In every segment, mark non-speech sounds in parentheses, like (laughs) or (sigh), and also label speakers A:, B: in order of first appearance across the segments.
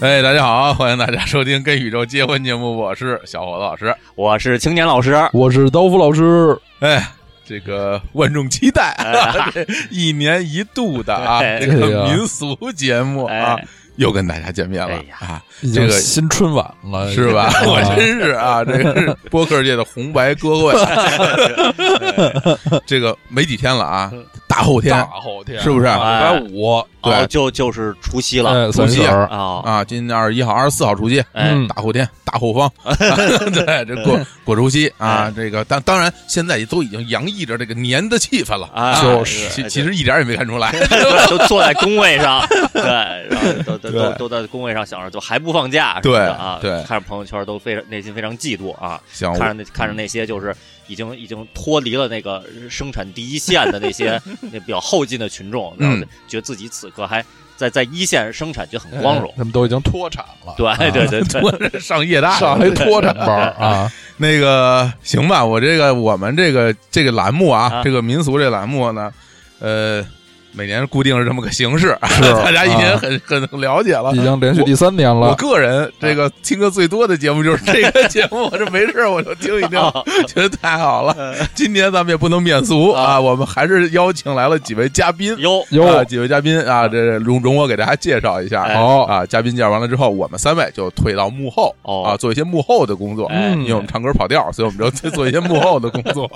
A: 哎，大家好，欢迎大家收听《跟宇宙结婚》节目，我是小伙子老师。
B: 我是青年老师，
C: 我是刀夫老师，
A: 哎，这个万众期待，
B: (laughs)
A: 这一年一度的啊，
B: 哎
A: 这
C: 对
A: 个
C: 呀
A: 民俗节目啊
B: 哎，
A: 又跟大家见面了
B: 哎呀哎
A: 啊，
C: 已
A: 这
C: 经
A: 个
C: 新春晚了，
A: 是吧？
C: 啊
A: (laughs) 我真是
B: (laughs)
A: 啊，这个是播客界的红白歌会，
B: (laughs)
A: 这个没几天了啊，
B: 嗯
A: 大后天
C: 大后天
A: 是不是？
C: 礼拜五
A: 对呃
B: 哦，就就是除夕了
C: 哎，三十
A: 除夕
C: 儿
B: 啊，
A: 啊，今天二十一号、二十四号除夕，
B: 哎 (laughs)
C: 嗯
A: 大后天、大后方，对，这过过除夕啊，这个当当然现在也都已经洋溢着这个年的气氛了，
B: 啊
C: 就是
A: 其
B: 哎
A: 其实一点也没看出来，
B: (laughs) 对都坐在工位
A: (laughs)
B: 上，对，然后都都
A: 对
B: 都都在工位上想着，就还不放假，
A: 对
B: 是吧啊，
A: 对
B: 看着朋友圈都非常内心非常嫉妒啊，
A: 行，
B: 看着
A: 我
B: 那看着那些就是已经已经脱离了那个生产第一线的
A: (laughs)
B: 那些那比较后进的群众，然后
A: 嗯
B: 觉得自己此刻还在在一线生产，觉得很光荣
C: 哎，他们都已经脱产了，
B: 对
A: 哎
B: 对对对，
A: 我上夜大
C: 上来脱产包儿啊，
A: 那个行吧，我这个我们这个这个栏目啊，
B: 啊
A: 这个民俗这栏目呢，呃，每年固定是这么个形式，
C: 是
A: 哎大家已经
C: 啊
A: 很很了解了
C: 已。经连续第三年
A: 我
C: 了，
A: 个人这个听的最多的节目就是这个节目，我这没事儿我就听一听，觉得太好了。今年咱们也不能免俗啊，
B: 啊
A: 我们还是邀请来了几位嘉宾。
B: 哟，
C: 哟，
A: 啊，几位嘉宾啊，这容容我给大家介绍一下。
B: 哎
A: 好啊，嘉宾介绍完了之后，我们三位就退到幕后
B: 哦
A: 啊，做嗯一些幕后的工作。
B: 哎
A: 因为我们唱歌跑调，所以我们就做做一些幕后的工作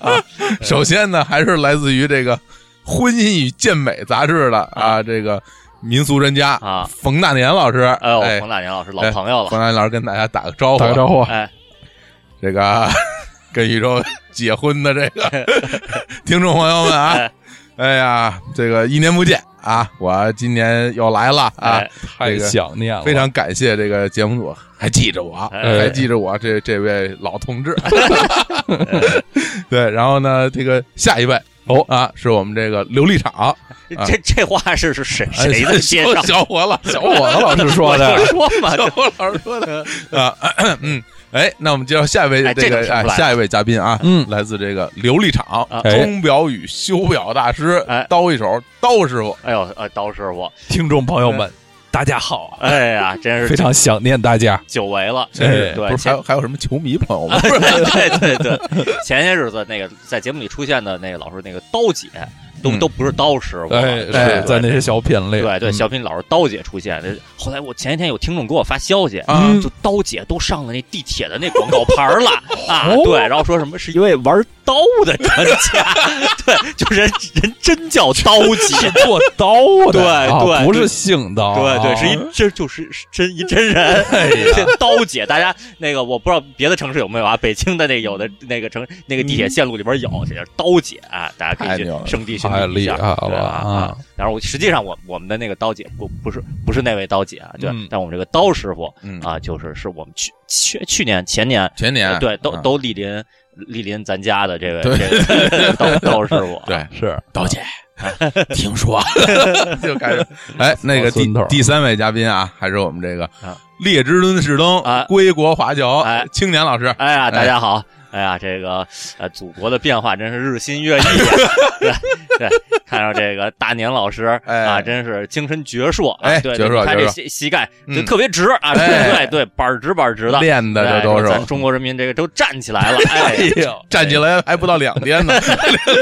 A: 啊。首先呢，还是来自于这个《婚姻与健美》杂志的啊，这个民俗专家
B: 啊
A: 冯大年老师。
B: 哎呦，
A: 哎
B: 冯，大年老师老
A: 哎
B: 朋友
A: 冯
B: 了，
A: 大年老师跟大家打个招呼，啊
C: 打个招呼，啊
B: 哎，
A: 这个 (laughs) 跟宇宙结婚的这
B: (laughs)
A: 个听众朋友们啊
B: 哎，
A: 哎呀，这个一年不见啊，我今年又来了啊
B: 哎，
A: 这
C: 太
A: 个
C: 想念了，
A: 非常感谢这个节目组还记着我，
B: 哎
A: 还记着我这这位老同
B: (laughs)
A: 志。 (laughs) 对，然后呢，这个下一位哦啊，是我们这个琉璃厂啊
B: 这这话是是谁谁的介绍
A: 小？ (laughs) 小伙了，小伙
C: 我
A: 了
C: 的老师
B: (laughs)
C: 说
B: 我
C: 的
B: 就，说嘛，
A: 小伙老师说的啊， (clears throat) 咳咳嗯，哎，那我们介绍下一位
B: 哎
A: 这
B: 这
A: 个
B: 个听
A: 哎
B: 出来
A: 下一位嘉宾啊，
C: 嗯
A: 来自这个琉璃厂
B: 啊
A: 钟表与修表大师
B: 哎，
A: 刀一手刀师傅，
B: (laughs) 哎呦，呃，刀师傅，
C: 听众朋友们，大家好，
B: 哎呀，真
C: 非
B: 是
C: 常想念大家，
B: 久违了，
A: 真是
C: 哎
B: 对
A: 不是还
B: 前
A: 有还有什么球迷
B: 哎
A: 朋友吗？
B: 对对对对，前些日子那个在节目里出现的那个老师，那个刀姐，都
A: 嗯
B: 都不是刀师傅，
C: 哎，
B: 对
C: 是
B: 对
C: 在那些小品里，
B: 对对，
C: 嗯
B: 小品老师刀姐出现。后来我前一天有听众给我发消息，
A: 啊
C: 嗯
B: 就刀姐都上了那地铁的那广告牌儿了啊，
C: 哦
B: 对，然后说什么是一位玩刀的专家， (laughs) 对，就人人真叫刀姐
C: 是。做刀的，
B: 对
C: 啊
B: 对
C: 不
B: 对
C: 是姓刀，
B: 对对，
C: 啊
B: 是一这就是是真一真人，
C: 哎
B: (laughs)
C: 呀
B: 这刀姐，大家那个我不知道别的城市有没有啊？北京的那
A: 嗯
B: 有的那个城那个地铁线路里边有，这叫刀姐啊，大家可
A: 太
B: 以去
A: 牛了
B: 圣地巡
C: 太
B: 礼一
C: 厉
B: 下
C: 害。了
B: 啊
C: 啊！！
B: 然后我实际上我我们的那个刀姐不不是不是那位刀姐啊，对，
C: 嗯
B: 但我们这个刀师傅
A: 嗯，
B: 啊，就是是我们去去去年前年、
A: 前
B: 呃
A: 年
B: 对都
C: 嗯
A: 啊
B: 都莅临莅临咱家的这位
A: 对
B: 这位 (laughs) 刀刀师傅，啊 (laughs)
A: 对
C: 是
A: 刀姐，听说 (laughs) 就开
B: (laughs)
A: 始哎，那个第
C: 老孙头
A: 第三位嘉宾啊，还是我们这个
B: 啊
A: 列支敦士登
B: 啊
A: 归国华侨
B: 哎
A: 青年老师，
B: 哎呀，大家好！哎呀，这个呃，祖国的变化真是日新月
A: (laughs)
B: 异、啊。对对，看到这个大年老师、
A: 哎
B: 啊，真是精神矍铄啊！
A: 哎
B: 对，
A: 矍铄
B: 他
A: 矍
B: 这
A: 铄
B: 膝膝盖就
A: 嗯
B: 特别直、啊，
A: 哎
B: 对对，板儿直板儿直的。
A: 练的
B: 哎
A: 这都是
B: 咱中国人民这个都站起
A: (laughs)
B: 来了，哎，
C: 呦，
A: 站起来还不到两天
B: (laughs)
A: 呢，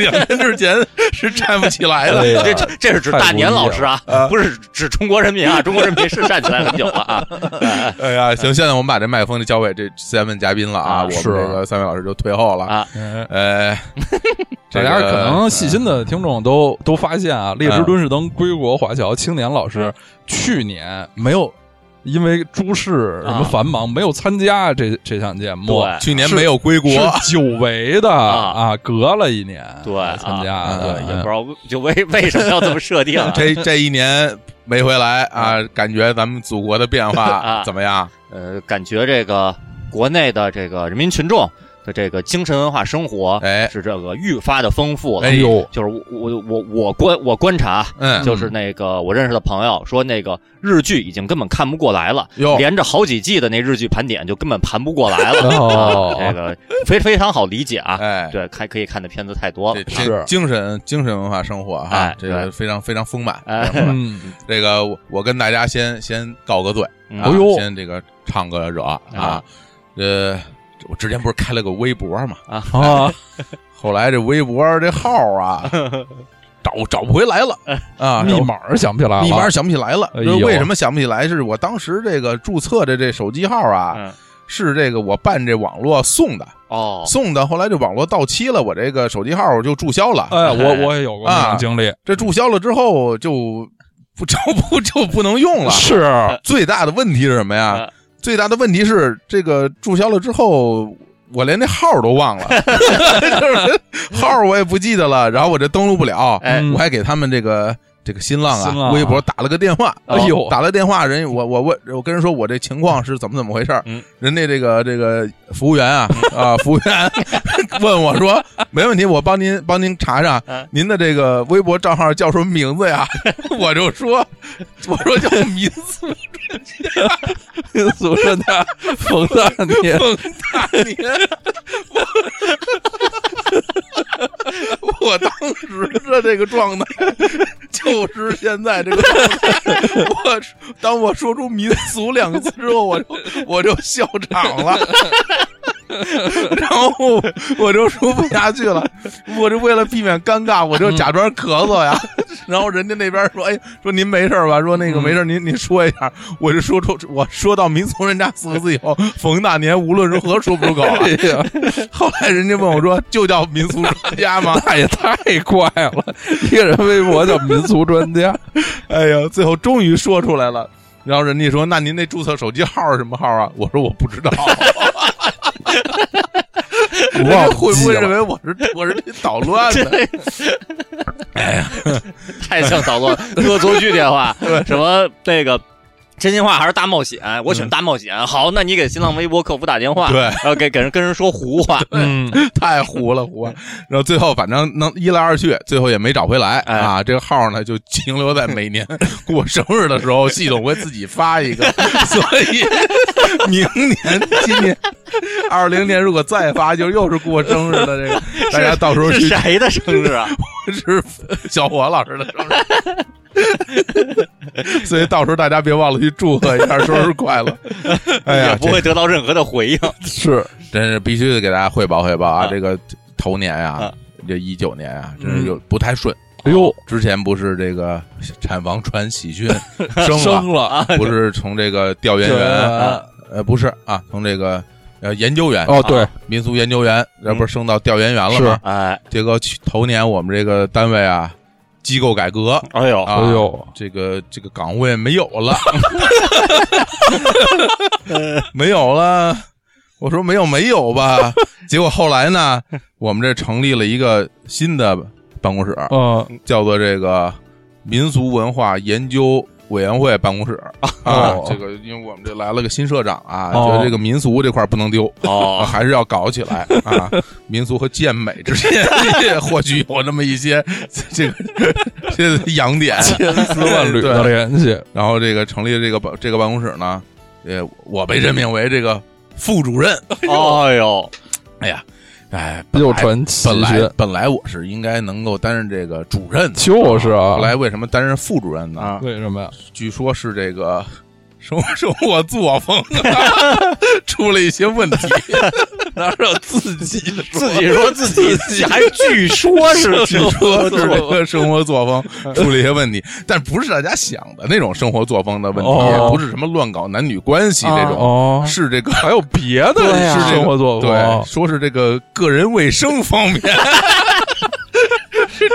A: 两天之前是站不起来的。
B: 这这这是指大年老师啊，不是指中国人
A: (laughs)
B: 民啊，中国人民是站起来很久了啊。哎
A: 哎呀，行，现在我们把这麦克风就交给这三位嘉宾了啊，
B: 啊
A: 我们
C: 是
A: 这个三位老师就退后了。
B: 啊
C: 哎
A: 呃，
C: 大
A: 这
C: 家
A: 个
C: 可能细心的听众都都发现啊，列支敦士登归国华侨青年老师去年没有因为诸事什么繁忙没有参加这这项节目，
B: 对
A: 去年没有归国，
C: 是久违的
B: 啊
C: 啊，隔了一年
B: 对啊
C: 参加
A: 啊
C: 的，
B: 也不
C: 嗯
B: 知道就为为什么要这么设定啊？
A: (laughs) 这这一年没回来啊，感觉咱们祖国的变化
B: 啊
A: 怎么样？
B: 呃，感觉这个国内的这个人民群众。的这个精神文化生活
A: 哎
B: 是这个愈发的丰富了。
A: 哎呦，
B: 就是啊我我我我观我观察，啊
A: 嗯
B: 就是那个我认识的朋友说，那个日剧已经根本看不过来了，
A: 哟
B: 连着好几季的那日剧盘点就根本盘不过
A: (laughs)
B: 来了。
C: 哦
B: 啊这个非非常好理解啊，
A: 哎，
B: 对，看可以看的片子太多了
A: 这。这
C: 是
A: 精神精神文化生活哈
B: 哎，
A: 这个
B: 对
A: 非常非常丰满。
B: 哎
A: 非常丰满 (laughs)
C: 嗯，
A: 这个我我跟大家先先告个罪， (laughs)
B: 嗯
A: 啊
C: 哎呦
A: 先这个唱个惹啊
B: 啊，
A: 呃，我之前不是开了个微博嘛，
C: 啊，
A: 后来这微博这号
C: (laughs)
A: 啊找找不回来了啊，
C: 哎密
A: 找
C: 码儿想不起来了，
A: 密码想不起来了，
C: 哎
A: 就是
C: 呦
A: 为什么想不起来？是我当时这个注册的这手机号啊，
B: 嗯
A: 是这个我办这网络送的，
B: 哦，
A: 送的。后来这网络到期了，我这个手机号就注销了。
C: 哎，我我也有过那
A: 啊
C: 种经历，
A: 这注销了之后就不 (laughs) 就不就不能用了。
C: 是
A: 最大的问题是什么呀
B: 嗯？
A: 最大的问题是这个注销了之后。我连那号都忘了， (laughs) 就是号我也不记得了，然后我这登录不了，
B: 哎
C: 嗯
A: 我还给他们这个这个新浪啊
C: 新浪啊
A: 微博打了个电话，
C: 哎呦
A: 打了电话，人我我问我跟人说我这情况是怎么怎么回事儿
B: 嗯
A: 人家这个这个服务员啊
C: 嗯
A: (laughs) 啊服务员问我说没问题，我帮您帮您查查
B: 嗯
A: 您的这个微博账号叫什么名字呀？ (laughs) 我就说我说叫民宿
C: 祖顺大冯大 (laughs) 年，
A: 大年，我我当时的这个状态就是现在这个状态。我当我说出“民俗”两个字之后，我就我就笑场了。然后我就说不下去了，我就为了避免尴尬，我就假装咳嗽呀。然后人家那边说：“哎，说您没事儿吧？说那个没事儿，您您说一下。”我就说出我说到“民俗人家”四个字以后，冯大年无论如何说不出口了。 (laughs)
C: 哎呀，
A: 后来人家问我说：“就叫民俗专家吗
C: 那也太快了，一个人微博叫民俗专家，？”
A: (laughs) 哎呀，最后终于说出来了。然后人家说：“那您那注册手机号是什么号啊？”我说：“我不 (laughs) 知道。
C: (laughs) 古”
A: 人家
C: 奥
A: 会不
C: 记
A: 会
C: 了
A: 认为我是我是那捣 (laughs) 乱的？
B: (laughs) 太像捣乱恶作剧电
A: (laughs)
B: 话，什么那个真心话还是大冒险？我选大冒险。好，那你给新浪微博客服打电话，
A: 嗯对
B: 然后给给人跟人说
A: (laughs)
B: 胡话，
C: 嗯，
A: 太糊了糊了。啊然后最后反正能一来二去，最后也没找回来
B: 嗯哎
A: 啊。这个号呢就停留在每
B: (laughs)
A: 年过生日的时候，系统会自己发一个。所以明年、今年、二零年如果再发，就又是过生日的这
B: (laughs)
A: 个，大家到时候
B: 是
A: 去
B: 谁的生日啊？
A: 是小火老师的生日， (laughs) 所以到时候大家别忘了去祝贺一下生日快乐。 (laughs) 哎
B: 也
A: 呀，
B: 不会得到任何的回应。
C: 是
A: 这真是必须得给大家汇报汇报啊！
B: 啊
A: 这个头年啊
B: 啊，
A: 这一九年啊，真是有不太顺。
C: 哎呦，
A: 之前不是这个产房传喜讯 (laughs) 生了，
C: 生了啊，
A: 不是从这个调研
C: 这
A: 员，呃，不是啊，从这个呃研究员、
C: 哦对，
A: 民俗研究员，这不是升到调研员了吗？
B: 哎，
A: 结果去头年我们这个单位啊，机构改革，
B: 哎呦，
A: 啊
C: 哎呦，
A: 这个这个岗位没有了，没有了。我说没有没有吧，结果后来呢，我们这成立了一个新的办公室，
C: 嗯，
A: 叫做这个民俗文化研究委员会办公室啊
C: 哦。
A: 这个因为我们这来了个新社长啊，
C: 哦
A: 觉得这个民俗这块儿不能丢， (laughs) 啊
B: 哦，
A: 还是要搞起来啊！民俗和健美之间也 (laughs) 或许有那么一些这个这个 (laughs) 养点，
C: 千丝万缕的联系，
A: 然后这个成立这个办这个办公室呢，呃，我被任命为这个副主任。
B: 哎呦，
A: 哎呀，哎，本
C: 又
A: 来
C: 传喜
A: 本来
C: 讯，
A: 本来我是应该能够担任这个主任的，
C: 就是啊，
A: 后来为什么担任副主任呢？
B: 啊
C: 为什么呀？
A: 据说是这个生 (laughs) 活生活作风啊
C: (laughs)
A: 出了一些问题，
C: 哪有自己
B: 自己说自
A: (laughs)
B: 己，还据说是
A: 据说是这个生活作
C: (laughs)
A: 风出了一些问题，但不是大家想的那种生活作风的问题，
C: 哦
A: 也不是什么乱搞男女关系这种，
C: 哦，啊
A: 是这个
C: 还有别的
B: 对呀
C: 是生活作风，
A: 对，说是这个
C: (laughs) (laughs)
A: 个人卫生方面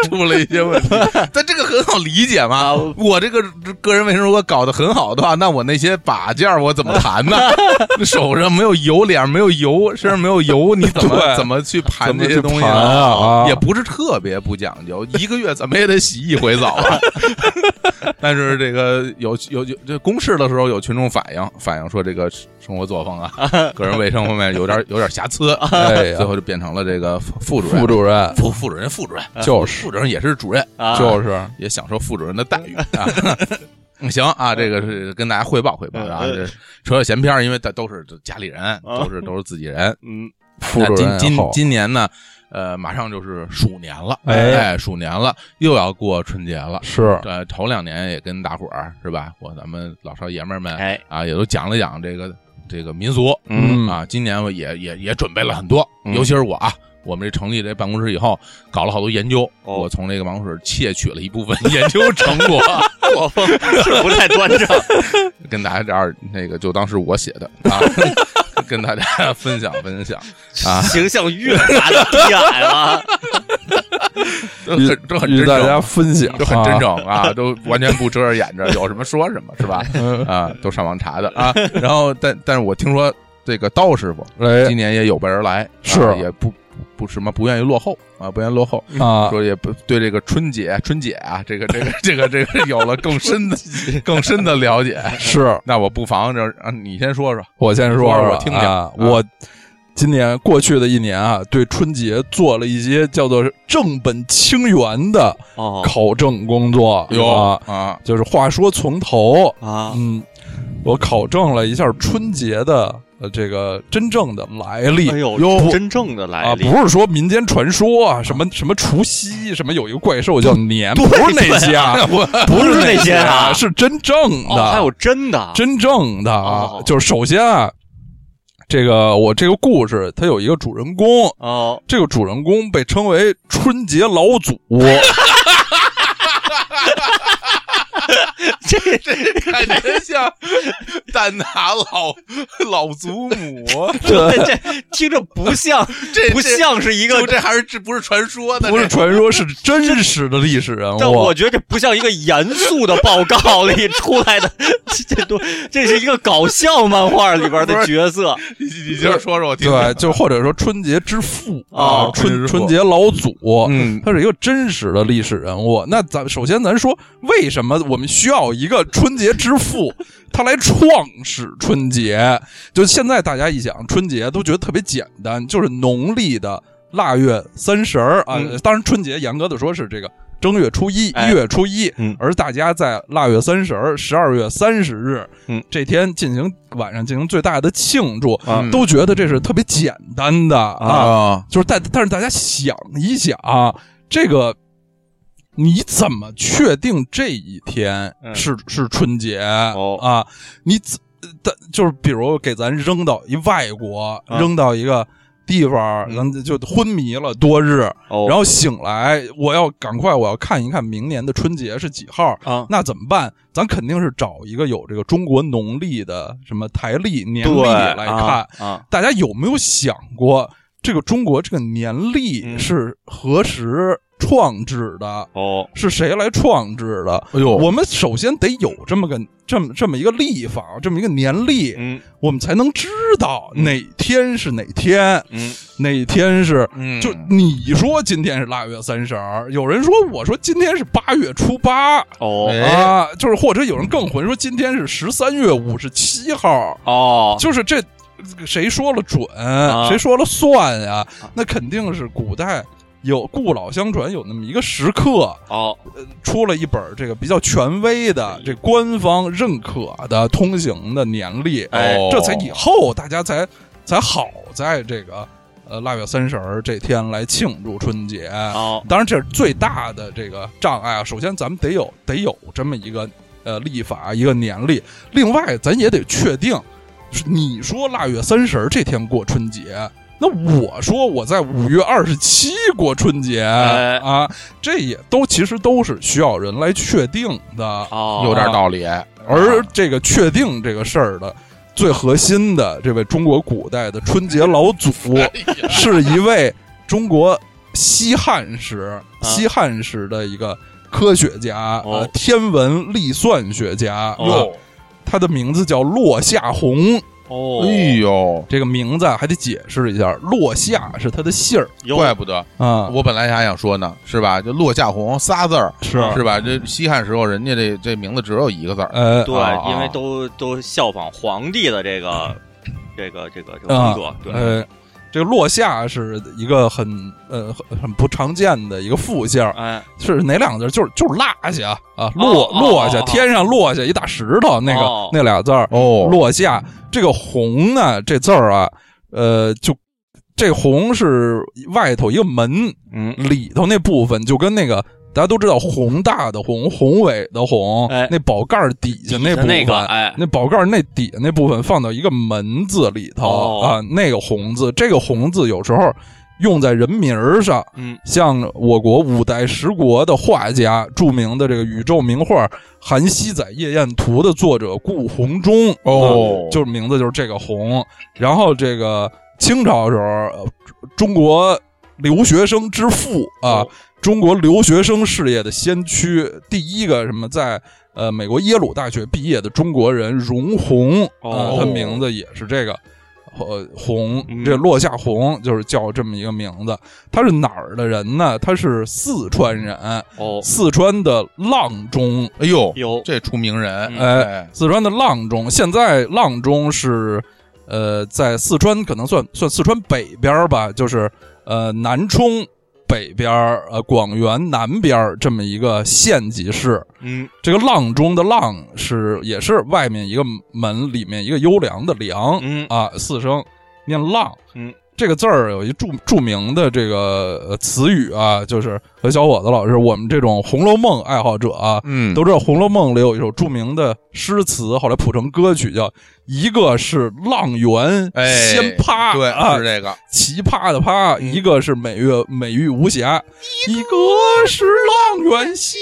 A: 出了一些问题，但这个很好理解嘛。
B: 啊
A: 我这个个人卫生如果搞得很好的话，那我那些把件儿我怎么盘
C: (laughs)
A: 呢？手上没有油，脸上没有油，身上没有油，你怎么
C: 对
A: 怎么去盘
C: 怎么
A: 这
C: 去
A: 些东西
C: 盘
A: 呢？
C: 啊啊
A: 也不是特别不讲究，一个月怎么也得洗一回澡吧。 (laughs) 但是这个有有有这公示的时候有群众反映反映说这个生活作风啊，个人卫生方面有点有点瑕疵，
C: 哎呀
A: 最后就变成了这个副副主任
C: 副主任
A: 副副主任副主任
C: 就是
A: 副主任也是主任，
B: 啊，
C: 就是
A: 也享受副主任的待遇
C: (laughs)
A: 啊。行啊，这个是跟大家汇报汇报啊。
B: 嗯
C: 呃
A: 这扯扯闲篇儿，因为大都是家里
C: 啊
A: 人，都是都是自己人。
B: 嗯，
C: 副主
A: 那
C: 任
A: 今今
C: 好
A: 今年呢，呃，马上就是鼠年了，
C: 哎
A: 哎，鼠年了，又要过春节了。
C: 是
A: 呃，头两年也跟大伙儿是吧，我咱们老少爷们儿们
B: 哎，
A: 啊，也都讲了讲这个这个民俗，
C: 嗯
A: 啊，今年我也也也准备了很多，
B: 嗯
A: 尤其是我啊，我们这成立这办公室以后，搞了好多研究，
B: 哦
A: 我从这个办公室窃取了一部分 (laughs) 研究成果，
B: 作风是不太端正，
A: 跟大家这儿那个就当是我写的啊， (laughs) 跟大家分享分享，啊
B: (laughs) 形象越发的低矮了。
A: 这很这很
C: 与
A: 真
C: 大家
A: 诚。
C: 分享，
A: 都很真诚啊，都完全不遮着掩着，有什么说什么，是吧？
C: 诚。
A: 啊，都上网查的啊。然后，但但是我听说这个刀师傅今
C: 哎
A: 年也有备而来，
C: 是
A: 啊也不不什么不愿意落后啊，不愿意落后，
C: 啊，
A: 说也不对这个春节春节啊，这个这个这个这个有了更深的更深的了解。 (laughs)
C: 是
A: 那我不妨就啊，你先说说，
C: 我先说
A: 说
C: 说
A: 说我听听
C: 啊
A: 啊，
C: 我今年过去的一年啊，对春节做了一些叫做正本清源的
B: 哦
C: 考证工作啊，
A: 啊， (laughs)
C: 就是话说从头，
B: 啊，
C: 嗯，我考证了一下春节的呃这个真正的来历，
B: 哎呦，
C: 不
B: 真正的来
C: 啊，
B: 历
C: 不是说民间传说啊，什么什么除夕，什么有一个怪兽叫年，
B: 对
C: 不是那些啊，
B: 不是
C: 是
B: 那些啊
C: 啊，是真正
B: 哦，还
C: 的
B: 有，真的，
C: 真正的啊
B: 哦，
C: 就是首先啊，这个我这个故事它有一个主人公，
B: 哦，
C: 这个主人公被称为春节老祖，
B: 这
A: 感觉像蛋挞老老祖母，
B: 这这听着不像，
A: 这
B: 不像是一
A: 这
B: 个
A: 就，这还是这不是传说呢？
C: 不是
A: 这
C: 传说，是真实的历史人
B: 但我
C: 物。
B: 觉得这不像一个严肃的报告里出来的，这这都这是一个搞笑漫画里边的角色
A: 你你接着说说我听听。
C: 对，就或者说春节之父
B: 哦
C: 春
A: 春
C: 春
A: 节
C: 节老祖，
A: 嗯
C: 他是一个真实的历史人物。那咱首先咱说，为什么我们需要一个春节之父，他来创始春节？就现在大家一想春节都觉得特别简单，就是农历的腊月三十儿啊。
B: 嗯
C: 当然，春节严格的说是这个正月初一、
B: 哎
C: 一月初一，
B: 嗯
C: 而大家在腊月三十儿、十二月三十日，
B: 嗯
C: 这天进行晚上进行最大的庆祝，
B: 啊
A: 嗯
C: 都觉得这是特别简单的啊
A: 啊，
C: 就是但但是大家想一想啊，这个你怎么确定这一天
B: 嗯
C: 是、是春节、
B: 哦
C: 啊？你怎但就是比如给咱扔到一外国，
B: 啊
C: 扔到一个地方，
B: 嗯
C: 咱、就昏迷了多日，
B: 哦
C: 然后醒来，我要赶快，我要看一看明年的春节是几号。
B: 啊，
C: 那怎么办？咱肯定是找一个有这个中国农历的什么台历、年历
B: 对
C: 来看。
B: 啊啊，
C: 大家有没有想过，这个中国这个年历
B: 嗯
C: 是何时创制的？
B: 哦，
C: 是谁来创制的？
A: 哎呦，
C: 我们首先得有这么个这么这么一个历法，这么一个年历，
B: 嗯
C: 我们才能知道哪天是哪天，
B: 嗯，
C: 哪天是。
A: 嗯
C: 就你说今天是腊月三十儿，有人说我说今天是八月初八
B: 哦
A: 哎
C: 啊，就是或者有人更混说今天是十三月五十七号，
B: 哦，
C: 就是这呃谁说了准，谁说了算呀、
B: 啊
C: 那肯定是古代有故老相传，有那么一个时刻，
B: 哦，
C: 出了一本这个比较权威的、
B: 哎
C: 这官方认可的通行的年历，
B: 哎
C: 这才以后大家才才好在这个呃腊月三十儿这天来庆祝春节。
B: 哦，
C: 当然，这是最大的这个障碍啊。首先，咱们得有得有这么一个呃立法一个年历，另外咱也得确定，你说腊月三十儿这天过春节。那我说我在五月二十七过春节、
B: 哎
C: 啊，这也都其实都是需要人来确定的。
B: 哦，
A: 有点道理，哎
C: 而这个确定这个事儿的最核心的这位中国古代的春节老
B: (laughs)
C: 祖，
B: 哎
C: 是一位中国西汉时
B: 啊
C: 西汉时的一个科学家、
B: 哦
C: 呃天文历算学家，
B: 哦
C: 啊他的名字叫落下红。
B: 哦
A: 哎呦，
C: 这个名字啊还得解释一下，落下是他的姓儿
B: 哟
A: 怪不得
C: 啊，
A: 我本来还想说呢，是吧？就落下红仨字儿，
C: 是
A: 是吧？这西汉时候人家这这名字只有一个字儿，
C: 呃
B: 对
A: 啊，
B: 因为都都效仿皇帝的这个这个这个这个
C: 啊
B: 风格，对，
C: 呃，这个落下是一个很呃很很不常见的一个副姓儿，
B: 哎，
C: 是哪两个字儿？就是就是落下啊，落
B: 哦哦
C: 落下，
B: 哦哦
C: 天上落下一大石头，那
B: 哦
C: 个那俩字儿
A: 哦，
C: 落下。这个红呢，这字儿啊，呃，就这红是外头一个门，
B: 嗯，
C: 里头那部分就跟那个。大家都知道宏大的宏，宏伟的宏，
B: 哎
C: 那宝盖儿底下那部分，
B: 那个哎，
C: 那宝盖儿那底下那部分放到一个门字里头、
B: 哦
C: 啊，那个红字，这个红字有时候用在人名儿上，
B: 嗯，
C: 像我国五代十国的画家，著名的这个宇宙名画《韩熙载夜宴图》的作者顾闳中，
A: 哦
C: 啊就是名字就是这个红。然后这个清朝时候，呃中国留学生之父啊。
B: 哦
C: 中国留学生事业的先驱，第一个什么在呃美国耶鲁大学毕业的中国人荣宏，
B: 哦
C: 呃他名字也是这个，呃，宏
B: 嗯，
C: 这落下宏就是叫这么一个名字。他是哪儿的人呢？他是四川人，
B: 哦，
C: 四川的阆中，
A: 哎呦，
B: 有
A: 这出名人，
B: 嗯
A: 哎，
C: 四川的阆中，现在阆中是呃在四川可能算算四川北边儿吧，就是呃南充北边儿呃广元南边儿这么一个县级市。
B: 嗯，
C: 这个阆中的阆是也是外面一个门，里面一个优良的良，
B: 嗯
C: 啊，四声念阆，
B: 嗯。
C: 这个字儿有一著著名的这个呃词语啊，就是和小伙子老师，我们这种《红楼梦》爱好者啊，
A: 嗯，
C: 都知道《红楼梦》里有一首著名的诗词，后来谱成歌曲，叫“一个是阆园
A: 哎
C: 仙葩”，
A: 对，
C: 啊
A: 是，这嗯个，
C: 奇葩的葩；一个是美月美玉无瑕，一个是阆园仙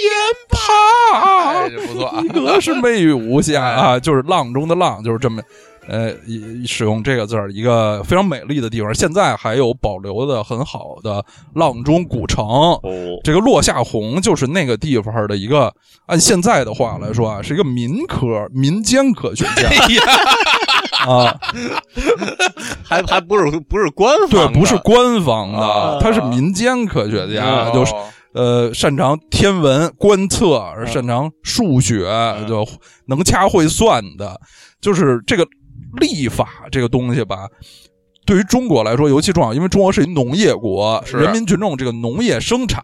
A: 哎，
C: 葩，
A: 这不错啊
C: (laughs)
A: 哎
C: 一，个是美玉无瑕啊，就是浪中的浪，就是这么。呃，以使用这个字儿，一个非常美丽的地方，现在还有保留的很好的阆中古城，
B: 哦，
C: 这个落下红就是那个地方的一个，按现在的话来说啊，是一个民科、民间科学
A: 哎
C: 家啊，
B: 还还不是不是官方
C: 对
B: 的，，
C: 不是官方
A: 啊
C: 的，他是民间科学家，
A: 哦
C: 嗯就是呃擅长天文观测，擅长数学，
B: 嗯
C: 就能掐会算的，就是这个历法这个东西吧。对于中国来说尤其重要，因为中国是一农业国，
A: 是
C: 人民群众这个农业生产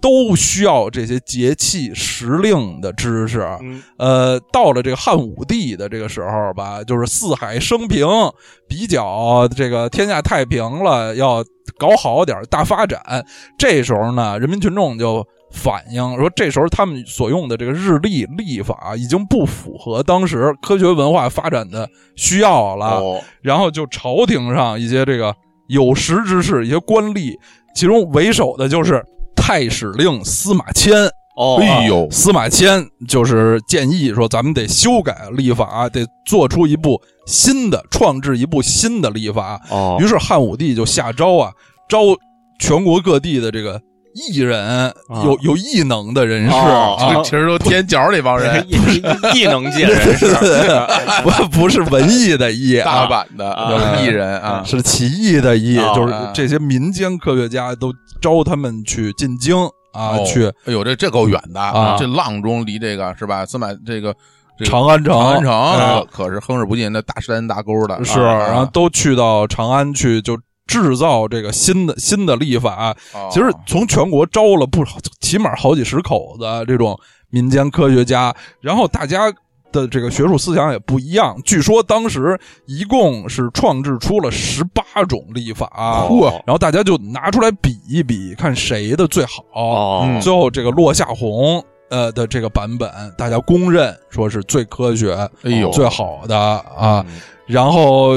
C: 都需要这些节气时令的知识。
B: 嗯，
C: 呃，到了这个汉武帝的这个时候吧，就是四海升平，比较这个天下太平了，要搞好点儿大发展。这时候呢，人民群众就反映说，这时候他们所用的这个日历历法已经不符合当时科学文化发展的需要了。
A: 哦，
C: 然后就朝廷上一些这个有识之士、一些官吏，其中为首的就是太史令司马迁。
B: 哦，
A: 哎呦，
C: 司马迁就是建议说，咱们得修改历法，得做出一部新的，创制一部新的历法。
B: 哦
C: 于是汉武帝就下诏啊，招全国各地的这个艺人，
A: 啊
C: 有有异能的人士
B: 哦
C: 啊
A: 这，其实都天角这帮人，
B: 异异异能界人士，
C: (laughs)
B: 哎
C: 不不是文艺的艺
A: 大
C: 啊，
A: 阪的
B: 啊
A: 艺人
C: (laughs)
A: 啊，
C: 是起义的义，
B: 哦
C: 就是
A: 啊
C: 这些民间科学家都招他们去进京啊，
A: 哦
C: 去
A: 哎呦，这这够远的
C: 啊
A: 这阆中离这个是吧？司马这个这个
C: 长安城，
A: 长安城
C: 哎
A: 可可是哼着不进那大山大沟的，
C: 是，
A: 啊
C: 然后都去到长安去就。制造这个新的新的历法，
A: 哦
C: 其实从全国招了不少，起码好几十口子这种民间科学家，然后大家的这个学术思想也不一样。据说当时一共是创制出了十八种历法，
B: 哦
A: 嚯
C: 然后大家就拿出来比一比，看谁的最好。
B: 哦
A: 嗯
C: 最后这个落下红呃的这个版本，大家公认说是最科学、哦
A: 哎呦
C: 最好的啊。
A: 嗯
C: 然后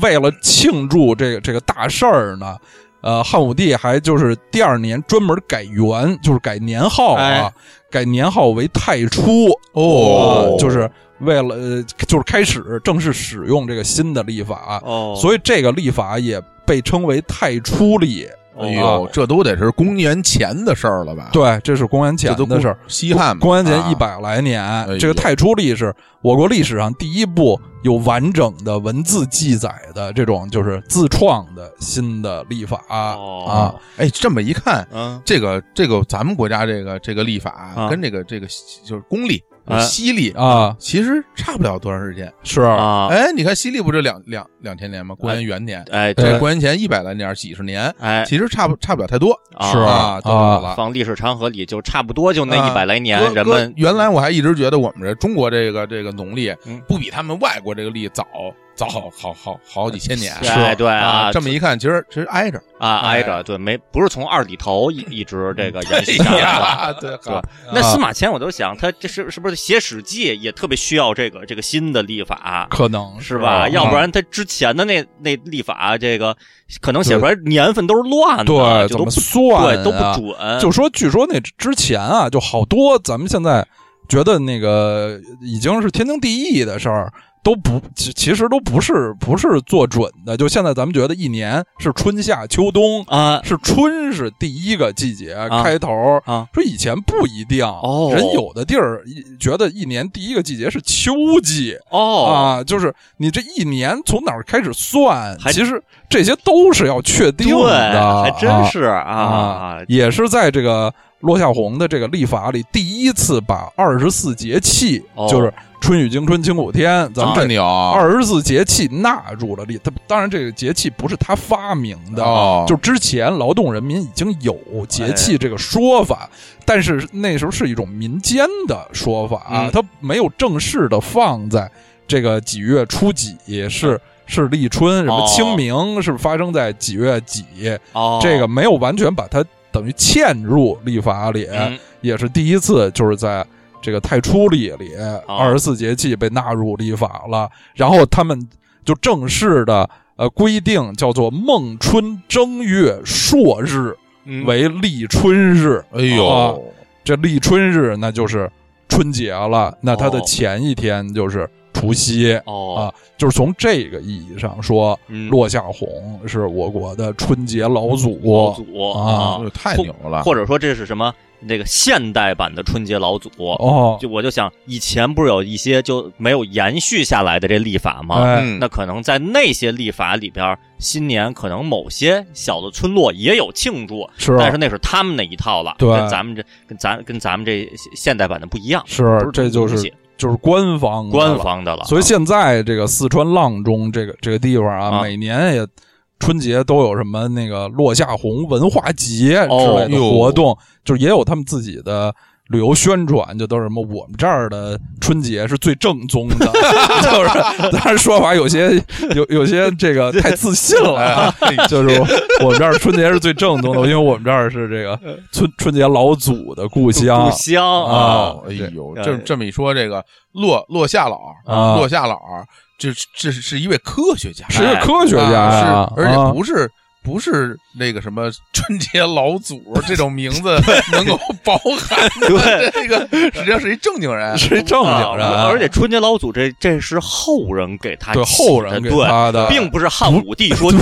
C: 为了庆祝这个这个大事儿呢，呃，汉武帝还就是第二年专门改元，就是改年号啊，
B: 哎
C: 改年号为太初
A: 哦
C: 啊就是为了、呃就是开始正式使用这个新的历法。
B: 哦，以
C: 所以这个历法也被称为太初历
B: 哦
A: 哎呦，这都得是公元前的事儿了吧？，
C: 嗯啊对，这是公元前
A: 这都
C: 的事儿。，
A: 西汉嘛，
C: 公元前
A: 啊
C: 一，百来年，
A: 呦
C: 这个太初历是我国历史上第一部有完整的文字记载的这种就是自创的新的历法、啊
B: 哦。
A: 哎，这么一看，
B: 嗯，
A: 这个这个咱们国家这个这个历法
B: 啊
A: 跟这个这个就是公历、
B: 哎
A: 西历
C: 啊，
A: 其实差不了多长时间。
C: 是
B: 啊，
A: 哎，你看西历不是两两两千年吗？公元元年，
B: 哎，
A: 这
B: 对，
A: 公元前一百来年，几十年，
B: 哎，
A: 其实差不差不了太多
B: 啊
C: 是
A: 啊，都好了。
B: 放历史长河里就差不多就那
A: 啊
B: 一百来年，
A: 哥哥
B: 人们
A: 原来我还一直觉得我们这中国这个这个农历
B: 嗯
A: 不比他们外国这个历早早好好好好几千年，
B: 是哎对
A: 啊，
B: 啊
A: 这么一看，其实其实挨着，
B: 啊
C: 哎
B: 挨着对没不是从二里
C: (laughs)
B: 头一一直这个延续下
C: 哎
A: 哎
B: 来的。
A: 呀， (laughs) 对，好
C: 啊
B: 对，那司马迁我都想，他这是是不是写《史记》也特别需要这个这个新的历法，
C: 可能
B: 是吧？
A: 啊
B: 嗯要不然他之前的那那历法，啊这个可能写出来年份都是乱的，
C: 对，
B: 就
C: 怎
B: 都
C: 么
B: 不
C: 算、啊、
B: 对都不准，
C: 就说，据说那之前啊，就好多咱们现在觉得那个已经是天经地义的事儿，都不其其实都不是不是做准的。就现在咱们觉得一年是春夏秋冬，
B: 啊
C: 是春是第一个季节、
B: 啊
C: 开头，
B: 啊
C: 说以前不一定
B: 哦
C: 人有的地儿一觉得一年第一个季节是秋季。
B: 哦，
C: 啊，就是你这一年从哪儿开始算，
B: 还
C: 其实这些都是要确定
B: 对，
C: 的，
B: 还
C: 啊
B: 真是啊啊
C: 也是在这个落下红的这个历法里，第一次把二十四节气，
B: 哦啊
C: 就是春雨惊春、清谷天，咱们
A: 这
C: 这
A: 牛，啊
C: 二十四节气纳入了历。它当然，这个节气不是他发明的，啊
A: 哦
C: 就之前劳动人民已经有节气这个说法，
B: 哎
C: 但是那时候是一种民间的说法，
B: 嗯
C: 它没有正式的放在这个几月初几
B: 嗯
C: 是。是立春，什么
B: 哦
C: 清明是发生在几月几？
B: 哦，
C: 这个没有完全把它等于嵌入历法里，
B: 嗯
C: 也是第一次，就是在这个太初历里，
B: 哦
C: 二十四节气被纳入历法了，然后他们就正式的呃规定叫做孟春正月朔日
B: 嗯
C: 为立春日，
A: 哎
C: 啊
A: 呦，
C: 这立春日那就是春节了，那它的
B: 哦
C: 前一天就是除夕。
B: 哦
C: 啊就是从这个意义上说，
B: 嗯
C: 落下红是我国的春节老祖，
B: 老祖
C: 啊
A: 哎呦太牛了，
B: 或者说这是什么那个现代版的春节老祖。
C: 哦，
B: 就我就想，以前不是有一些就没有延续下来的这历法吗？
C: 哎
A: 嗯
B: 那可能在那些历法里边，新年可能某些小的村落也有庆祝，
C: 是，啊
B: 但是那是他们那一套了，
C: 对
B: 跟咱们这跟咱跟咱们这现代版的不一样，
C: 是啊
B: 不
C: 这就
B: 东
C: 是
B: 西
C: 就是官方的
B: 官
C: 了。
B: 方的了。
C: 所以现在这个四川阆中这个这个地方啊，
B: 啊
C: 每年也春节都有什么那个落下红文化节之
B: 哦
C: 类的
A: 哟
C: 活动，就是也有他们自己的。旅游宣传就都是什么，我们这儿的春节是最正宗的，就是当然说法有些有有些这个太自信了
A: (laughs) 哎
C: 啊，就是我们这儿春节是最正宗的，因为我们这儿是这个春春节老祖的故乡
B: 故乡啊，
A: 哦，哎呦，
B: 对
A: 这这么一说，这个落落夏老，
C: 啊
A: 落夏老，这这是一位科学家，
C: 是科学家呀
A: 啊，是，而且
C: 啊
A: 不是。不是那个什么春节老祖这种名字 (laughs) 能够包含的，这个实际上是一正经
B: (laughs)
A: 人。哎
C: 是正经人，
B: 啊而且春节老祖这这是后人给他
C: 对
B: 起
C: 后人
B: 的
C: 给
B: 对
C: 他的，
B: 并不是汉武帝说你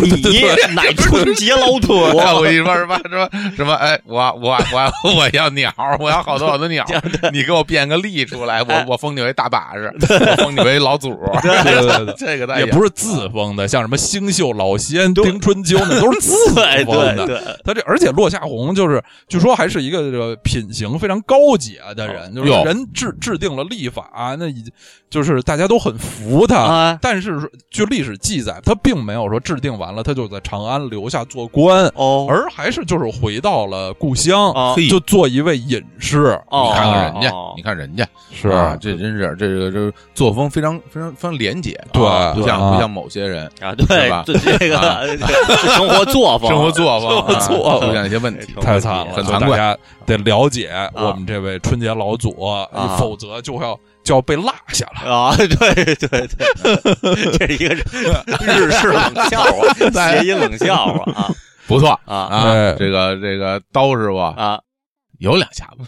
B: 乃春节老祖，
A: 我
B: (laughs)
A: 看我一说什么什么什么，哎，我我我我要鸟，我要好多好多
C: (laughs)
A: 鸟，你给我变个例出来，
C: 哎
A: 我我封你为大把式，我封你为老祖，
C: 对
B: (laughs)
C: 对对。
A: 这个大家
B: 哎
C: 也不是自封的，像什么星宿老仙、丁春秋那都是自
B: 对
C: 封
B: 对
C: 的。
B: 对，
C: 他这而且落下红就是，据说还是一个这个品行非常高洁的
B: 哦
C: 人，就是
A: 哟
C: 人制制定了历法，啊那已经就是大家都很服他。
B: 啊，
C: 但是说据历史记载，他并没有说制定完了他就在长安留下做官，
B: 哦，
C: 而还是就是回到了故乡，
B: 啊
A: 嘿
C: 就做一位隐士。啊
B: 哦
A: 你看看人家
B: 哦哦，
A: 你看人家，
C: 是
A: 啊，这真是这个这作风非常非常非常廉洁，
C: 对
A: 啊不像
C: 对啊
A: 不像某些人
B: 啊，
A: 是
B: 对
A: 吧，
B: 对 (laughs) 这
A: 啊
B: 个生活作风，
A: 生活作风啊
B: 生活作风
A: 出现一些问题
B: 哎。
C: 太惨了，
A: 很
C: 就
A: 惭
C: 大
A: 愧
C: 家得了解我们这位春节老祖，
B: 啊
C: 否则就要就要被落下了。
B: 啊，对对对，这是一个 (laughs) 日式冷笑话，谐音冷笑话啊
A: 不错
B: 啊
A: 啊
C: 哎，
A: 这个这个刀师傅
B: 啊，
A: 有两下子，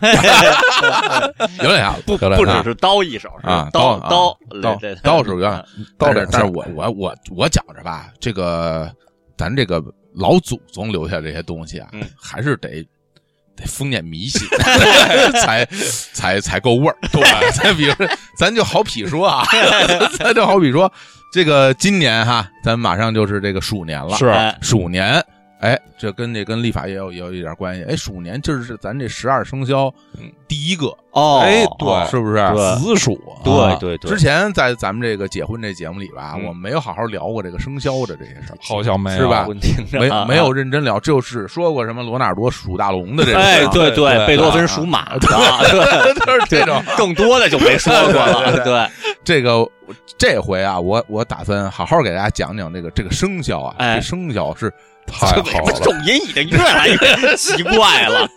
A: 有两下
B: (laughs)
A: 子，
B: 不
A: 有两
B: 不
A: 下
B: 只
A: 子
B: 是刀一手，是
A: 啊
B: 刀
A: 刀
B: 刀
A: 刀刀是原来 (laughs)
C: 到
A: 但
C: 这
A: 是
C: 儿
A: 但是
C: 是
A: 我我我我觉着吧，这个咱这个老祖宗留下这些东西啊，
B: 嗯
A: 还是得得封建迷信，才才才够味儿。对， (laughs) 咱比如说，咱就好比说啊，咱就好比说，这个今年哈，咱马上就是这个鼠年了，
C: 是
B: 哎
A: 鼠年。哎，这跟这跟历法也有也有一点关系。哎，鼠年就是咱这十二生肖
C: 嗯
A: 第一个，
B: 哦，
C: 哎对
B: 哦
A: 是不是？
B: 对
C: 紫薯，
B: 对
A: 啊
B: 对对
A: 之前在咱们这个结婚这节目里吧，
B: 嗯
A: 我们没有好好聊过这个生肖的这些事儿，
C: 好像没有
A: 是吧
B: 我听着 (laughs)
A: 没
B: 啊
A: 没有认真聊，就是说过什么罗纳尔多属大龙的这种，啊
B: 哎，
A: (laughs)
B: 对
C: 对对
B: 贝多芬属马的，啊对
A: 就是这种。
B: 更多的就没说过了，
A: 对对
B: 对，
A: (laughs) 这个我这回啊，我我打算好好给大家讲讲这个这个生肖啊，
B: 哎
A: 这生肖是
C: 太好
B: 这
C: 了，
B: 重音已经越来越奇怪了，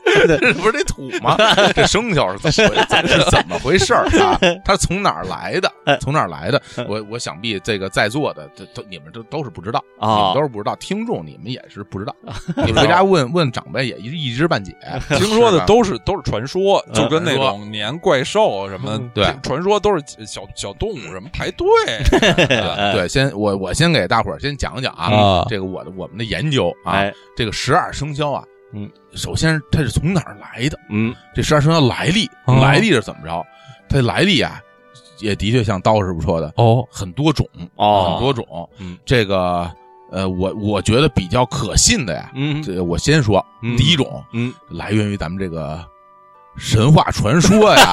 A: 不是得土吗？ (laughs) 这生肖是怎么回是怎么回事儿
B: (laughs)
A: 啊？它是从哪儿来的
B: 哎？
A: 从哪儿来的
B: 嗯？
A: 我我想必这个在座的这都你们都都是不知道，你
B: (laughs) 啊
A: 们都是不知道，听众你们也是不知
B: (laughs)
A: 道，你回家问问长辈也一一知半解，
C: 听说
A: 是
C: 的
A: 吧
C: 都是都是传说，就跟那
A: 传说
C: 种年怪兽什么
B: 嗯，
A: 对
C: 传说都是小小动物什么排队
B: 哎
A: 对，先我我先给大伙儿先讲讲啊，
C: 啊，
A: 这个我的我们的研究啊，
B: 哎，
A: 这个十二生肖啊，
B: 嗯，
A: 首先它是从哪儿来的？
B: 嗯，
A: 这十二生肖来历，
C: 哦
A: 来历是怎么着？它来历啊，也的确像刀师傅说的，
C: 哦，
A: 很多种，
B: 哦
A: 很多种。
B: 嗯，
A: 这个呃，我我觉得比较可信的呀，
B: 嗯
A: 这我先说
B: 嗯
A: 第一种，
B: 嗯，
A: 来源于咱们这个神话传说呀，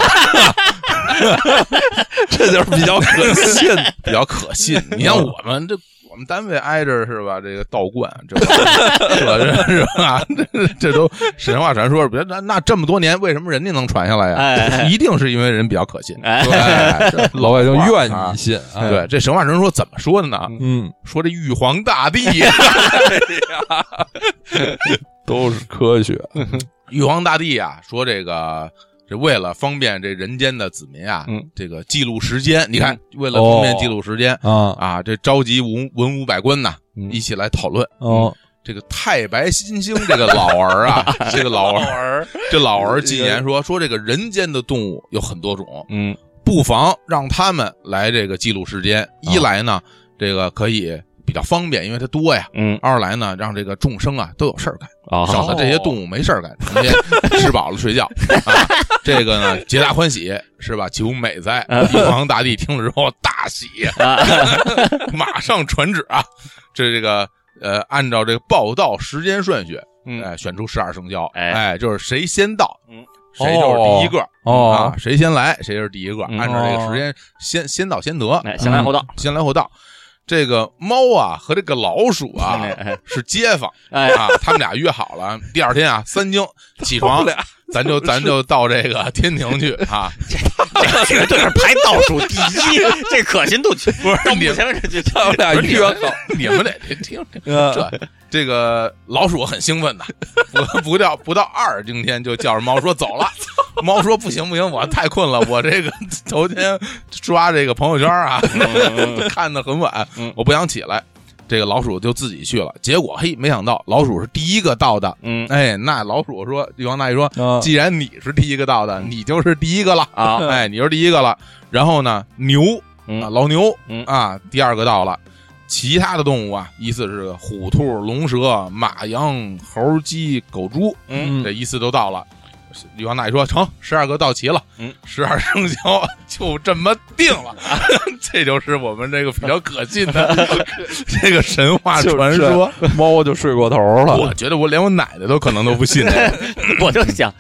C: 这就是比较可信。
A: 比较可信。你像我们这，我们单位挨着是吧？这个道观，这这是吧？这这都神话传说。别那那这么多年，为什么人家能传下来呀？
B: 哎，
A: 一定是因为人比较可信。
B: 哎
A: 对，这
C: (laughs) 老百姓
A: 话
C: 愿
A: 啊
C: 意信，啊，
A: 对这神话传说怎么说的呢？
C: 嗯，
A: 说这玉皇大帝，
C: 都是科学，
A: 玉皇大帝啊，说这个。这为了方便这人间的子民啊，
B: 嗯
A: 这个记录时间，你看，为了
C: 哦
A: 方便记录时间、
C: 啊，
A: 啊，这召集文文武百官呐，
B: 嗯
A: 一起来讨论
C: 哦，
A: 这个太白新星这个老儿啊， (laughs) 这个老儿，这老儿进言说说这个人间的动物有很多种，
B: (laughs) 嗯，
A: 不妨让他们来这个记录时间。一来呢，这个可以比较方便，因为它多呀；
B: 嗯，
A: 二来呢，让这个众生啊都有事儿干，
B: 哦
A: 省得这些动物没事儿干，成
B: (laughs)
A: 天吃饱了睡觉啊。这个呢，皆大欢喜是吧？求美哉！玉皇大帝听了之后大喜，
B: 啊 (laughs)
A: 马上传旨啊，这这个呃，按照这个报道时间顺序，
B: 嗯
A: 哎，选出十二生肖，
B: 哎
A: 哎，就是谁先到，
B: 嗯，
A: 谁就是第一个，
C: 哦
A: 啊，谁先来谁就是第一个，
B: 嗯
A: 按照这个时间先先到先得，嗯
B: 哎，先来后到，
A: 先来后到。这个猫啊和这个老鼠啊
B: 哎 (laughs) 哎
A: 是街坊
B: 哎，
A: 啊，他们俩约好了，第二天啊三更起床
C: 们俩，
A: 咱就咱就到这个天庭去
B: (laughs)
A: 啊，
B: 这绝对是排倒数第一， (laughs) 这可信度不是到目前为止就
C: 他们俩
A: 不是嗯你
C: 约
A: 们
C: 好，
A: 你们得得听听。
C: 这
A: 这这个老鼠很兴奋的，不 (laughs) 不到不到二更天就叫着猫说
B: (laughs)
A: 走了。猫说不行不行，我太困了，我这个头天刷这个朋友圈啊， (laughs) 看的很晚
B: 嗯，
A: 我不想起来。这个老鼠就自己去了，结果嘿，没想到老鼠是第一个到的。
B: 嗯
A: 哎，那老鼠说，王大爷说，
C: 啊
A: 既然你是第一个到的，你就是第一个了。
B: 嗯啊
A: 哎，你就是第一个了。然后呢，牛
B: 嗯
A: 啊，老牛
B: 嗯
A: 啊，第二个到了。其他的动物啊，依次是虎、兔、龙、蛇、马、羊、猴、鸡、狗、猪，
B: 嗯
A: 这依次都到了。李王大爷说：“成，十二个到齐了，
B: 嗯，
A: 十二生肖就这么定了。 (laughs) 这就是我们这个比较可信的
B: (laughs)
A: 这个神话
C: 就
A: 传
C: 是
A: 说。 (laughs)
C: 猫就睡过头
A: 我
C: 了，
A: 觉得我连我奶奶都可能都不
B: (laughs)
A: 信这个
B: 我就想，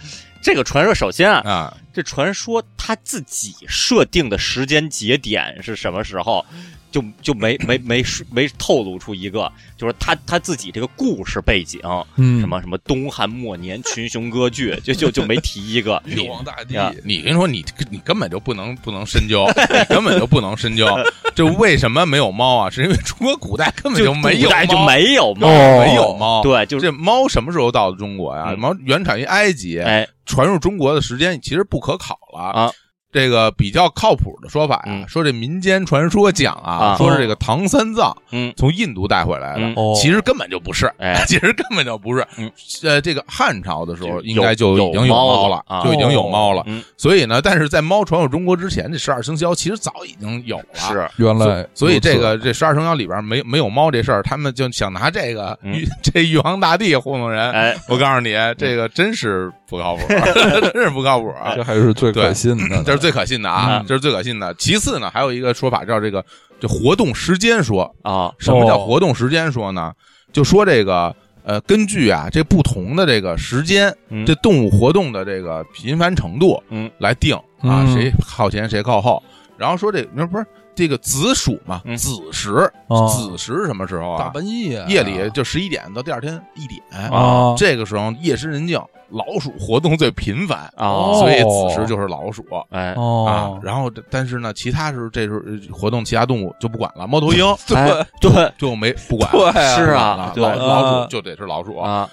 B: 这个传说首先啊，
A: 啊。
B: 这传说他自己设定的时间节点是什么时候，就就没没没说没透露出一个，就是他他自己这个故事背景，
C: 嗯
B: 什么什么东汉末年群雄割据，就就就没提一个。
C: 玉皇大帝
B: 呀
A: 你跟你说，你你根本就不能不能深究，你根本就不能深究。这为什么没有猫啊？是因为中国古代根本
B: 就
A: 没有
B: 古代就
A: 猫，
B: 没有猫，
C: 哦
A: 没有猫。
B: 对，就是
A: 这猫什么时候到的中国呀？
B: 嗯
A: 猫原产于埃及，
B: 哎
A: 传入中国的时间其实不可考了
B: 啊。
A: 这个比较靠谱的说法呀、
B: 嗯
A: 说这民间传说讲啊，
B: 啊
A: 说是这个唐三藏
B: 嗯
A: 从印度带回来的，
B: 嗯
C: 哦
A: 其实根本就不是，
B: 哎
A: (laughs) 其实根本就不是。
B: 嗯
A: 呃，这个汉朝的时候
B: 就
A: 应该就
B: 有
A: 已经
B: 有猫
A: 猫
B: 了
A: 了，
B: 啊
A: 就已经有猫了。
B: 嗯
A: 所以呢，但是在猫传入中国之前，这十二生肖其实早已经有了。
B: 是
C: 原来
A: 所以
C: 如此
A: 这个这十二生肖里边没没有猫这事儿，他们就想拿这个、
B: 嗯
A: 玉这玉皇大帝糊弄人。
B: 哎
A: (laughs) 我告诉你，这个真是不靠谱， (laughs) 真是不靠谱啊！
C: 这还嗯是最可信的，
A: 这是最可信的啊，
B: 嗯
A: 这是最可信的。其次呢，还有一个说法叫这个这活动时间说，
B: 啊
A: 什么叫
C: 哦
A: 活动时间说呢？就说这个呃，根据啊这不同的这个时间，
B: 嗯
A: 这动物活动的这个频繁程度，
B: 嗯，
A: 来定啊，
C: 嗯
A: 谁靠前谁靠后。然后说这那不是这个子鼠嘛，
B: 嗯
A: 子时，
C: 哦
A: 子时什么时候
C: 大
A: 啊？
C: 半夜
A: 夜里就十一点到第二天一点
C: 啊
A: 这个时候夜深人静，老鼠活动最频繁，
B: 啊
A: 所以子时就是老鼠。
B: 哎
A: 啊
C: 哦，，
A: 然后这但是呢，其他时候这时候呃活动其他动物就不管了，猫头鹰
B: 哎
A: (laughs)
B: 对
A: 就
C: (laughs)
A: 没不管
C: 对
A: 了，
C: 啊
B: 是
A: 不管
B: 啊
A: 了
B: 对
A: 老老
C: 啊
A: 鼠就得是老鼠，
B: 啊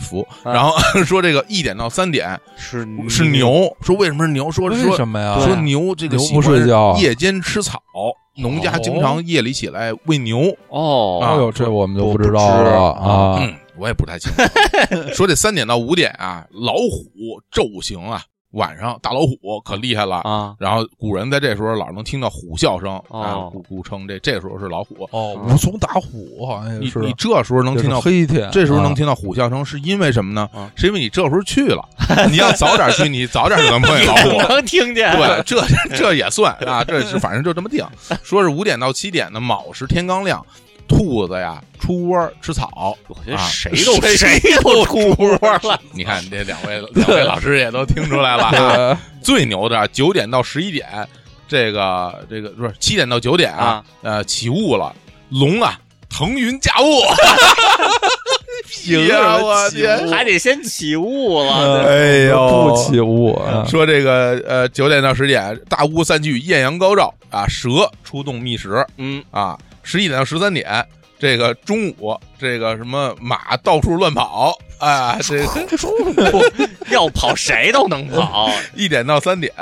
A: 服。
B: 啊
A: 然后 (laughs) 说这个一点到三点
B: 是
A: 是牛，说为什么是牛？说
C: 嗯为
A: 说
C: 什么呀？
A: 说牛这个
C: 牛
A: 喜
C: 不
A: 欢
C: 睡觉哦
A: 夜间吃草，农家经常夜里起来喂牛。
C: 哎
A: 啊
B: 哦
C: 呦，这我们就
B: 不
C: 不
B: 知
C: 知道
B: 道
C: 了
B: 啊
C: 啊！
A: 嗯，我也不太清楚。 (laughs) 说这三点到五点啊，老虎昼行啊，晚上大老虎可厉害了。
B: 啊
A: 然后古人在这时候老能听到虎啸声、
B: 哦
A: 啊，古古称这这时候是老虎。
C: 哦，武松打虎好像也
A: 嗯你
C: 是，
A: 你这时候能
C: 这
A: 听
C: 是
A: 到，
C: 黑天，
A: 这时候能
C: 啊
A: 听到虎啸声，是因为什么呢
B: 啊？
A: 是因为你这时候去了，你要早点去，你早点就能碰见老虎。
B: 能听见
A: 啊 (laughs) 对，啊这这也算啊，这是反正就这么定。说是五点到七点呢，卯时天刚亮，兔子呀出窝吃草。
B: 我觉得
A: 啊
B: 谁都 (laughs) 谁都出窝 (laughs) 了啊
A: 你看这两位两位老师也都听出来了
B: (laughs)
A: 啊。
C: 对
A: 最牛的啊九点到十一点，这个这个不是七点到九点啊，
B: 啊
A: 呃起雾了，龙啊腾云驾
B: (laughs)
A: 雾，哎
B: 什
A: 呀
B: 么
A: 我
B: 起雾
A: 天！
B: 还得先起雾了。
A: 哎
C: 呃不起雾，
A: 说这个呃九点到十点，大雾散去，艳阳高照啊，蛇出洞觅食，
B: 嗯，
A: 啊，十一点到十三点，这个中午这个什么马到处乱跑啊，这
B: 嗯要跑谁都能跑。
A: 一点到三点，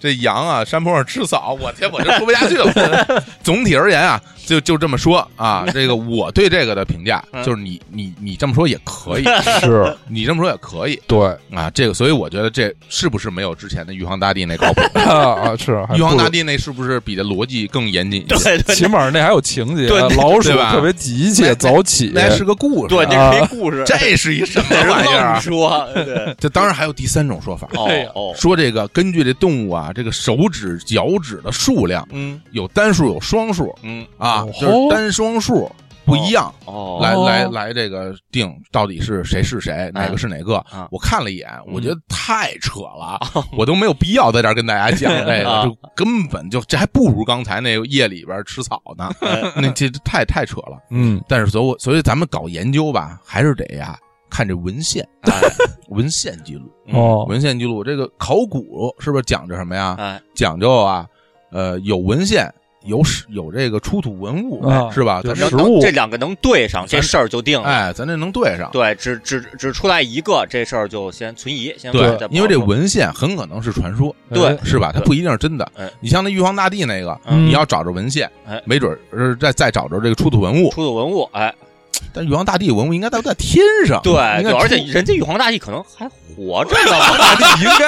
A: 这羊啊山坡上吃草，我天，我就说不下去了。总体而言啊，就就这么说啊，这个我对这个的评价
B: 嗯
A: 就是你你你这么说也可以，
C: 是
A: 你这么说也可以
C: 对
A: 啊，这个所以我觉得这是不是没有之前的玉皇大帝那靠谱？
C: 啊，是
A: (laughs)
C: 还
A: 玉皇
C: 不
A: 大
C: 如
A: 帝那是不是比这逻辑更严谨一些？
B: 对对
C: 起码那还有情节，啊
B: 对
C: 老鼠
A: 对吧
C: 特别急切，
A: 那
C: 早
A: (laughs)
C: 起，
A: 那是个故事，
B: 对，啊这是一故事，
A: (laughs) 这是一什么
B: 这是
A: 玩意儿
B: 愣
A: 啊？
B: 说。
A: (laughs)
B: 对
A: 这当然还有第三种说法，
B: 哦
C: 哎呀
B: 哦，
A: 说这个根据这动物啊，这个手指、脚趾的数量，
B: 嗯
A: 有单数有双数
B: 嗯
A: 啊，
C: 哦
A: 就是单双数不一样，
B: 哦，
A: 来
C: 哦
A: 来来，这个定到底是谁是谁，哪个是哪个
B: 啊？
A: 我看了一眼，我觉得太扯了，我都没有必要在这儿跟大家讲 (laughs) 这
B: 啊
A: 个，就根本就这还不如刚才那个夜里边吃草呢， (laughs)
B: 哎
A: 那这这太太扯了。
C: 嗯，
A: 但是所以我所以咱们搞研究吧，还是得呀看这文献，
B: 哎
A: 文献记录。
B: 嗯
C: 哦，
A: 文献记录，这个考古是不是讲究什么呀？
B: 哎
A: 讲究啊，呃，有文献，有史，有这个出土文物，
C: 啊
A: 是吧？
C: 就
A: 咱这
C: 是
B: 能
C: 食物
B: 能这两个能对上，这事儿就定了。
A: 哎，咱这能对上。
B: 对，只只只出来一个，这事儿就先存疑，先
A: 对
B: 往再
A: 因为这
B: 往后
A: 文献很可能是传说，
C: 哎
B: 对
A: 是吧？它
B: 对
A: 不一定是真的
B: 哎。
A: 你像那玉皇大帝那个，
B: 嗯
A: 你要找着文献
B: 哎，
A: 没准儿再再找着这个出土文物。
B: 出土文物，哎，
A: 但玉皇大帝文物应该都在天上，
B: 对，
A: 应该
B: 对
A: 出
B: 而且人家玉皇大帝可能还活着呢吧？
C: 大嗯啊帝应
A: (laughs)
C: 该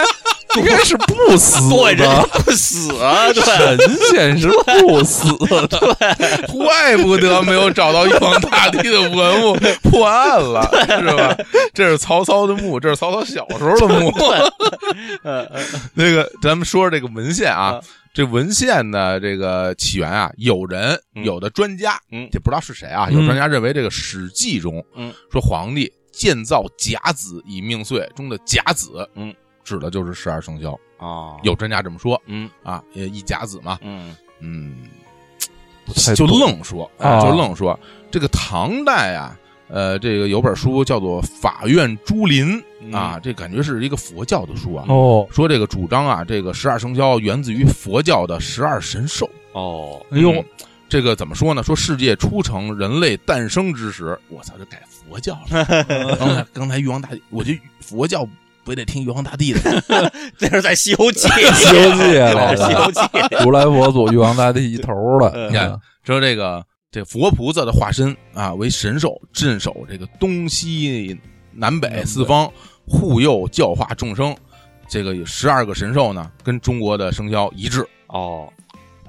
C: 应该是不死
B: 对，人家
C: 的，
B: 不死啊，
C: (laughs)
B: 对
C: 神仙是不死的，
A: (laughs) 怪不得没有找到玉皇大帝的文物破案了，是
B: (laughs)
A: 吧？这是曹操的墓，这是曹操小时候的墓。 (laughs)
B: 嗯，嗯
A: 那个，咱们说说这个文献啊
B: 啊，
A: 这文献的这个起源啊，有人
B: 嗯
A: 有的专家，
B: 嗯
A: 也不知道是谁啊，
C: 嗯
A: 有专家认为这个《史记》中，
B: 嗯，
A: 说皇帝建造甲子以命岁中的甲子，
B: 嗯，
A: 指的就是十二生肖，
B: 哦，
A: 有专家这么说
B: 嗯
A: 啊，也一甲子嘛，
B: 嗯
A: 嗯，
C: 太
A: 就
C: 懂
A: 愣说，
C: 哎
A: 哎
C: 啊
A: 就愣说，这个唐代啊，呃，这个有本书叫做《法院朱林》啊，这感觉是一个佛教的书啊。
C: 嗯哦，
A: 说这个主张啊，这个十二生肖源自于佛教的十二神兽。
B: 哦，
C: 哎呦
A: 嗯，这个怎么说呢？说世界初成人类诞
C: (laughs)
A: 生之时，我操，这改佛教了。刚才刚才玉皇大帝，我觉得佛教不也得听玉皇大帝的？
B: 这是在《西游
A: (laughs)
B: 记》
C: 《西游记》来
B: 这是《西
C: (laughs) 的，
B: 游记》
C: 如来佛祖、玉皇大帝一头了。
A: 你看
C: 嗯，
A: 说这个这佛菩萨的化身啊，为神兽镇守这个东西南北四方，护佑教化众生。这个十二个神兽呢，跟中国的生肖一致，
B: 哦，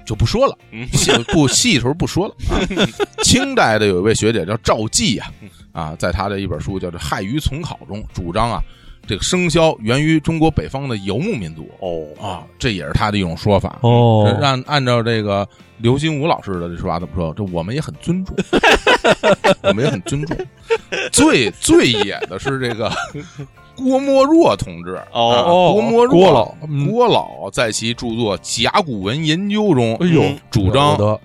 A: 就不说了，
B: 嗯
A: 细不细的时候不说了。啊、清代的有一位学者叫赵季啊，啊，在他的一本书叫做《汉语丛考》中，主张啊，这个生肖源于中国北方的游牧民族
B: 哦，
A: 啊，这也是他的一种说法。这
C: 哦，
A: 按按照这个刘心武老师的这说法怎么说？这我们也很尊
C: (laughs)
A: 重，我们也很尊重。最最野的是这个郭沫若同志
B: 哦
A: 啊
C: 哦
A: 郭沫若
C: 郭老嗯
A: 郭老在其著作《甲骨文研究》中嗯
C: 哎呦，
A: 主张
C: 的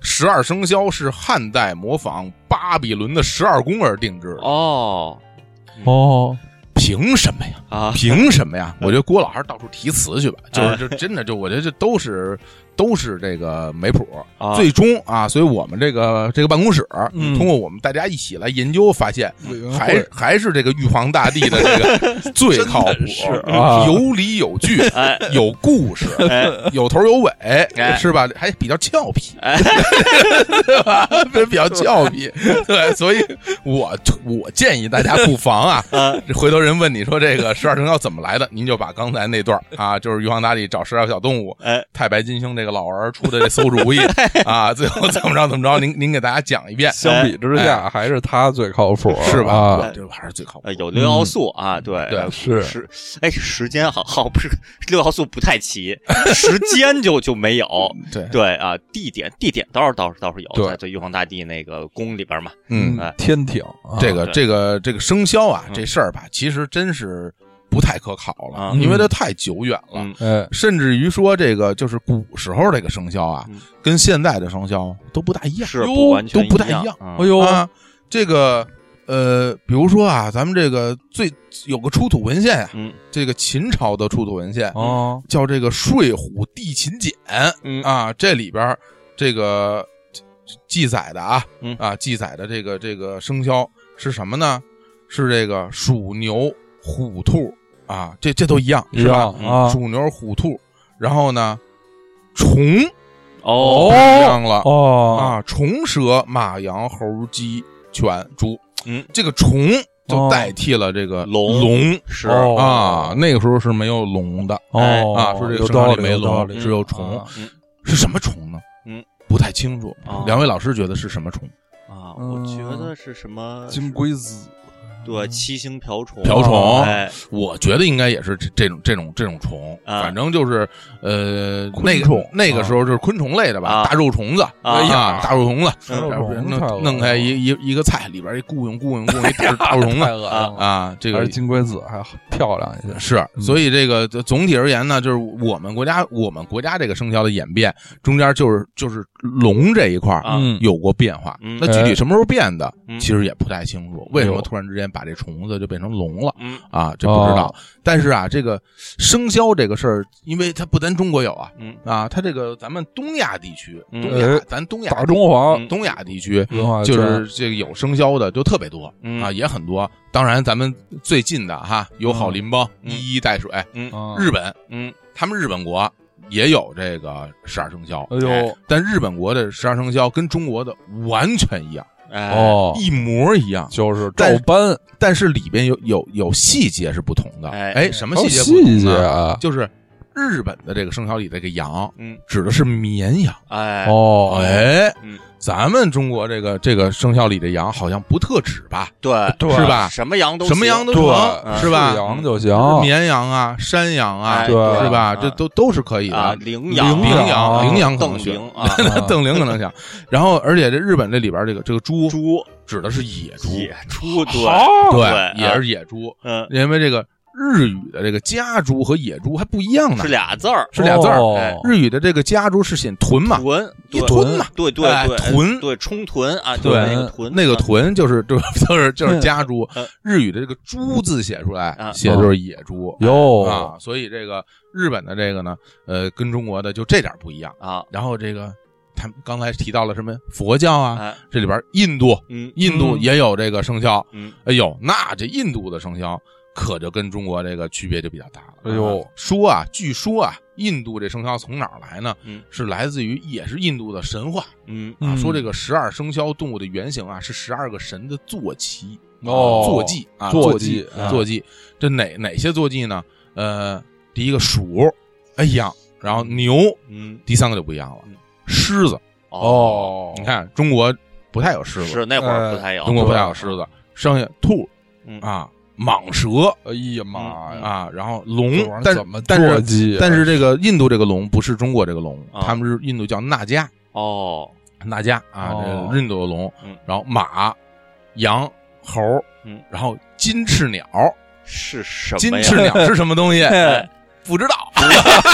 A: 十二生肖是汉代模仿巴比伦的十二宫而定制的，
B: 哦，
C: 哦，
A: 凭什么呀？
B: 啊，
A: 凭什么呀？我觉得郭老还是到处提词去吧，
C: 哎
A: 就是就真的就我觉得这都是都是这个没谱。
B: 啊
A: 最终啊，所以我们这个这个办公室，
C: 嗯
A: 通过我们大家一起来研究，发现
C: 委员
A: 还
C: 会
A: 还是这个玉皇大帝的这个最靠谱，
C: 是啊
A: 有理有据，
B: 哎
A: 有故事，
B: 哎
A: 有头有尾，是吧？还比较俏皮， (laughs) 对吧？比较俏皮，对，所以我我建议大家不妨啊，
B: 啊
A: 这回头人问你说这个十二生肖怎么来的，您就把刚才那段啊，就是玉皇大帝找十二小动物，
B: 哎，
A: 太白金星这个老儿出的这馊主
B: (laughs)
A: 意啊，最后怎么着怎么着，您您给大家讲一遍，
C: 相比之下，还是他最靠谱，
A: 是吧？
C: 啊
A: 我这还是最靠谱
B: 呃，。有六要素啊，对
A: 嗯对
C: 是
B: 时，哎，时间好好不是 (laughs) 六要素不太齐，时间就就
A: (laughs)
B: 没有。
A: 对，
B: 对啊，地点地点倒是倒是倒是有，
C: 对
B: 在在玉皇大帝那个宫里边嘛。
A: 嗯，
B: 哎
C: 天挺啊
A: 这个
B: 对
A: 这个这个生肖啊，
B: 嗯
A: 这事儿吧，其实真是不太可考了，
B: 嗯
A: 因为它太久远了。
B: 嗯
C: 哎，
A: 甚至于说，这个就是古时候这个生肖啊，
B: 嗯
A: 跟现在的生肖都不大一样，
B: 是不完全
A: 都不大
B: 一
A: 一
B: 样
A: 样。
B: 嗯
C: 哎呦，
A: 啊，这个呃，比如说啊，咱们这个最有个出土文献啊，
B: 嗯
A: 这个秦朝的出土文献、
C: 哦，
A: 叫这个《睡虎地秦简》
B: 嗯
A: 啊，这里边儿这个记载的啊、
B: 嗯
A: 啊记载的这个这个生肖是什么呢？是这个鼠牛虎兔啊，这这都一样
C: 一
A: 是吧
C: 样？啊，
A: 鼠牛虎兔，然后呢，虫
B: 哦
A: 不一样了
C: 哦
A: 啊，虫蛇马羊猴鸡犬猪，
B: 嗯，
A: 这个虫就
C: 哦
A: 代替了这个
B: 龙
A: 龙
B: 是
C: 哦
A: 啊，那个时候是没有龙的
B: 哎
C: 哦
A: 啊，说这个
C: 有
A: 生肖
C: 道
A: 里
C: 理，
A: 没
C: 有道
A: 龙，
C: 理
A: 只有虫
C: 啊，
A: 是什么虫呢？
B: 嗯，
A: 不太清楚
B: 哦。
A: 两位老师觉得是什么虫？
B: 啊，我
A: 嗯
B: 觉得是什么
C: 金龟子，
B: 对七星瓢虫
A: 瓢虫
B: 哎
A: 我觉得应该也是这这种这种这种虫，
B: 啊
A: 反正就是呃，
C: 昆
A: 那个
C: 虫
A: 那个时候就是昆虫类的
B: 啊
A: 吧，大肉虫子
B: 哎
A: 啊，大肉虫子，
C: 大肉
A: 然后
C: 虫子太恶
A: 弄
C: 心
A: 弄开一一一个菜，里边一雇佣雇佣雇佣一
C: (laughs)
A: 大大肉虫子
C: 恶
B: 啊
C: 啊，
A: 啊，这
C: 还
A: 个
C: 是金龟子还漂亮一些，
A: 是，
C: 嗯
A: 所以这个呃总体而言呢，就是我们国家我们国家这个生肖的演变中间就是就是龙这一块儿
B: 啊
C: 嗯，
A: 有过变化
B: 嗯，
A: 那具体什么时候变的
B: 嗯，哎
A: 其实也不太清楚。为什么
C: 有
A: 突然之间把这虫子就变成龙了
B: 嗯
A: 啊？这不知道。但是啊，这个生肖这个事儿，因为它不咱中国有啊
B: 嗯
A: 啊，它这个咱们东亚地区，
B: 嗯
A: 东亚
C: 哎
A: 咱东亚
C: 大中华
B: 嗯
A: 东亚地区
C: 文化
A: 就是这个有生肖的就特别多。
B: 啊嗯
A: 啊，也很多。当然，咱们最近的哈友好
C: 嗯
A: 邻邦，
B: 嗯
A: 一衣带水。
B: 嗯
C: 啊
A: 日本，
B: 嗯
A: 他们日本国也有这个十二生肖，
C: 哎呦
A: 但日本国的十二生肖跟中国的完全一样，
B: 哎
C: 哦，
A: 一模一样，
C: 就是照
A: 但
C: 搬，
A: 但是里边有有有细节是不同的。
B: 哎
A: 哎，什么
C: 还有
A: 细节不同
C: 节
A: 呢？
C: 啊，
A: 就是日本的这个生肖里的这个羊，
B: 嗯
A: 指的是绵羊。
B: 哎
C: 哦，
A: 哎
B: 嗯，
A: 咱们中国这个这个生肖里的羊好像不特指吧？
B: 对
C: 对
A: 哦是吧
B: 什么羊都
A: 什么羊
B: 都
A: 都
C: 对，
A: 成，
B: 嗯
A: 是吧？
C: 羊就行，
A: 绵羊啊，山羊啊，
B: 哎
A: 是
C: 哦对
A: 吧？
B: 嗯
A: 这都都是可以
B: 啊
A: 的。
B: 羚羊
A: 羚
C: 啊
A: 羊，羚羊可能
B: 邓
A: 行
B: 羚。啊
A: (laughs)
C: 啊
A: 邓羚可能想。然后，而且这日本这里边这个这个猪， (laughs) 猪指的是野猪，
B: 野猪对
C: 好
A: 对，
B: 对啊
A: 也是野猪，
B: 嗯
A: 因为这个日语的这个家猪和野猪还不一样呢
B: 是，俩字儿
A: 是俩字儿。
C: 哦
B: 哎
A: 日语的这个家猪是写豚嘛，
B: 豚
A: 一
B: 对
A: 豚嘛，
B: 对对
A: 哎
B: 对
A: 豚
B: 对冲豚啊
A: 对
B: 那个豚
A: 那个豚就是 (laughs) 就是就是就是家猪
B: 嗯。
A: 日语的这个猪字写出来
B: 啊，
A: 写的就是野猪
C: 哟，
B: 哦
A: 啊。所以这个日本的这个呢，呃，跟中国的就这点不一样。
B: 啊
A: 然后这个他们刚才提到了什么佛教啊，
B: 哎
A: 这里边印度。
B: 嗯
A: 印度
C: 嗯
A: 也有这个生肖，
B: 嗯
A: 哎呦，那这印度的生肖可就跟中国这个区别就比较大了。
C: 哎呦，
A: 说啊，据说啊，印度这生肖从哪儿来呢？
B: 嗯
A: 是来自于也是印度的神话
B: 嗯
A: 啊，
C: 嗯
A: 说这个十二生肖动物的原型啊是十二个神的坐骑
C: 哦
A: 坐骑啊，
C: 坐
A: 坐
C: 骑啊
A: 坐骑。这哪哪些坐骑呢？呃，第一个鼠，哎呀，然后牛，
B: 嗯，
A: 第三个就不一样了
B: 嗯，
A: 狮子。
C: 哦
A: 你，看中国不太有狮子，
B: 是那会儿不太有，
A: 哎中国不太有狮子，剩下兔
B: 嗯
A: 啊、蟒蛇
C: 哎呀妈呀，
A: 啊，然后
C: 这
A: 龙
C: 玩意，儿
A: 但
C: 怎么
A: 但是
C: 坐骑啊？
A: 但是这个印度这个龙不是中国这个龙，
B: 啊
A: 他们是印度叫纳迦，
B: 哦，
A: 纳迦啊，
C: 哦
A: 这个印度的龙
B: 嗯，
A: 然后马、羊、猴，
B: 嗯，
A: 然后金翅鸟，
B: 是什
A: 金
B: 么呀？
A: 翅鸟是什么
B: (laughs)
A: 东西？
B: 哎
A: 不知道， (laughs)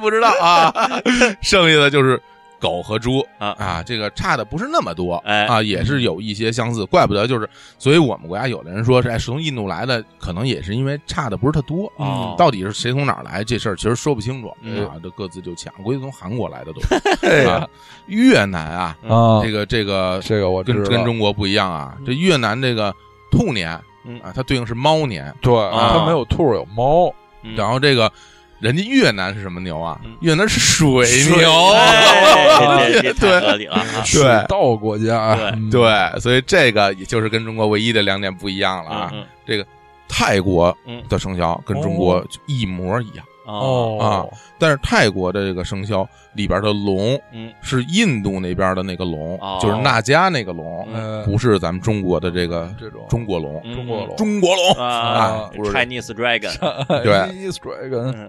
A: 不知道啊。 (laughs) 剩下的就是狗和猪
B: 啊
A: 啊，这个差的不是那么多
B: 哎
A: 啊，也是有一些相似，怪不得就是，所以我们国家有的人说是哎是从印度来的，可能也是因为差的不是特多。
B: 哦，
A: 到底是谁从哪儿来这事儿，其实说不清楚
B: 嗯
A: 啊，这各自就抢。估计从韩国来的都是
C: (laughs) 哎呀
A: 啊，越南啊，
C: 啊，
A: 这个这个
C: 这个我知
A: 跟
C: 道
A: 跟中国不一样啊，这越南这个兔年
B: 嗯
A: 啊，它对应是猫年，
C: 对，
B: 啊
C: 它没有兔儿，有猫，
B: 嗯
A: 然后这个人家越南是什么牛啊
B: 嗯？
A: 越南是水
B: 水
A: 牛，啊
B: 哎这哦这太合理了啊！
A: 对
C: 水稻国家啊，
B: 对
C: 嗯，
A: 哎对，所以这个也就是跟中国唯一的两点不一样了
B: 嗯
A: 啊。
B: 嗯
A: 泰国
B: 嗯
A: 的生肖跟中国就一模一样，
B: 哦
A: 啊
C: 哦
A: 但是泰国的这个生肖里边的龙
B: 嗯
A: 是印度那边的那个龙
B: 哦，
A: 就是那迦那个龙，
C: 呃，
A: 不是咱们中嗯国的这个
C: 这种
A: 中国龙，
B: 嗯
C: 中国龙，
A: 中国龙。
B: 啊
C: 啊
A: 不是
B: ，Chinese Dragon，
A: 对
C: Chinese Dragon，
B: 嗯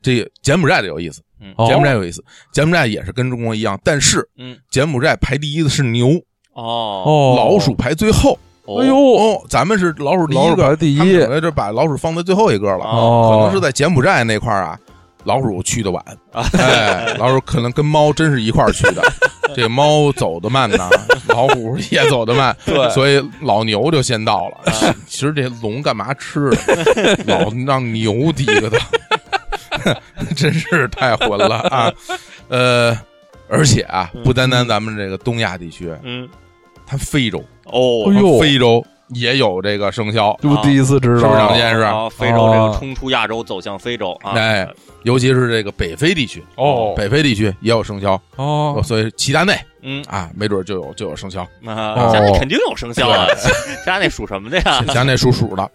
A: 这柬埔寨的有意思，
B: 嗯
C: 哦
A: 柬埔寨有意思，柬埔寨也是跟中国一样，但是
B: 嗯
A: 柬埔寨排第一的是牛，
B: 哦
A: 老鼠，排最后。
B: 哦
C: 哎呦，
A: 哦，咱们是老鼠第
C: 老
A: 一
C: 鼠
A: 个，
C: 排第一
A: 他，们整个就把老鼠放在最后一个了。
B: 啊
A: 可
C: 哦，
A: 能是在柬埔寨那块儿啊，老鼠去的晚，
C: 啊
A: 哎，老鼠可能跟猫真是一块儿去
C: (laughs)
A: 的。这个猫走得慢呐，老虎也走得慢，
C: 对啊
A: 所以老牛就先到了。其实这龙干嘛吃的？
C: (laughs)
A: 老让牛第一个到， (laughs) 真是太混了
C: (laughs)
A: 啊！呃，而且啊，
C: 嗯
A: 不单单咱们这个东亚地区，
B: 嗯
A: 它非洲。
B: 哦
C: 哎，呦
A: 非洲也有这个生肖，
C: 就第一次知
A: 啊是不是
C: 道
A: 两，件事
B: 啊，非洲这
C: 哦
B: 个冲出亚洲走向非洲啊，
A: 哎，尤其是这个北非地区，
C: 哦
A: 北非地区也有生肖，
C: 哦，
A: (laughs) 所以齐达内
B: 嗯
A: 啊，没准就有就有生肖，
B: 啊，家里肯定有生肖啊， (laughs) 家那属什么的呀？
A: 齐达内属鼠
B: (laughs)
A: 的，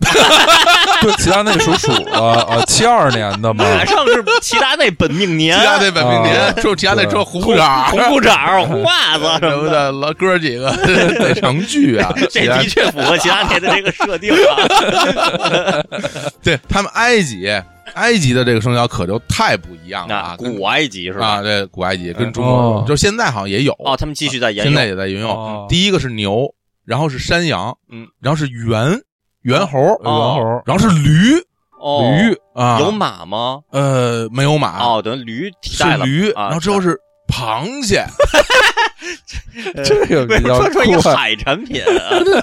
C: 对，其他那属鼠了啊，七二年的嘛，
B: 马上是齐达内本命
A: 齐
B: 年，
A: 达内本命年， (laughs) 说齐达内说胡茬 (laughs)
B: 哦红裤衩、红袜子什
A: 什
B: 么
A: 么
B: 的，
A: 的，老哥几个 (laughs) 得成句啊，
B: (laughs) 这
A: 齐达
B: 的确符合齐达内的这个设定啊。
A: 对他们埃及，埃及的这个生肖可就太不一样了
B: 那
A: 啊，
B: 古埃及是吧？
A: 啊，这古埃及跟中
C: 哦
A: 国，就现在好像也有，
B: 哦，他们继续在沿
A: 现在
B: 用。
A: 也在沿用，
C: 哦
A: 第一个是牛，然后是山羊，
B: 嗯，
A: 然后是猿，猿猴，
C: 猿猴，
A: 然后是驴，
B: 哦，
A: 驴啊，
B: 有马吗？
A: 呃没有
C: 啊
A: 马，
B: 哦，等于驴替
A: 是
B: 代 (laughs) 了。
A: 驴，
B: 啊
A: 然后之后是螃
B: (laughs)
A: 蟹，哦
C: 这个
B: 为
C: 比
B: 什
C: 较
A: (laughs)
B: 么说出一
C: 酷
B: 个
C: 啊，
B: 海产品？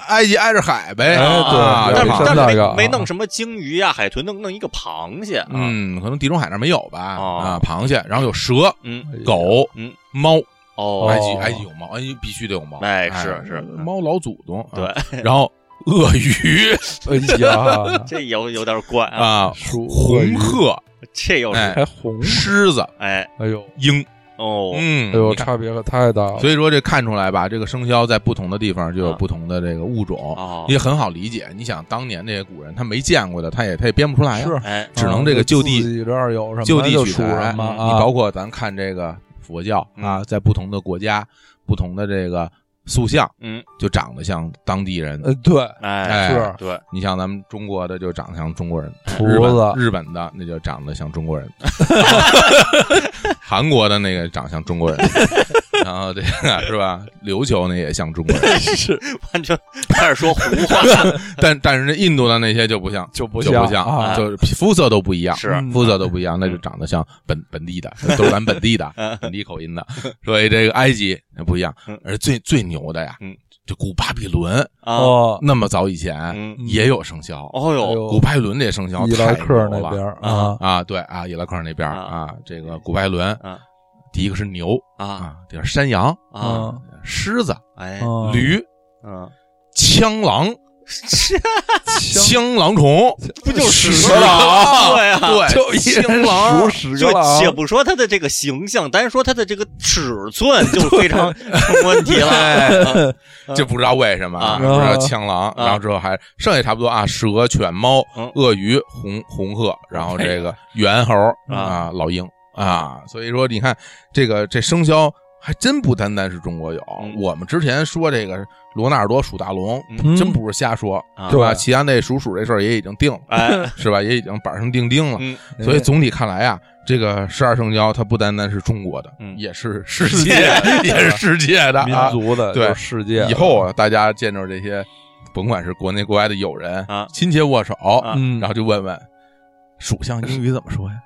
A: 埃及挨着海呗，
C: (laughs) 哎对
A: 啊
B: 但
C: 比
B: 是
C: 较
A: 有螃
B: 但
C: 北山
A: 蟹
C: 那
B: 是
C: 个啊
B: 没没弄什么鲸鱼呀、海豚，弄弄一个螃蟹啊。
A: 嗯，可能地中海那儿没有吧，
B: 哦
A: 啊，螃蟹，然后有蛇、
B: 嗯，
A: 狗、
B: 嗯，
A: 猫，
B: 哦，
C: 哎
A: 埃及埃及有猫，埃及必须得有猫，
B: 哎是是
A: 猫老祖宗，啊，(laughs)
B: 对，
A: 然后鳄鱼
C: 哎呀，
B: 这有有点怪 (laughs) 啊，
A: 啊，
C: 属鳄
A: 红
C: 鱼
A: 鹤、
B: 这又是
A: 哎
C: 还红，
A: 狮子、
B: 哎
C: 哎呦，
A: 鹰，
B: 哦，
A: 嗯，
C: 哎呦，
A: 你看
C: 差别可太大了，
A: 所以说这看出来吧，这个生肖在不同的地方就有不同的这个物种，
B: 哦，
A: 也很好理解。你想当年这些古人他没见过的，他也他也编不出来呀、啊
C: 是
B: 哎
A: 只能这个就地
C: 嗯自己这儿有什么
A: 就地
C: 就
A: 取
C: 属
A: 材
C: 什么
B: 嗯
A: 你
C: 啊，
A: 包括咱看这个佛教啊，
B: 嗯
A: 在不同的国家、不同的这个塑像，
B: 嗯，
A: 就长得像当地人。
C: 呃，对，
B: 哎
A: 哎，
C: 是 (laughs)
B: 对，
A: 你像咱们中国的就长得像中国人，
C: 菩
A: 日本
C: 萨
A: 日本的那就长得像中
C: (laughs)
A: 国人，韩国的那个长得像中国人，然后这个是吧？琉球那也像中国人。
B: 是完全开始说胡
C: (laughs)
B: 话， (laughs)
A: 但但是这印度的那些就不像，就
C: 不
A: 就
C: 像
A: 不像
C: 啊
A: 就是肤色都不一样，
B: 是
C: 嗯
A: 肤色都不一样，那就长得像本本地
B: (laughs)
A: 的，都是咱本地的本地口音的，所以这个埃及那不一样
B: 嗯，
A: 而最最牛的呀
B: 嗯，
A: 就古巴比伦
B: 啊，
C: 哦，
A: 那么早以前
B: 嗯，
A: 也有生肖，
B: 哦
C: 哎
B: 呦，
C: 呦
A: 古巴比伦这生肖
C: 伊
A: 太
C: 拉克
A: 牛
C: 那边
A: 了。
C: 儿啊，
A: 啊，对啊，伊拉克那边
B: 啊
A: 啊，这个古巴比伦
B: 啊，
A: 第一个是牛
B: 啊
A: 啊，第二山羊、
B: 啊，
A: 狮子、
B: 哎，
C: 嗯，
A: 驴、
B: 嗯，
A: 枪狼， (laughs) 青狼虫，
C: 不
B: 就屎
C: 屎
A: 屎
B: 了
C: 了？
B: 啊
A: 对
B: (laughs) 对
A: 对，就一人
C: 鼠
A: 狼，
C: 屎
B: 就
C: 了啊！
B: 且不说它的这个形象，单说它的这个尺寸就
A: (laughs)
B: 非常成问题了。
A: 就不知道为什么，
B: 嗯啊
A: 不知道青狼，
B: 啊
A: 然后之后还剩下差不多啊，蛇、犬、猫
B: 嗯、哎
A: 鳄鱼、红红鹤，然后这个猿猴啊，老鹰啊，所以说你看这个这生肖。还真不单单是中国有，
B: 嗯
A: 我们之前说这个罗纳尔多属大龙，
C: 嗯
A: 真不是瞎说，
B: 啊
A: 是吧？
C: 对
A: 齐安内属鼠这事儿也已经定了，
B: 哎，
A: 是吧？也已经板上钉钉了。
B: 嗯
A: 所以总体看来啊，这个十二生肖它不单单是中国的，
B: 嗯
A: 也是世
C: 世
A: 界，也是世界的
C: 民
A: 啊。
C: 族的，
A: 对
C: 就是世界的
A: 以后啊，大家见着这些，甭管是国内国外的友人
B: 啊
A: 亲切握手，
B: 啊
C: 嗯，
A: 然后就问问属相英语怎么说呀？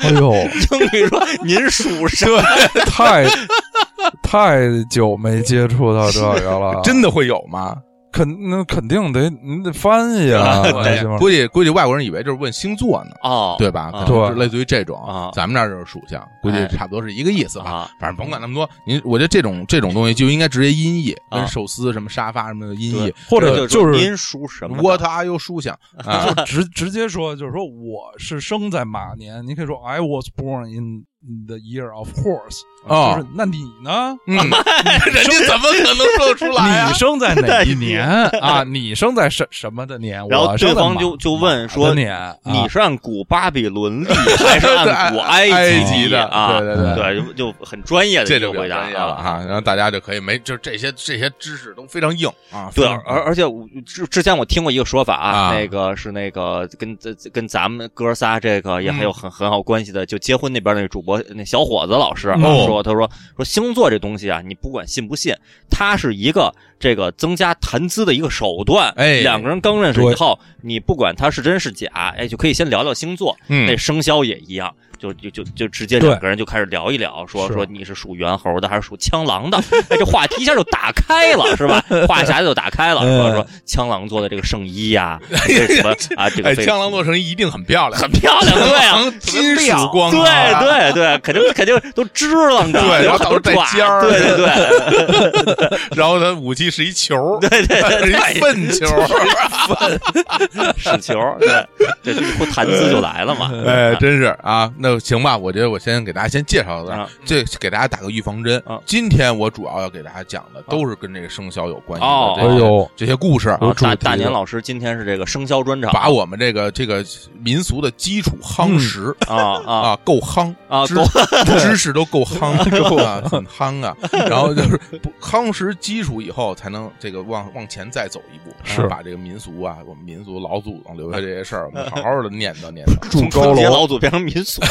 C: 哎呦，
B: 英语说您属什么？
C: 太太久没接触到这个
B: 啊
C: 了，
A: 真的会有吗？
C: 肯那肯定得你得翻译啊，
B: 啊
C: 这地方
A: 估计估计外国人以为就是问星座呢，
B: 哦，
A: 对吧？可
B: 啊
A: 能是类似于这种
B: 啊
A: 咱们这儿就是属相，估计
B: 哎
A: 差不多是一个意思吧。
B: 啊，
A: 反正甭管那么多，您我觉得这种这种东西就应该直接音译，
B: 啊
A: 跟寿司什么沙发什么的音译
B: 对。
C: 或者
B: 这
C: 就
B: 说
C: 是
B: 您属什么的？
A: What are you 书相啊？
C: 就直直接说，就是说我是生在马年，你可以说 I was born in the year of horse，就
B: 啊
A: 哦
C: 是，那你呢？
B: (laughs)
A: 嗯，人家怎么可能说得出来啊
C: 你？生
B: (laughs)
C: 在哪一年啊？你生在什什么的年？
B: 然后
C: 我生
B: 对
C: 在
B: 方
C: 马
B: 就就问
C: 马
B: 说
C: 的年啊
B: 你是按古巴比伦历还是按古
A: 啊埃
B: 埃
A: 及的
B: 啊？
A: 对
C: 对
B: 对，就就很专业的
A: 这
B: 一
A: 就
B: 个
A: 比较
B: 回
A: 专
B: 答啊
A: 业了哈，然后大家就可以没，就是这些这些知识都非常硬啊。
B: 对，
A: 非常
B: 而而且我之之前我听过一个说法啊，
A: 啊
B: 那个是那个跟跟跟咱们哥仨这个也很
A: 嗯
B: 有很、很好关系的，就结婚那边那主播那小伙子老师、啊
A: 哦
B: 说，他说说星座这东西啊，你不管信不信，它是一个这个增加谈资的一个手段。
A: 哎
B: 两个人刚认识以
C: 对
B: 后，你不管他是真是假，哎，就可以先聊聊星座。那
A: 嗯，
B: 生肖也一样，就就就就直接
C: 对
B: 两个人就开始聊一聊，说
C: 是
B: 说你是属猿猴的还是属枪狼的， (laughs) 哎，这话题一下就打开了，是吧？话匣子就打开了，
C: 嗯
B: 说说枪狼做的这个圣
A: (laughs)
B: 衣呀、这什么啊，这
A: 哎，
B: 个非
A: 江郎做成一定很漂亮，
B: 很漂亮，对
A: (laughs)
B: 啊。
A: 很金属光
B: 对
A: 啊，
B: 对对，肯定肯定都支棱着，
A: 对然后
B: 有很
A: 到时候
B: 多
A: 带
B: 爪
A: 尖儿
B: 对对对，
A: 然后他武器是一球，对
B: (laughs) 对
A: (laughs) 对，一粪球，
B: 屎球，对，这这谈资就来了嘛。
A: 哎，真是啊，那行吧，我觉得我先给大家先介绍到这儿
B: 啊，
A: 这给大家打个预防针
B: 啊。
A: 今天我主要要给大家讲的都是跟这个生肖有关系
B: 哦
A: 的
C: 哎
A: 这些
C: 呦，
A: 这些故事，
B: 啊
C: 有主
B: 大
C: 题
B: 大年
C: 的
B: 老师今天是这个生肖专场，
A: 把我们这个这个民俗的基础夯实
B: 啊啊
A: 啊，够夯
B: 啊
A: 知
B: 够
A: 知识都够夯，够啊，很夯啊。然后就是不夯实基础以后，才能这个往往前再走一步，
C: 是
A: 把这个民俗啊，我们民族老祖宗留下这些事儿，我们好好的念叨念叨。
B: (laughs)
C: 住高
B: 春节
C: 楼，
B: 老祖变成民
A: (laughs)
B: 俗老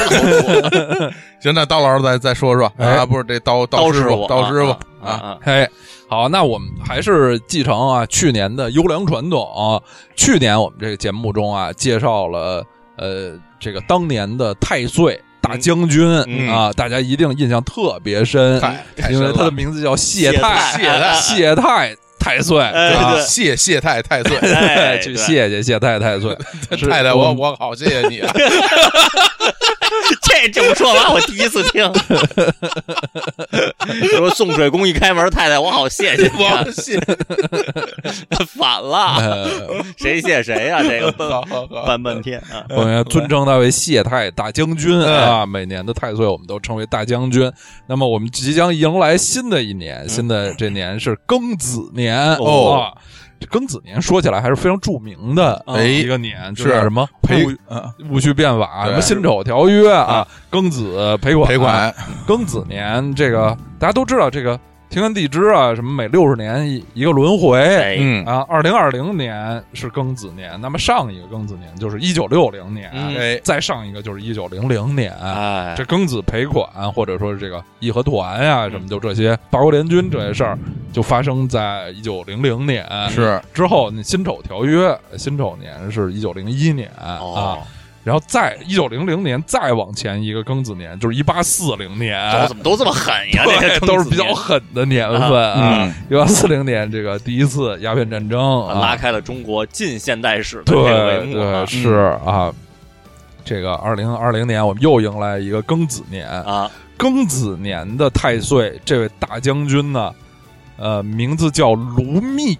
B: 祖，
A: 行，那刀老师再再说说
C: 哎
A: 啊，不是这刀
B: 刀
A: 师
B: 傅，
A: 傅，刀师
B: 啊
A: 傅啊，
C: (laughs)
B: 啊
C: 嘿，好，那我们还是继承啊去年的优良传统、啊。去年我们这个节目中啊，介绍了呃这个当年的太岁大将军、
B: 嗯
C: 啊，大家一定印象特别深，
A: 太太
C: (laughs) 因
A: 深
C: 为他的
A: 了，
C: 名字叫谢
B: 谢
C: 太，
A: 谢太
C: 谢太太岁，
B: 哎
C: 啊
A: 对
B: 对
A: 谢谢太太岁，
B: 哎，
C: (laughs) 去
B: 对
C: 谢谢谢太太岁，是
A: 太太我
C: 们
A: 我好谢谢你，
B: (laughs)
A: 啊
B: 这这么说完，我第一次听。
C: (laughs)
B: 说送水工一开门，太太，我好谢谢你啊
A: 我，谢，
B: (laughs) 反
C: (laughs)
B: 了，
C: 呃
B: 谁谢谁呀？
C: (laughs)
B: 这个奔
A: 好好
B: (laughs)
A: 好，
B: 搬半天啊，
A: (laughs)
C: 我们要尊称他为谢太大将军
A: 嗯
C: 啊，每年的太岁我们都称为大将军。那么我们即将迎来新的一年，新的这年是庚子年
A: 嗯哦
C: 啊。这庚子年说起来还是非常著名的啊
A: 哎
C: 一个年，就是叫什么
A: 赔嗯
C: 戊戊戌变法，
A: 对
C: 什么辛丑条约啊，庚子赔款啊
A: 赔款，
C: 庚子年这个大家都知道，这个天干地支啊，什么每六十年一一个轮回，
B: 哎，
A: 嗯，
C: 啊，二零二零年是庚子年，那么上一个庚子年就是一九六零年，
B: 嗯
A: 哎，
C: 再上一个就是一九零零年。
B: 哎
C: 啊这，庚子赔款，或者说是这个义和团呀、什么，就这些八国联军这些事儿，就发生在一九零零年。
A: 是
C: 之后，那辛丑条约，辛丑年是一九零一年、啊，
B: 哦，
C: 然后再一九零零年再往前一个庚子年，就是一八四零年，
B: 都怎么都这么狠呀？这
C: 啊对
B: 些
C: 都是比较狠的年份啊。
A: 嗯，
C: 一八四零年这个第一次鸦片战争啊，
B: 拉开了中国近现代史的这个
C: 对
B: 帷幕
C: 对
B: 啊
C: 是啊，这个二零二零年我们又迎来一个庚子年，
B: 啊，
C: 庚子年的太岁这位大将军呢，呃，名字叫卢密，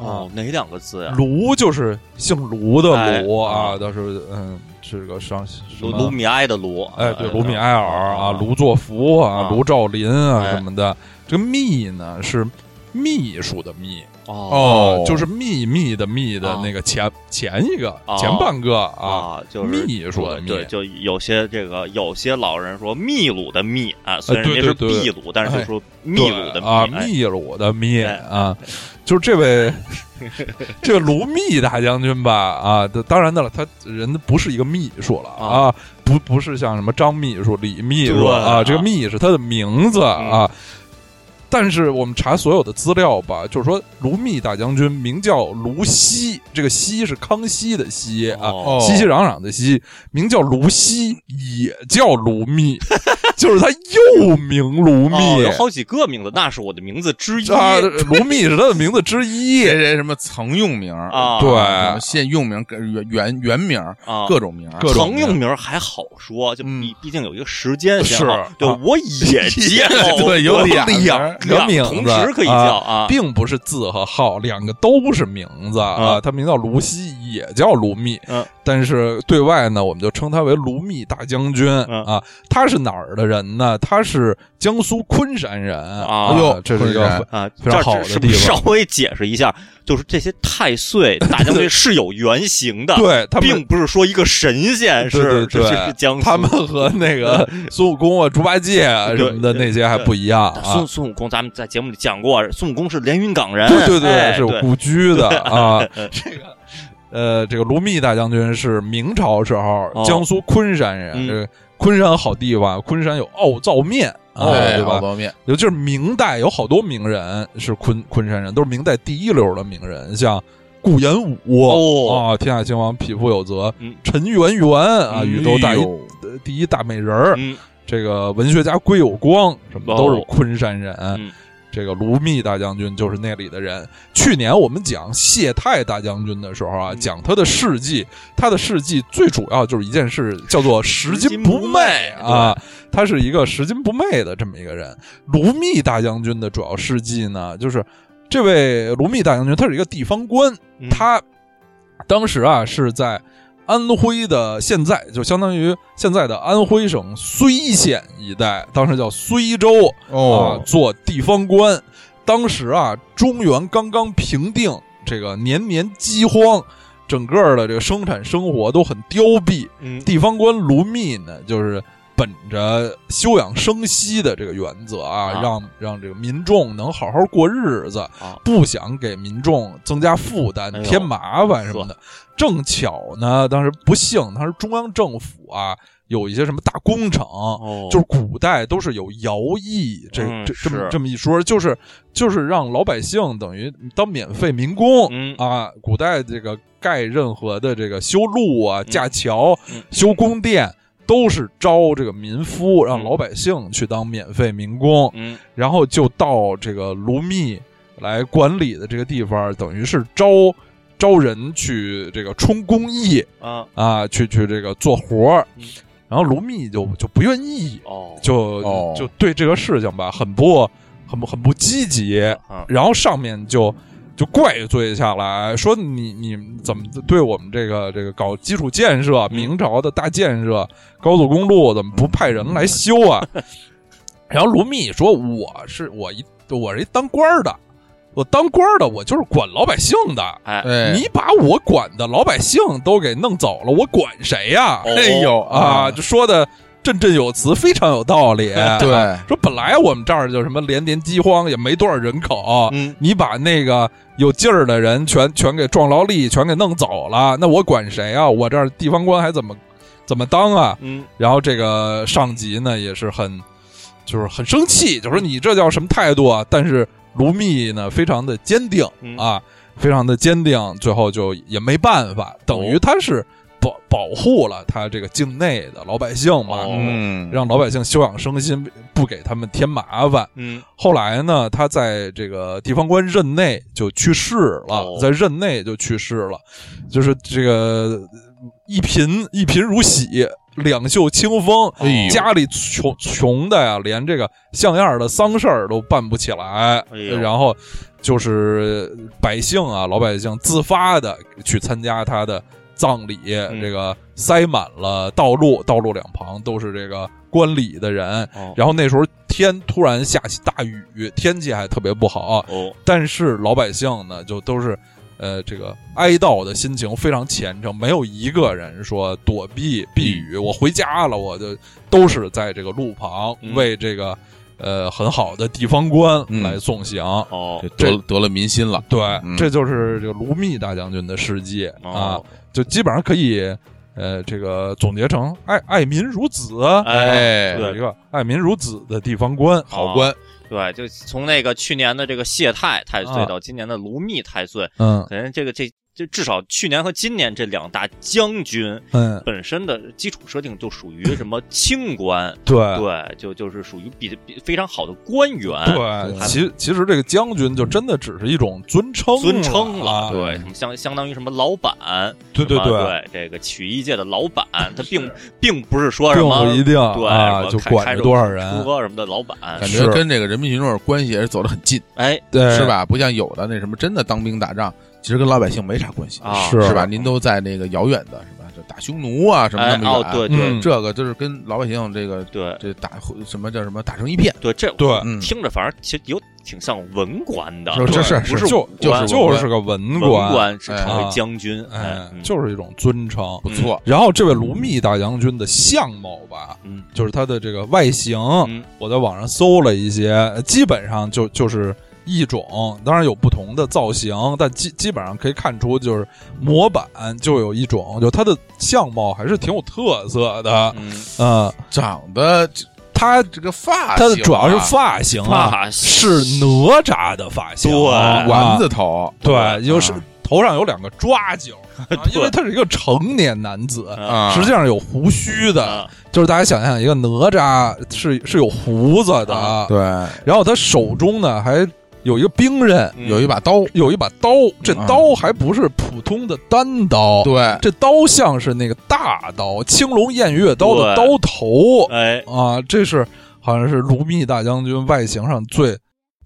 B: 哦，哪两个字呀？
C: 卢就是姓卢的卢
B: 哎
C: 啊，
B: 啊
C: 到时候嗯，是个上什
B: 卢
C: 么
B: 卢米埃的啊哦卢，
C: 哎，对，卢米埃尔啊，卢作孚啊，
B: 啊
C: 卢兆林啊
B: 哎
C: 什么的。这个密呢是秘书的秘
B: 哦
A: 哦
C: 就是秘密的密的
B: 哦
C: 那个前前一个
B: 哦
C: 前半个啊，
B: 啊，就是
C: 秘书的秘
B: 对，就有些这个有些老人说秘鲁的秘啊，虽然
C: 哎对
B: 人家是
C: 对对
B: 秘鲁，但是
C: 哎
B: 就说秘鲁的
C: 对啊，
B: 哎
C: 秘鲁的秘
B: 哎
C: 啊，就是这
B: (laughs)
C: 位这位卢密大将军吧啊，这当然的了，他人不是一个秘书了
B: 啊
C: 啊，不不是像什么张秘书、李秘书
B: 对
C: 啊，
B: 啊嗯
C: 这个密是他的名字啊。但是我们查所有的资料吧，就是说卢密大将军名叫卢熙，这个熙是康熙的熙啊，
B: 哦
C: 熙熙攘攘的熙，名叫卢熙，也叫
B: (laughs)
C: 卢密，就是他又名卢密，
B: 哦有好几个名字，那是我的名字之一
C: 啊，卢密是他的名字之一
B: (laughs)
A: 这。这什么曾用名儿
B: 啊
C: 对
A: 啊现用名、跟原原原名儿、
B: 啊。
A: 各种名儿，
C: 各种
B: 常用名儿还好说，就
A: 嗯
B: 毕毕竟有一个时间先
C: 是
B: 后对
C: 啊，
B: 我
C: (laughs)
B: 也叫，
A: 对有
B: 对
A: 俩名儿
C: 个
B: 两
C: 名字
B: 同时可以叫啊，
C: 并不是字和号，两个都是名字啊。
B: 啊
C: 他名叫卢熙，也叫卢密。
B: 嗯
C: 但是对外呢，我们就称他为卢密大将军、
B: 嗯
C: 啊。他是哪儿的人呢？他是江苏昆山人
B: 啊
A: 哎呦
C: 这是一
A: 昆山
C: 个
B: 啊，
C: 非
B: 这
C: 常
B: 儿
C: 好的
B: 是
C: 地
B: 不是稍
C: 方
B: 微解释一下，就是这些太岁大
C: (laughs)
B: 将军是有原型的，
C: 对他们
B: 并不是说一个神仙
C: 对对
B: 是是
C: 对
B: 是是江苏
C: 他们和那
B: (laughs)
C: 个孙悟空啊、猪八戒啊什么的
B: 对
C: 那些还不一样啊。
B: 孙孙悟空，咱们在节目里讲过，孙悟空是连云港人，
C: 对对
B: 哎
C: 对，是有故
B: (laughs)
C: 居的啊。
B: 对
C: 这个呃，这个卢密大将军是明朝时候
B: 哦
C: 江苏昆山人，
B: 嗯
C: 这个昆山好地方，昆山有奥灶面啊，
B: 哦
A: 哎
C: 对
A: 好
C: 吧？
A: 多面
C: 尤其是明代有好多名人是昆昆山人，都是明代第一流的名人，像顾炎武
B: 哦
C: 啊，天下兴亡，匹夫有责，
B: 嗯
C: 陈圆圆啊，
B: 嗯
C: 宇宙大一
A: 哎呦
C: 呃第一大美人儿，
B: 嗯
C: 这个文学家归有光什么
B: 哦
C: 都是昆山人，
B: 嗯
C: 这个卢密大将军就是那里的人。去年我们讲谢太大将军的时候啊，
B: 嗯
C: 讲他的事迹，他的事迹最主要就是一件事，叫做拾金不
B: 拾金
C: 昧
B: 不昧
C: 啊，他是一个拾金不昧的这么一个人。卢密大将军的主要事迹呢，就是这位卢密大将军，他是一个地方官，
B: 嗯
C: 他当时啊是在安徽的，现在就相当于现在的安徽省睢县一带，当时叫睢州啊
A: 哦，，
C: 做地方官。当时啊，中原刚刚平定，这个年年饥荒，整个的这个生产生活都很凋敝。
B: 嗯
C: 地方官卢密呢，就是本着休养生息的这个原则啊，
B: 啊
C: 让让这个民众能好好过日子，
B: 啊
C: 不想给民众增加负担
B: 哎、呦
C: 添麻烦什么的。正巧呢，当时不幸，当时中央政府啊有一些什么大工程，
B: 哦
C: 就是古代都是有徭役这、
B: 嗯
C: 这这么
B: 是
C: 这么一说，就是就是让老百姓等于当免费民工、
B: 嗯
C: 啊。古代这个盖任何的这个修路啊、架桥、
B: 嗯
C: 修宫殿，都是招这个民夫，让
B: 嗯
C: 老百姓去当免费民工，
B: 嗯
C: 然后就到这个卢密来管理的这个地方，等于是招招人去这个充公益
B: 啊
C: 啊，去去这个做活儿
B: 嗯。
C: 然后卢密就就不愿意，
B: 哦
C: 就、
A: 哦
C: 就对这个事情吧，很不很不很不积极，
B: 啊
C: 然后上面就就怪罪下来，说你你怎么对我们这个这个搞基础建设，明朝的大建设，高速公路怎么不派人来修
A: (laughs)
C: 啊？然后卢密说：“我是我一我是一当官儿的，我当官儿的，我就是管老百姓的。
B: 哎
A: 哎，
C: 你把我管的老百姓都给弄走了，我管谁呀、
B: 哦
A: 哎呦
C: 啊，就说的振振有词，非常有道理。
A: (laughs) 对，
C: 说本来我们这儿就什么连年饥荒，也没多少人口，
B: 嗯
C: 你把那个有劲儿的人全全给壮劳力，全给弄走了，那我管谁啊？我这儿地方官还怎么怎么当啊？
B: 嗯
C: 然后这个上级呢也是很，就是很生气，就说你这叫什么态度啊？但是卢密呢非常的坚定
B: 嗯
C: 啊，非常的坚定，最后就也没办法，等
B: 哦
C: 于他是保保护了他这个境内的老百姓嘛，
B: 哦
A: 嗯，
C: 让老百姓休养生息，不给他们添麻烦。
B: 嗯
C: 后来呢，他在这个地方官任内就去世了，
B: 哦
C: 在任内就去世了，就是这个一贫一贫如洗，两袖清风，
A: 哎呦
C: 家里穷穷的呀，连这个像样的丧事儿都办不起来。
B: 哎呦
C: 然后就是百姓啊，老百姓自发的去参加他的葬礼，
B: 嗯
C: 这个塞满了道路，道路两旁都是这个观礼的人。
B: 哦
C: 然后那时候天突然下起大雨，天气还特别不好，啊
B: 哦，
C: 但是老百姓呢，就都是呃这个哀悼的心情非常虔诚，没有一个人说躲避避
A: 嗯
C: 雨，我回家了，我就都是在这个路旁
B: 嗯
C: 为这个呃很好的地方官
A: 嗯
C: 来送行。
B: 哦
A: 就，得得了民心了。
C: 对，
A: 嗯
C: 这就是这个卢密大将军的事迹、啊
B: 哦，，
C: 就基本上可以呃这个总结成爱爱民如子，啊
A: 哎，
B: 对
C: 有一个爱民如子的地方官。
A: 好官，
B: 对，就从那个去年的这个谢太太
C: 啊
B: 岁到今年的卢密太岁，
C: 嗯
B: 可能这个这这至少去年和今年这两大将军
C: 嗯，
B: 本身的基础设定就属于什么清官，
C: 对
B: 对，就就是属于比比非常好的官员，
C: 对，其其实这个将军就真的只是一种尊称了，
B: 尊称
C: 啊
B: 了，对，什么相相当于什么老板，
C: 对对
B: 什么
C: 对，
B: 对，这个曲艺界的老板，他并并不是说什
C: 并
B: 么
C: 不一定
B: 对
C: 啊，
B: 什
C: 就
B: 么开
C: 管着多少人，
B: 开着车什嗯么的老板
A: 感，
C: 啊是
A: 觉跟这个人民群众关系也是走得很近，
B: 哎
C: 对
A: 是？吧？不像有的那什么，真的当兵打仗，其实跟老百姓没啥关系，
B: 啊
C: 是
A: 是吧？您都在那个遥远的，是吧？这打匈奴啊什么
B: 哎
A: 那么
B: 哦
A: 远，
B: 对对
C: 嗯
A: 这个就是跟老百姓这个
B: 对
A: 这打什么叫什么打成一片，
B: 对，这
C: 对，
A: 嗯，
B: 听着反正其实有挺像文官的，
A: 是
B: 对
A: 这是
B: 不
A: 是
B: 是
C: 就
A: 就是
C: 就
A: 文
C: 是个文
B: 文
C: 官，
B: 官是成为将军，哎
C: 哎，
B: 嗯
C: 就是一种尊称。
A: 不错，
C: 然后这位卢密大将军的相貌吧，
B: 嗯
C: 就是他的这个外形，
B: 嗯
C: 我在网上搜了一些，基本上就就是一种，当然有不同的造型，但基基本上可以看出，就是模板就有一种，就他的相貌还是挺有特色的，
B: 嗯，
C: 嗯，
A: 长得这
C: 他
A: 这个发型啊，
C: 嗯他的主要是发型啊，
B: 发型
C: 是哪吒的发型，
B: 对
C: 啊
A: 哦丸子头，
C: 对，就是
A: 啊
C: 头上有两个抓阄，啊因为他是一个成年男子。
B: 啊
A: 啊，
C: 实际上有胡须的，就是大家想象一个哪吒是是有胡子的，
B: 啊
A: 对，
C: 然后他手中呢还有一个兵刃，
B: 嗯
A: 有一把刀，
C: 有一把刀，这
A: 嗯
C: 刀还不是普通的单刀，
A: (laughs) 对，
C: 这刀像是那个大刀，青龙偃月刀的
B: 对
C: 刀头
B: 哎
C: 啊，这是好像是卢密大将军外形上最。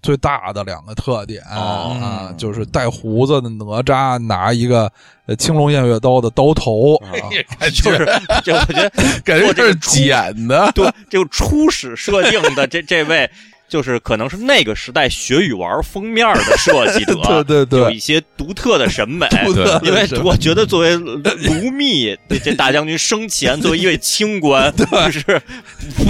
C: 最大的两个特点、
B: 哦
C: 啊，就是带胡子的哪吒拿一个呃青龙偃月刀的刀头，啊
A: 感
B: (laughs) 就
A: 觉
B: 是这我觉得
A: 感觉
C: (laughs)
B: 做这个
A: 是剪的，
B: 对， (laughs) 就初始设定的这这位，就是可能是那个时代学语文封面的设 (laughs) 计
C: 对
B: 者，
C: 对
B: 有
C: 对，
B: 一些独特的审美。
A: 不得
B: 因为
A: 了是。
B: 我觉得，作为卢密这这大将军生前，作为一位清 (laughs) 官，就是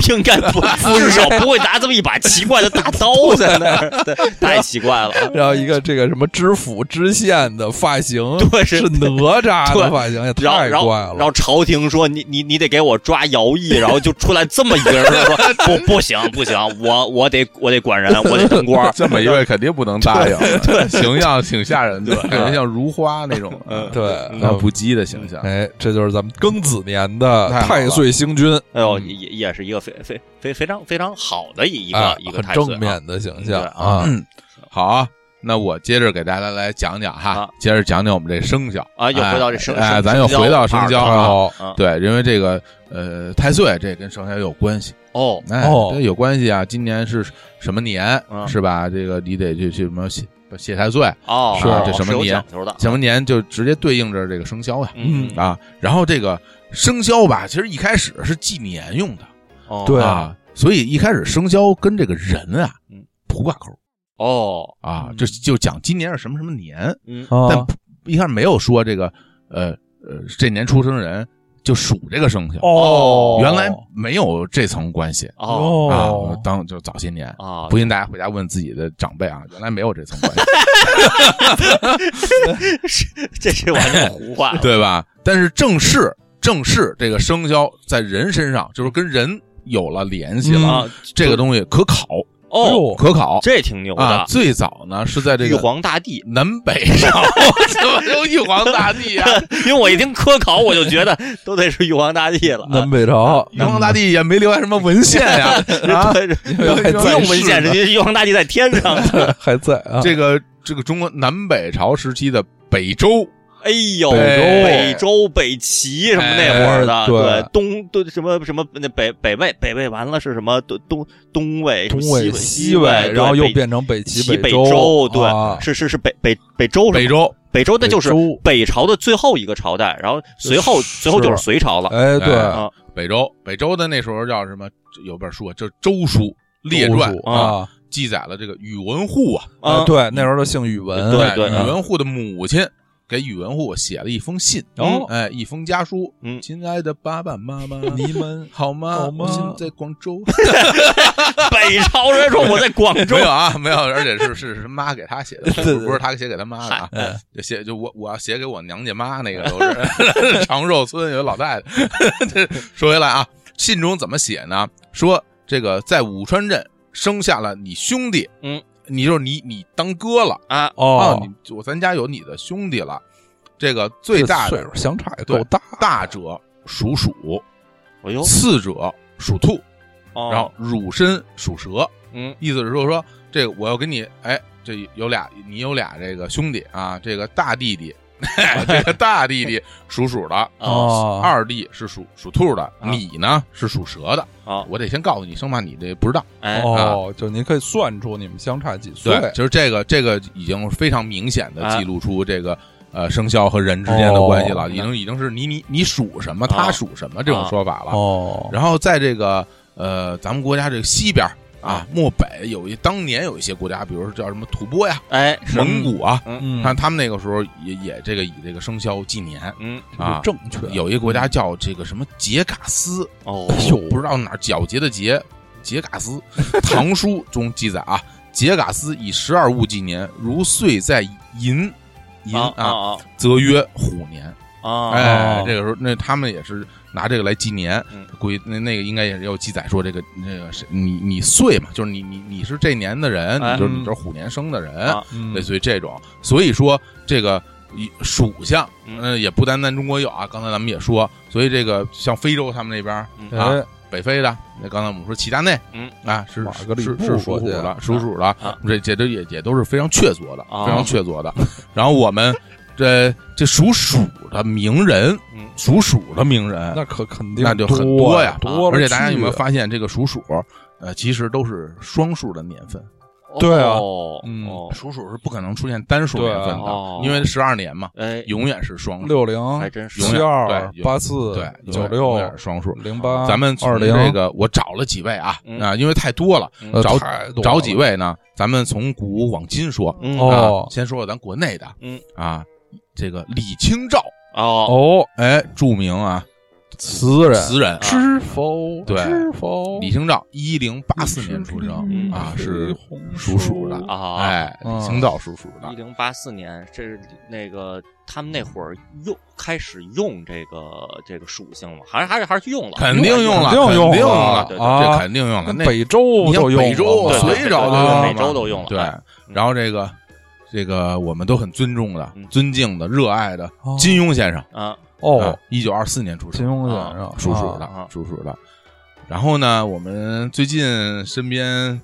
B: 应该 (laughs) 不至少不会拿这么一把奇怪的大刀在那儿，对太奇怪了。 (laughs)
C: 然后一个这个什么知府知县的发型，
B: 对是
C: 是哪吒的
B: 对
C: 发型，也
B: 然后，
C: 太
B: 然
C: 怪
B: 后，
C: 了
B: 然。后朝廷说你你你得给我抓徭役，然后就出来这么一个人 (laughs) 说不不行不行，我我得我得管人，我得当官
A: 这么一位肯定不能答应，对，形象挺吓人的，感觉像如花那种，嗯，
C: 对，
A: 那不羁的形象，
B: 嗯
C: 哎，这就是咱们庚子年的
A: 太好了
C: 太岁星君，
B: 哎呦，
A: 嗯
B: 也也也是一个非非非非常非常好的一一个、
C: 啊
B: 一个
C: 很
B: 太岁
C: 正面的形象
B: 对
C: 啊
B: 啊。
A: 嗯，好啊，那我接着给大家来讲讲哈
B: 啊，
A: 接着讲讲我们这生肖
B: 啊，又回到这生，
A: 哎哎，
B: 生
A: 咱又回到生肖
B: 二
A: 啊，
B: 啊，
A: 对，因为这个呃太岁这跟生肖有关系，
B: 哦，
A: 哎
C: 哦，
A: 这有关系啊，今年是什么年
B: 嗯
A: 是吧？这个你得去去什么谢谢太岁，
B: 哦，
A: 是
B: 哦
A: 这什么啊
B: 是有
A: 年
B: 讲究的，
A: 什么年就直接对应着这个生肖呀
B: 嗯，嗯
A: 啊，然后这个生肖吧，其实一开始是纪年用的。
B: 哦
C: 对
A: 啊，所以一开始生肖跟这个人啊
B: 嗯
A: 不挂钩
B: 哦，
A: 啊，
C: 嗯
A: 就就讲今年是什么什么年，
B: 嗯，
A: 但
C: 啊
A: 不一开始没有说这个呃呃这年出生人就属这个生肖，
C: 哦
A: 原来没有这层关系
B: 哦
A: 啊
C: 哦。，
A: 当就早些年。
B: 啊，
A: 不信大家回家问自己的长
B: (laughs)
A: 辈啊，原来没有这层关系， (laughs)
B: 这是完全胡话了，
A: (laughs) 对吧？但是正式正式这个生肖在人身上，就是跟人有了联系了，
C: 嗯
B: 啊，
A: 这个东西可考
C: 哎
B: 哦，
C: 呦
A: 可考
B: 这挺牛
A: 啊！
B: 的，
A: 最早呢是在这
B: 玉
A: 个
B: 皇大帝，
A: 南北 (laughs) 朝怎么有玉皇大帝
B: (laughs)
A: 啊？
B: 因为我一听科考，我就觉得都得是玉皇大帝了，
C: 南北
B: 啊
C: 朝，
A: 玉皇大帝也没留下什么文献呀啊！
B: (laughs) 对，
C: 还
B: 不
C: 在
B: 用文献，人家玉皇大帝在
A: (laughs)
B: 天上呢，
C: (laughs) 还在啊，
A: 这个这个中国南北朝时期的北周
B: 哎呦，
A: 对
B: 北周、北齐什么那会儿的，
C: 哎对
B: 东对什么什么那北北魏，北魏完了是什么东东东魏、
C: 东
B: 魏、
C: 西
B: 西
C: 魏，
B: 对
C: 然后又
B: 北
C: 变成北齐、
B: 齐北
C: 周，
B: 对，
C: 啊
B: 是是是北北北周是吧，
A: 北周，
B: 北周那就是
C: 北周
B: 北朝的最后一个朝代，然后随后
C: 是
B: 随后就是隋朝了。
C: 哎，对，
A: 哎
B: 啊
A: 北周，北周的那时候叫什么？有本书啊叫《周书》列
C: 周
A: 传
C: 书啊，
A: 记载了这个宇文护啊，哎
C: 哎
B: 啊，
C: 对，那时候都姓宇文，
B: 对对
A: 宇
B: 嗯
A: 文护的母亲给宇文护写了一封信，
C: 哦
A: 哎，一封家书，
B: 嗯
A: 亲爱的爸爸妈妈，
C: 你
A: (laughs)
C: 们
A: 好吗？
C: 好吗
A: 我现在在广州，
B: 北朝人说我在广州
A: 没，有啊，没有，而且是是是妈给他写的，不是
C: 对对
A: 不是他写给他妈的啊
B: 嗨嗯，
A: 就写就我我要写给我娘家妈那个都是 (laughs) 长寿村有老太 (laughs) 太。这说回来啊，信中怎么写呢？说这个在武川镇生下了你兄弟，
B: 嗯，
A: 你就是你你当哥了
B: 啊，
A: 啊，
C: 哦，
A: 你我咱家有你的兄弟了，这个
C: 这
A: 最大
C: 岁
A: 的
C: 数相差也够大，
A: 大者属鼠，
B: 哎
C: 哦
B: 呦，
A: 次者属兔，
B: 哦
A: 然后乳身属蛇。
B: 嗯
A: 意思是说说这个我要跟你哎，这有俩你有俩这个兄弟啊，这个大弟
C: (laughs)
A: 弟，这个大弟弟属鼠的，
B: 哦
C: 哦，
A: 啊二弟是属属兔的，
B: 啊
A: 你呢是属蛇的。
C: 啊
B: 哦，
A: 我得先告诉你，生怕你这不知道。
B: 哎
C: 哦，就您可以算出你们相差几岁，
A: 啊对，就是这个这个已经非常明显的
B: 啊
A: 记录出这个。呃，生肖和人之间的关系了，
B: 哦
A: 已经已经是你你你属什么，
B: 啊
A: 他属什么这种
B: 啊
A: 说法了。
C: 哦，
A: 然后在这个呃，咱们国家这个西边儿啊
B: 啊，
A: 漠北有一当年有一些国家，比如说叫什么吐蕃呀、
B: 哎，是
A: 蒙古啊，
C: 嗯，
A: 看他们那个时候也也这个以这个生肖纪年
B: 嗯
A: 啊。
C: 正确，
A: 有一个国家叫这个什么杰嘎斯，
C: (laughs)
B: 哦
C: 哎呦
A: 不知道哪儿皎洁的洁，杰嘎斯，《唐书》中记载啊，杰嘎斯以十二物纪年，如岁在寅，寅
B: 啊
A: 啊，
B: 啊
A: 则曰虎年。
B: 啊，
A: 哎
C: 哦，
A: 这个时候那他们也是拿这个来纪年
B: 嗯，
A: 估计那那个应该也是有记载说这个那个是你你岁嘛，就是你你你是这年的人，
B: 哎
A: 你就是你就是虎年生的人
B: 啊，
C: 嗯
A: 类似于这种。所以说这个一属相，
B: 嗯
A: 嗯，也不单单中国有啊，刚才咱们也说，所以这个像非洲他们那边儿
B: 嗯
A: 啊，
C: 哎
A: 北非的，那刚才我们说齐达内，
B: 嗯
A: 啊，是
C: 马格里
A: 是
C: 布
A: 是
C: 国
A: 属鼠
C: 家
A: 的，属鼠的
B: 啊，
A: 这这都也也都是非常确凿的，
B: 啊
A: 非常确凿的。然后我们这这属鼠的名人，
B: 嗯
A: 属鼠的名人，
C: 那可肯定
A: 那就很
C: 多
A: 呀，啊
C: 多了
A: 而且大家有没有
C: 去
A: 发现，这个属鼠，呃，其实都是双数的年份，
C: 对啊
B: 哦
C: 嗯
B: 哦
A: 属鼠是不可能出现单数
C: 对
A: 年
C: 啊
A: 份
B: 哦
A: 的，因为十二年嘛，
B: 哎，
A: 永远是双数，
C: 六零
B: 还真是
A: 哎永
C: 七
A: 远
C: 二
A: 对
C: 八四
A: 对，
C: 九
A: 永
C: 六
A: 远是双数。
C: 零八，
A: 咱们从
C: 二零
A: 这个我找了几位啊
B: 嗯
A: 啊，因为太多了，
B: 呃
A: 找
C: 太多了
A: 找几位呢？咱们从古往今说，
B: 嗯
A: 啊，
C: 哦
A: 先说说咱国内的，
B: 嗯
A: 啊，这个李清照，
B: 哦
C: 哦，
A: 哎，著名啊
C: 词人
A: 词人，
C: 知否？
A: 对
C: 知否？
A: 李清照，一零八四年出生，
B: 嗯
A: 啊是属
C: 属
A: 鼠的
B: 啊，
A: 哎，
C: 嗯
A: 李清照属鼠
B: 一
A: 的，
B: 零八四年，这是那个他们那会儿用开始用这个这个属性了，还是还是还是用了，
A: 肯定用了，
C: 肯定
A: 肯
C: 用
A: 定用
C: 了
A: 了，
C: 啊
A: 这肯定用了，
C: 跟
A: 那
C: 北周
A: 你像
C: 都用
A: 北周、
C: 了
B: 对对
A: 隋朝都
C: 对
A: 用了嘛，
C: 北
B: 周都用了
A: 对
C: 啊
B: 哎，
A: 然后这个。这个我们都很尊重的
B: 嗯、
A: 尊敬的、热爱的
C: 哦
A: 金庸先生，
B: 啊
C: 哦，，
A: 一九二四年出生，
C: 金庸先生
A: 属鼠
C: 啊
A: 的
B: 啊，
A: 属鼠的。然后呢，我们最近身边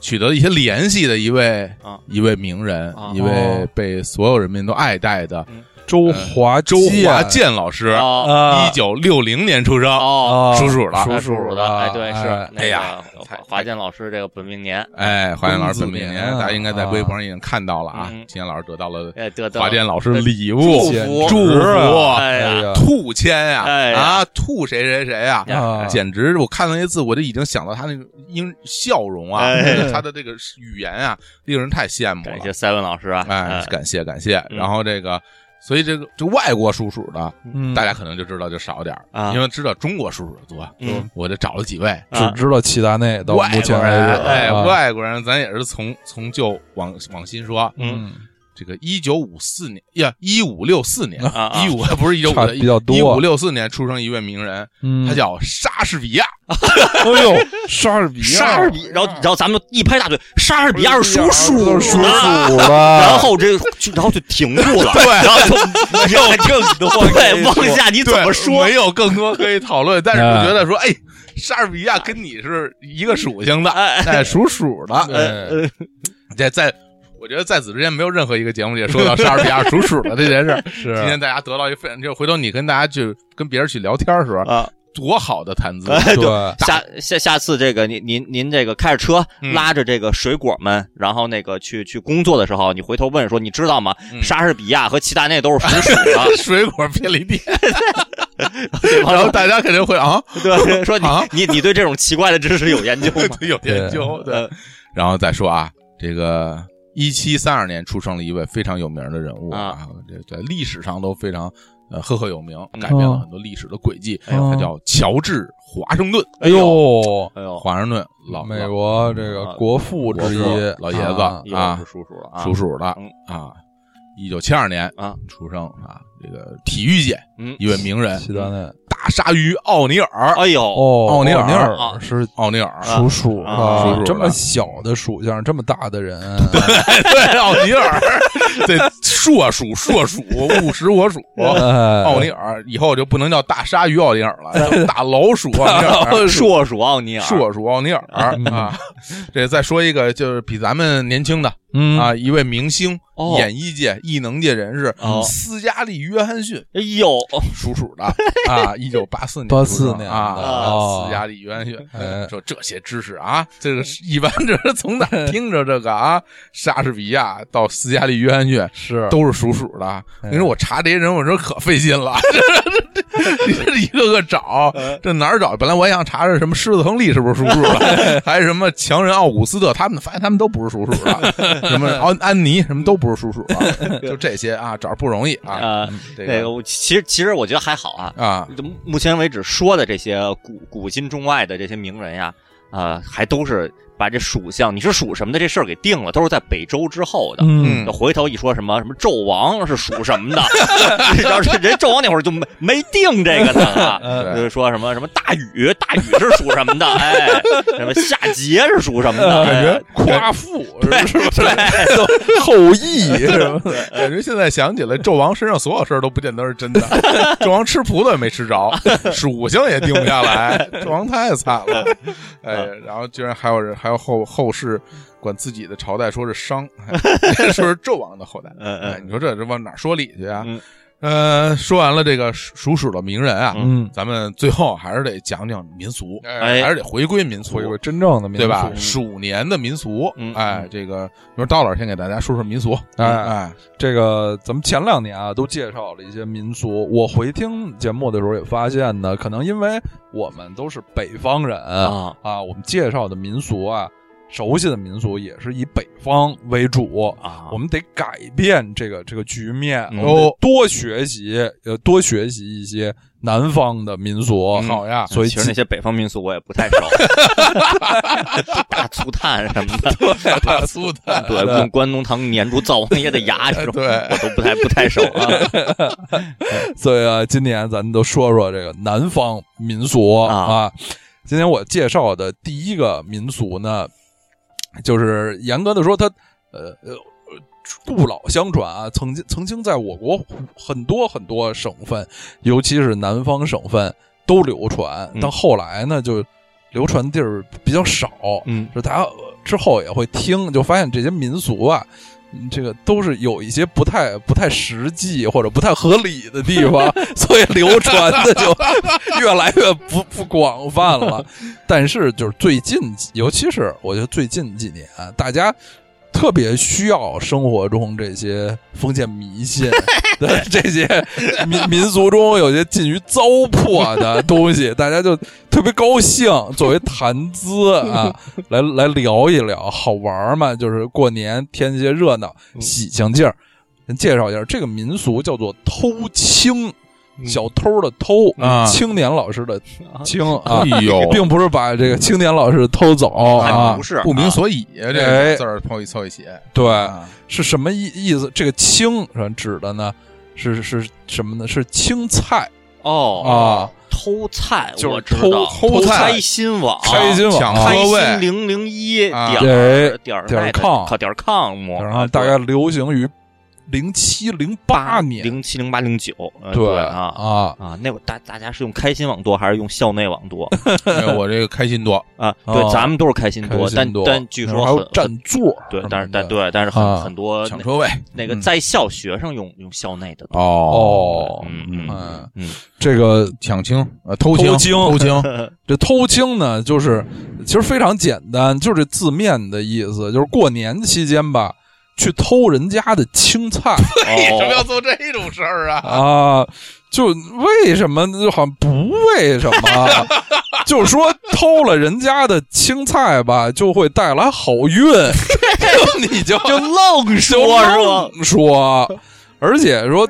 A: 取得一些联系的一位
B: 啊
A: 一位名人，
B: 啊嗯
A: 一位被所有人民都爱戴的呃
C: 周华
A: 周华
C: 健
A: 健老师，
B: 哦
A: 一
C: 啊
A: 九六零年出生，
B: 哦，
C: 啊
A: 属鼠的。
B: 哎
C: 属鼠
B: 的，哎
C: 的
B: 对是
C: 哎
B: 那
A: 哎
B: 个
A: 呀
B: 华华健老师这个本命年，
A: 哎，华健老师本命
C: 庚子
A: 年
C: 年，啊
A: 大家应该在微博上已经看到了啊。
B: 嗯
A: 今天老师得到了
B: 哎得得
A: 华健老师礼物
B: 祝
C: 简
B: 福
A: 祝
C: 直
A: 福
C: 啊，
B: 哎呀
C: 呀，
A: 兔签呀
B: 哎呀
A: 啊，兔谁谁谁呀，
C: 啊
A: 简直！我看到那些字，我就已经想到他那个英笑容啊，
B: 哎
A: 他的这个语言
C: (laughs)
A: 啊，令人太羡慕
B: 感
A: 了
B: 谢。赛文老师啊，
A: 哎，感谢感谢。
B: 嗯
A: 然后这个，所以这个这外国属鼠的，
C: 嗯
A: 大家可能就知道就少点儿
B: 啊
A: 因为知道中国属鼠的多。
B: 嗯
A: 我就找了几位
B: 啊
C: 只知道齐达内到
A: 外
C: 目
A: 国
C: 前为止
A: 人，，哎，
C: 啊
A: 外国人，咱也是从从旧往往新说，
B: 嗯
C: 嗯，
A: 这个一九五四年呀，一五六四年
B: 啊啊
A: 一五不是一九
C: 差
A: 五
C: 比较多
A: 一五六四年出生一位名人，
C: 嗯
A: 他叫莎士比亚。
C: 哎呦，莎士比亚，哎
B: 莎士比，然后然后咱们一拍大腿，莎士比亚
A: 哎
B: 是属鼠
C: 都
B: 的，
C: 是属鼠的，然
B: 然后这就然后就停住了，
A: 对
B: 然后就 (laughs) 又更多，对，往下 (laughs) 你怎么说？
A: 没有更多可以讨论，但是
C: 哎
A: 我觉得说，哎，莎士比亚跟你是一个属性的，
B: 哎
A: 哎，属鼠的，
C: 哎
A: 这在我觉得在此之前没有任何一个节目里说到是二比二数数的这件
B: (laughs)
A: 事儿。
C: 是
A: 今天大家得到一份，就回头你跟大家去跟别人去聊天的时候，
B: 啊。
A: 多好的谈资， (laughs)
B: 哎
C: 对
B: 下下下次这个您您您这个开着车
A: 嗯
B: 拉着这个水果们，然后那个去去工作的时候，你回头问说，你知道吗？
A: 嗯，
B: 莎士比亚和齐达内都是属鼠的 (laughs)
A: 水果便利 (laughs) 店，
B: 对吧
A: 然后大家肯定会啊，
B: 对说你
A: 啊
B: 你你对这种奇怪的知识有研究
A: (laughs)
B: 吗？
A: 有研究对。
B: 呃
A: 然后再说啊，这个一七三二年出生了一位非常有名的人物
B: 啊，
A: 这在历史上都非常呃赫赫有名，
B: 嗯
A: 改变了很多历史的轨迹。
C: 哎呦
A: 他叫乔治华盛顿，
C: 哎呦，
B: (laughs) 哎呦，
A: 华盛顿老
C: 美国这个国父之一
A: 国父
B: 哎
A: 老爷子
C: 啊
B: 一会儿
A: 啊
B: 是叔叔了啊，
A: 属鼠的
B: 嗯
A: 啊，一九七二年
B: 啊
A: 出生啊，这个体育界
B: 嗯，
A: 一位名人，
C: 齐达内
A: 大鲨鱼奥尼尔，
B: 哎呦， (laughs)
C: 哦，
A: 嗯奥尼尔
B: 啊
C: 是
A: 奥尼尔，
B: 啊
C: 属鼠
B: 啊啊
A: 属鼠
C: 的，
A: 的
C: 这么小的属相，这么大的人，
A: (laughs) 对，奥尼尔， (laughs) 对，硕鼠硕鼠，务实我鼠。
C: 嗯
A: 奥
C: 奥
A: 尼尔以后就不能叫大鲨鱼奥尼尔了，叫呃 (laughs) 大老鼠奥尼尔，
B: 硕鼠啊奥尼尔，
A: 硕鼠奥尼尔
C: 嗯
A: 啊！这再说一个，就是比咱们年轻的
C: 嗯
A: 啊，一位明星
B: 哦，
A: 演艺界、艺能界人士
B: 哦
A: 斯嘉丽·约翰逊，
B: 哎呦，
A: 属鼠 (laughs) 的啊，一九八四年
C: 84
A: 出生
C: 年的
A: 啊，
C: 哦
A: 斯嘉丽·约翰逊
C: 哎
A: 说这些知识啊，这个是一般这是从哪儿听着这个啊？莎士比亚到斯嘉丽·约翰逊
C: 是
A: 都是属鼠的。
C: 哎
A: 你说我查这些人，我说可费劲了， (laughs) 这这这一个个找，这哪儿找？本来我也想查查什么狮子亨利是不是属鼠的，还是什么强人奥古斯特，他们发现他们都不是属鼠的，什么安安妮什么都不是属鼠的，就这些啊，找着不容易啊。
B: 呃，
A: 这
B: 那个
A: 个
B: 我其实其实我觉得还好啊，
A: 啊，
B: 目前为止说的这些古古今中外的这些名人呀，呃，还都是把这属相你是属什么的这事儿给定了，都是在北周之后的。
C: 嗯
B: 就回头一说什么什么纣王是属什么的，然后人纣王那会儿就没没定这个呢啊，
C: 呃
A: 对
B: 就是说什么什么大禹，大禹是属什么的，哎，什么夏桀是属什么的，
C: 感
B: 哎
C: 觉夸父是不是？都后羿是吧？
A: 感觉现在想起来，纣王身上所有事儿都不见得是真的。 (laughs) 纣王吃葡萄也没吃着，属性也定不下来，纣王太惨了。哎，然后居然还有人，还有后后世管自己的朝代说是商， (laughs) 哎说是纣王的后代。
B: 嗯
A: 哎，
B: 嗯
A: 你说这这往哪说理去啊？
B: 嗯
A: 呃，说完了这个属鼠的名人啊，
C: 嗯，
A: 咱们最后还是得讲讲民俗，
B: 哎
A: 还是得回归民俗，
C: 回归真正的民
A: 对吧？
C: 俗嗯
A: 鼠年的民俗，
B: 嗯
A: 哎，这个你说道老先给大家说说民俗，
C: 哎
A: 哎，
C: 这个咱们前两年啊都介绍了一些民俗，我回听节目的时候也发现呢，可能因为我们都是北方人啊
B: 啊
C: 我们介绍的民俗啊，熟悉的民俗也是以北方为主。
B: 啊
C: 我，们得改变这个这个局面，
A: 嗯
C: 我们得多学习，呃，多学习一些南方的民俗。
A: 嗯好呀
C: 啊所以
B: 其实那些北方民俗我也不太熟，大粗炭什么的，
A: 大粗的，
B: 对，用关东糖粘住灶王爷的牙这种，
A: 对
B: 我都不太不太熟啊。 (laughs)
C: 所以啊，今年咱们都说说这个南方民俗
B: 啊
C: 今天我介绍的第一个民俗呢，就是严格的说它，呃呃，故老相传啊，曾经曾经在我国很多很多省份，尤其是南方省份都流传，
B: 嗯
C: 但后来呢，就流传地儿比较少。
B: 嗯
C: 就大家呃之后也会听，就发现这些民俗啊，嗯这个都是有一些不太不太实际或者不太合理的地方，所以流传的就越来越不不广泛了。但是就是最近几，尤其是我觉得最近几年啊，大家。特别需要生活中这些封建迷信 (laughs) 的这些民民俗中有些近于糟粕的东西，大家就特别高兴，作为谈资啊，来来聊一聊，好玩儿嘛，就是过年添一些热闹、喜庆劲儿。先介绍一下，这个民俗叫做偷青，小偷的偷，
A: 啊
C: 青年老师的青啊，
A: 哎呦，
C: (laughs) 并不是把这个青年老师偷走
B: 哦还
C: 啊
B: 不，是
A: 不明所以，啊这个
C: 哎
A: 字儿凑一凑一写，
C: 对，
A: 啊
C: 是什么意意思？这个青是指的呢？是是什么呢？是青菜
B: 哦
C: 啊，
B: 偷菜
C: 就是
B: 我知道，
A: 偷偷菜
B: 开心网，
C: 开心网
A: 抢
C: 啊
B: 开
A: 车
B: 心
A: 位，
B: 零零一
A: 哦啊
B: 点儿点儿
C: 点儿
B: 奈特
C: com
B: 靠点儿 com，
C: 然后大概流行于零七零八年，
B: 零七、啊零八、零九，呃
A: 对
B: 啊
C: 啊，
B: 啊，那会儿大大家是用开心网多还是用校内网多
A: 哎我这个开心多，
B: 啊？
C: 哦
B: 对，咱们都是开心
A: 开
B: 多，
A: 心
B: 但
A: 多
B: 但据说
C: 还有
B: 很
C: 占座儿
B: 对
A: 嗯
C: 什么的，，
B: 但是但对，但是很、
C: 啊
B: 很多
A: 抢
B: 那
A: 车位
B: 那个
A: 嗯
B: 在校学生用用校内的多，
A: 哦
B: 嗯
A: 嗯
B: 嗯嗯，
C: 这个
A: 抢清呃偷
C: 偷
A: 清
C: 清
A: 偷清，
B: (laughs)
C: 这偷清呢，就是其实非常简单，就是这字面的意思，就是过年期间吧，去偷人家的青菜
A: (laughs) 为嗯什么要
B: 哦，
A: 做这种事儿啊？
C: 啊，就为什么就好像不为什么，啊就是说偷了人家的青菜吧，就会带来好运，你就
B: 就愣
C: 就
B: 说是吧？
C: 愣说，而且说，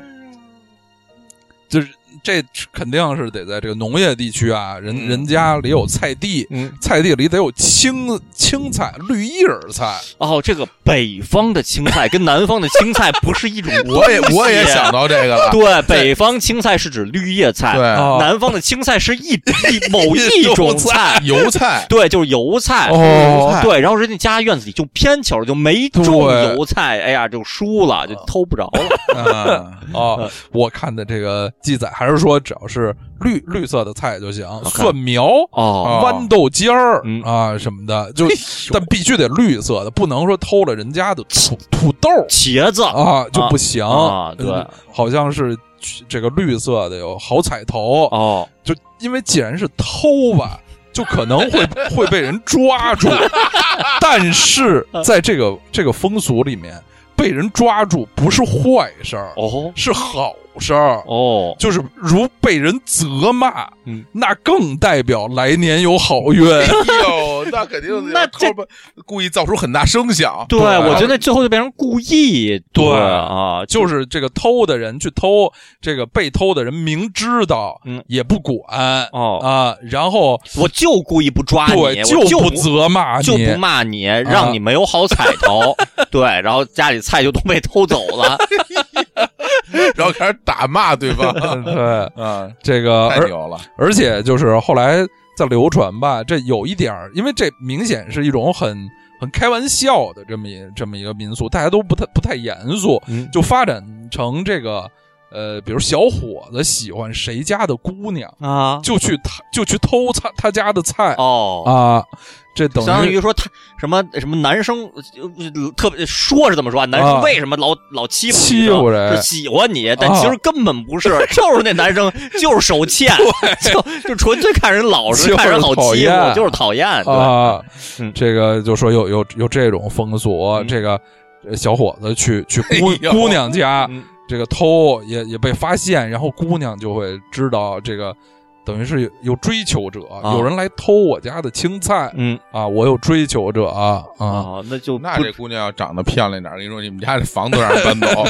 C: 就是这肯定是得在这个农业地区啊，人、
A: 嗯
C: 人家里有菜地，
B: 嗯，
C: 菜地里得有青青菜、绿叶儿菜，
B: 哦，这个北方的青菜跟南方的青菜不是一种东
A: (laughs)
B: 西，
A: 我也哎我也想到 (laughs) 这个
B: (laughs)
A: 了，
B: 对，北方青菜是指绿叶菜，
A: 对，哦
C: 啊
B: 南方的青菜是一一
A: (laughs)
B: 某一种菜，
A: 油菜
B: 对，就是油菜。
A: 哦
B: 对，然后人家家院子里就偏巧就没种
C: 对
B: 油菜，哎呀，就输了，
A: 哦
B: 就偷不着了。
A: 啊
C: 啊，我看的这个记载还是说，只要是绿绿色的菜就行，
B: 看
C: 蒜苗、
B: 哦，
C: 豌豆尖儿、
B: 嗯哎
C: 啊什么的，就但必须得绿色的，不能说偷了人家的土土豆儿
B: 茄子
A: 哦
C: 啊就不行
B: 啊对
C: 嗯好像是这个绿色的有好彩头，
B: 哦，
C: 就因为既然是偷吧，就可能会 (laughs) 会被人
B: (laughs)
C: 抓住，但是在这个这个风俗里面，被人抓住不是坏事儿，
B: 哦
C: 是好事儿。
B: 哦，
C: 就是如被人责骂，
B: 嗯
C: 那更代表来年有好运。 (laughs)
A: 哎呦，那肯定得
B: (laughs) 那这
A: 后边故意造出很大声响，
B: 对，我觉得最后就变成故意，
C: 对
B: 啊，
C: 就是这个偷的人去偷，这个被偷的人明知道，
B: 嗯
C: 也不管，
B: 哦
C: 啊，然后
B: 我就故意不抓你，
C: 对
B: 我就
C: 不
B: 不
C: 责骂你，啊
B: 就不骂你，让你没有好彩
C: (laughs)
B: 头。对，然后家里菜就都被偷走了。
A: (laughs) 然后开始打骂对
B: (laughs)
A: 方，
C: 对
A: 嗯，
C: 这个
A: 太
C: 而
A: 牛了，
C: 而且就是后来在流传吧，这有一点儿，因为这明显是一种很很开玩笑的这么一这么一个民俗，大家都不太不太严肃，
B: 嗯
C: 就发展成这个呃，比如小伙子喜欢谁家的姑娘，
B: 啊，
C: 就去他就去偷他他家的菜、
B: 哦，
C: 啊，这等
B: 相当
C: 于
B: 于说他什么什么男生呃特别说是这么说啊，男
C: 啊
B: 生为什么老老欺负
C: 欺负人啊
B: 是喜欢你，但其实根本不是， (laughs) 就是那男生就是手欠，就就纯粹看人老
C: 就
B: 实，
C: 是
B: 看人好
C: 讨
B: 欺
C: 厌
B: 负，就是讨厌。 (laughs) 对，
C: 啊
B: 嗯，
C: 这个就说有有有这种风俗，
B: 嗯
C: 这个呃小伙子去去姑、
A: 哎呦
C: 姑娘家。
B: 嗯
C: 这个偷也也被发现，然后姑娘就会知道这个，等于是有有追求者，
B: 啊
C: 有人来偷我家的青菜
B: 嗯
C: 啊，我有追求者啊啊
B: 哦，那就
A: 那
B: 不
A: 这姑娘要长得漂亮点儿，跟你说你们家这房都让人搬
B: (laughs)
A: 走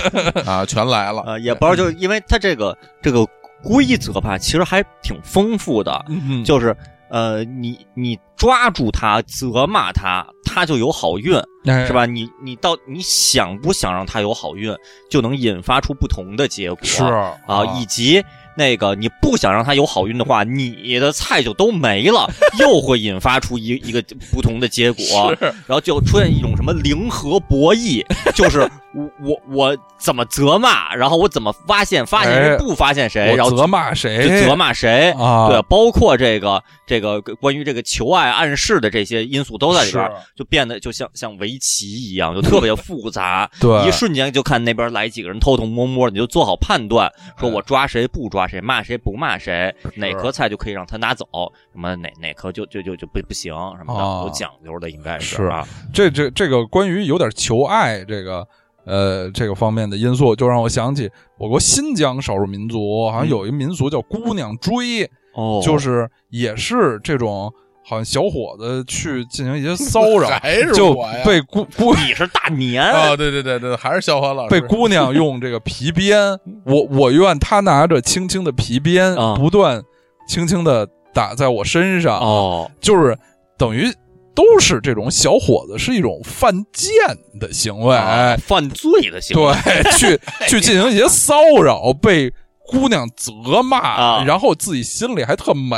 A: 啊，全来了
B: 呃，也不知道，就是
C: 嗯
B: 因为它这个这个规则吧，其实还挺丰富的，
C: 嗯
B: 就是呃，你你抓住他，责骂他，他就有好运，是？
C: 哎
B: 吧？你你到你想不想让他有好运，就能引发出不同的结果，
C: 是
B: 啊，
C: 哦
B: 以及。那个你不想让他有好运的
C: (laughs)
B: 话，你的菜就都没了，又会引发出一一个不同的结果，然后就出现一种什么零和博
C: (laughs)
B: 弈，就是我我我怎么责骂，然后我怎么发现发现
C: 哎
B: 谁不发现谁，然
C: 我
B: 后
C: 责骂
B: 就
C: 谁
B: 责骂谁，
C: 啊？
B: 对，包括这个这个关于这个求爱暗示的这些因素都在里边儿，就变得就像像围棋一样，就特别复杂。
C: 对
B: 一瞬间就看那边来几个人偷偷摸摸，你就做好判断，说我抓谁不抓谁，骂谁不骂谁，哪颗菜就可以让他拿走，什么哪哪颗就就就就不不行什么
C: 哦
B: 的，有讲究的应该
C: 是
B: 啊，
C: 这这这个关于有点求爱这个呃这个方面的因素，就让我想起我国新疆少数民族好像
B: 嗯
C: 有一民族叫姑娘追，
B: 哦，
C: 就是也是这种好像小伙子去进行一些
B: (laughs)
C: 骚扰，
A: 还是
C: 就
A: 我呀
C: 被姑姑
B: 你 (laughs) 是大年，
A: 啊，对对对对，还是小伙老师
C: 被姑娘用这个皮鞭，我我愿他拿着轻轻的皮鞭，
B: 啊
C: 不断轻轻的打在我身上，
B: 哦
C: 就是等于都是这种小伙子是一种犯贱的行为，
B: 啊犯罪的行为，
A: (laughs)
C: 对，去去进行一些骚扰，被姑娘责骂，
B: 啊
C: 然后自己心里还特
A: (laughs)
C: 美，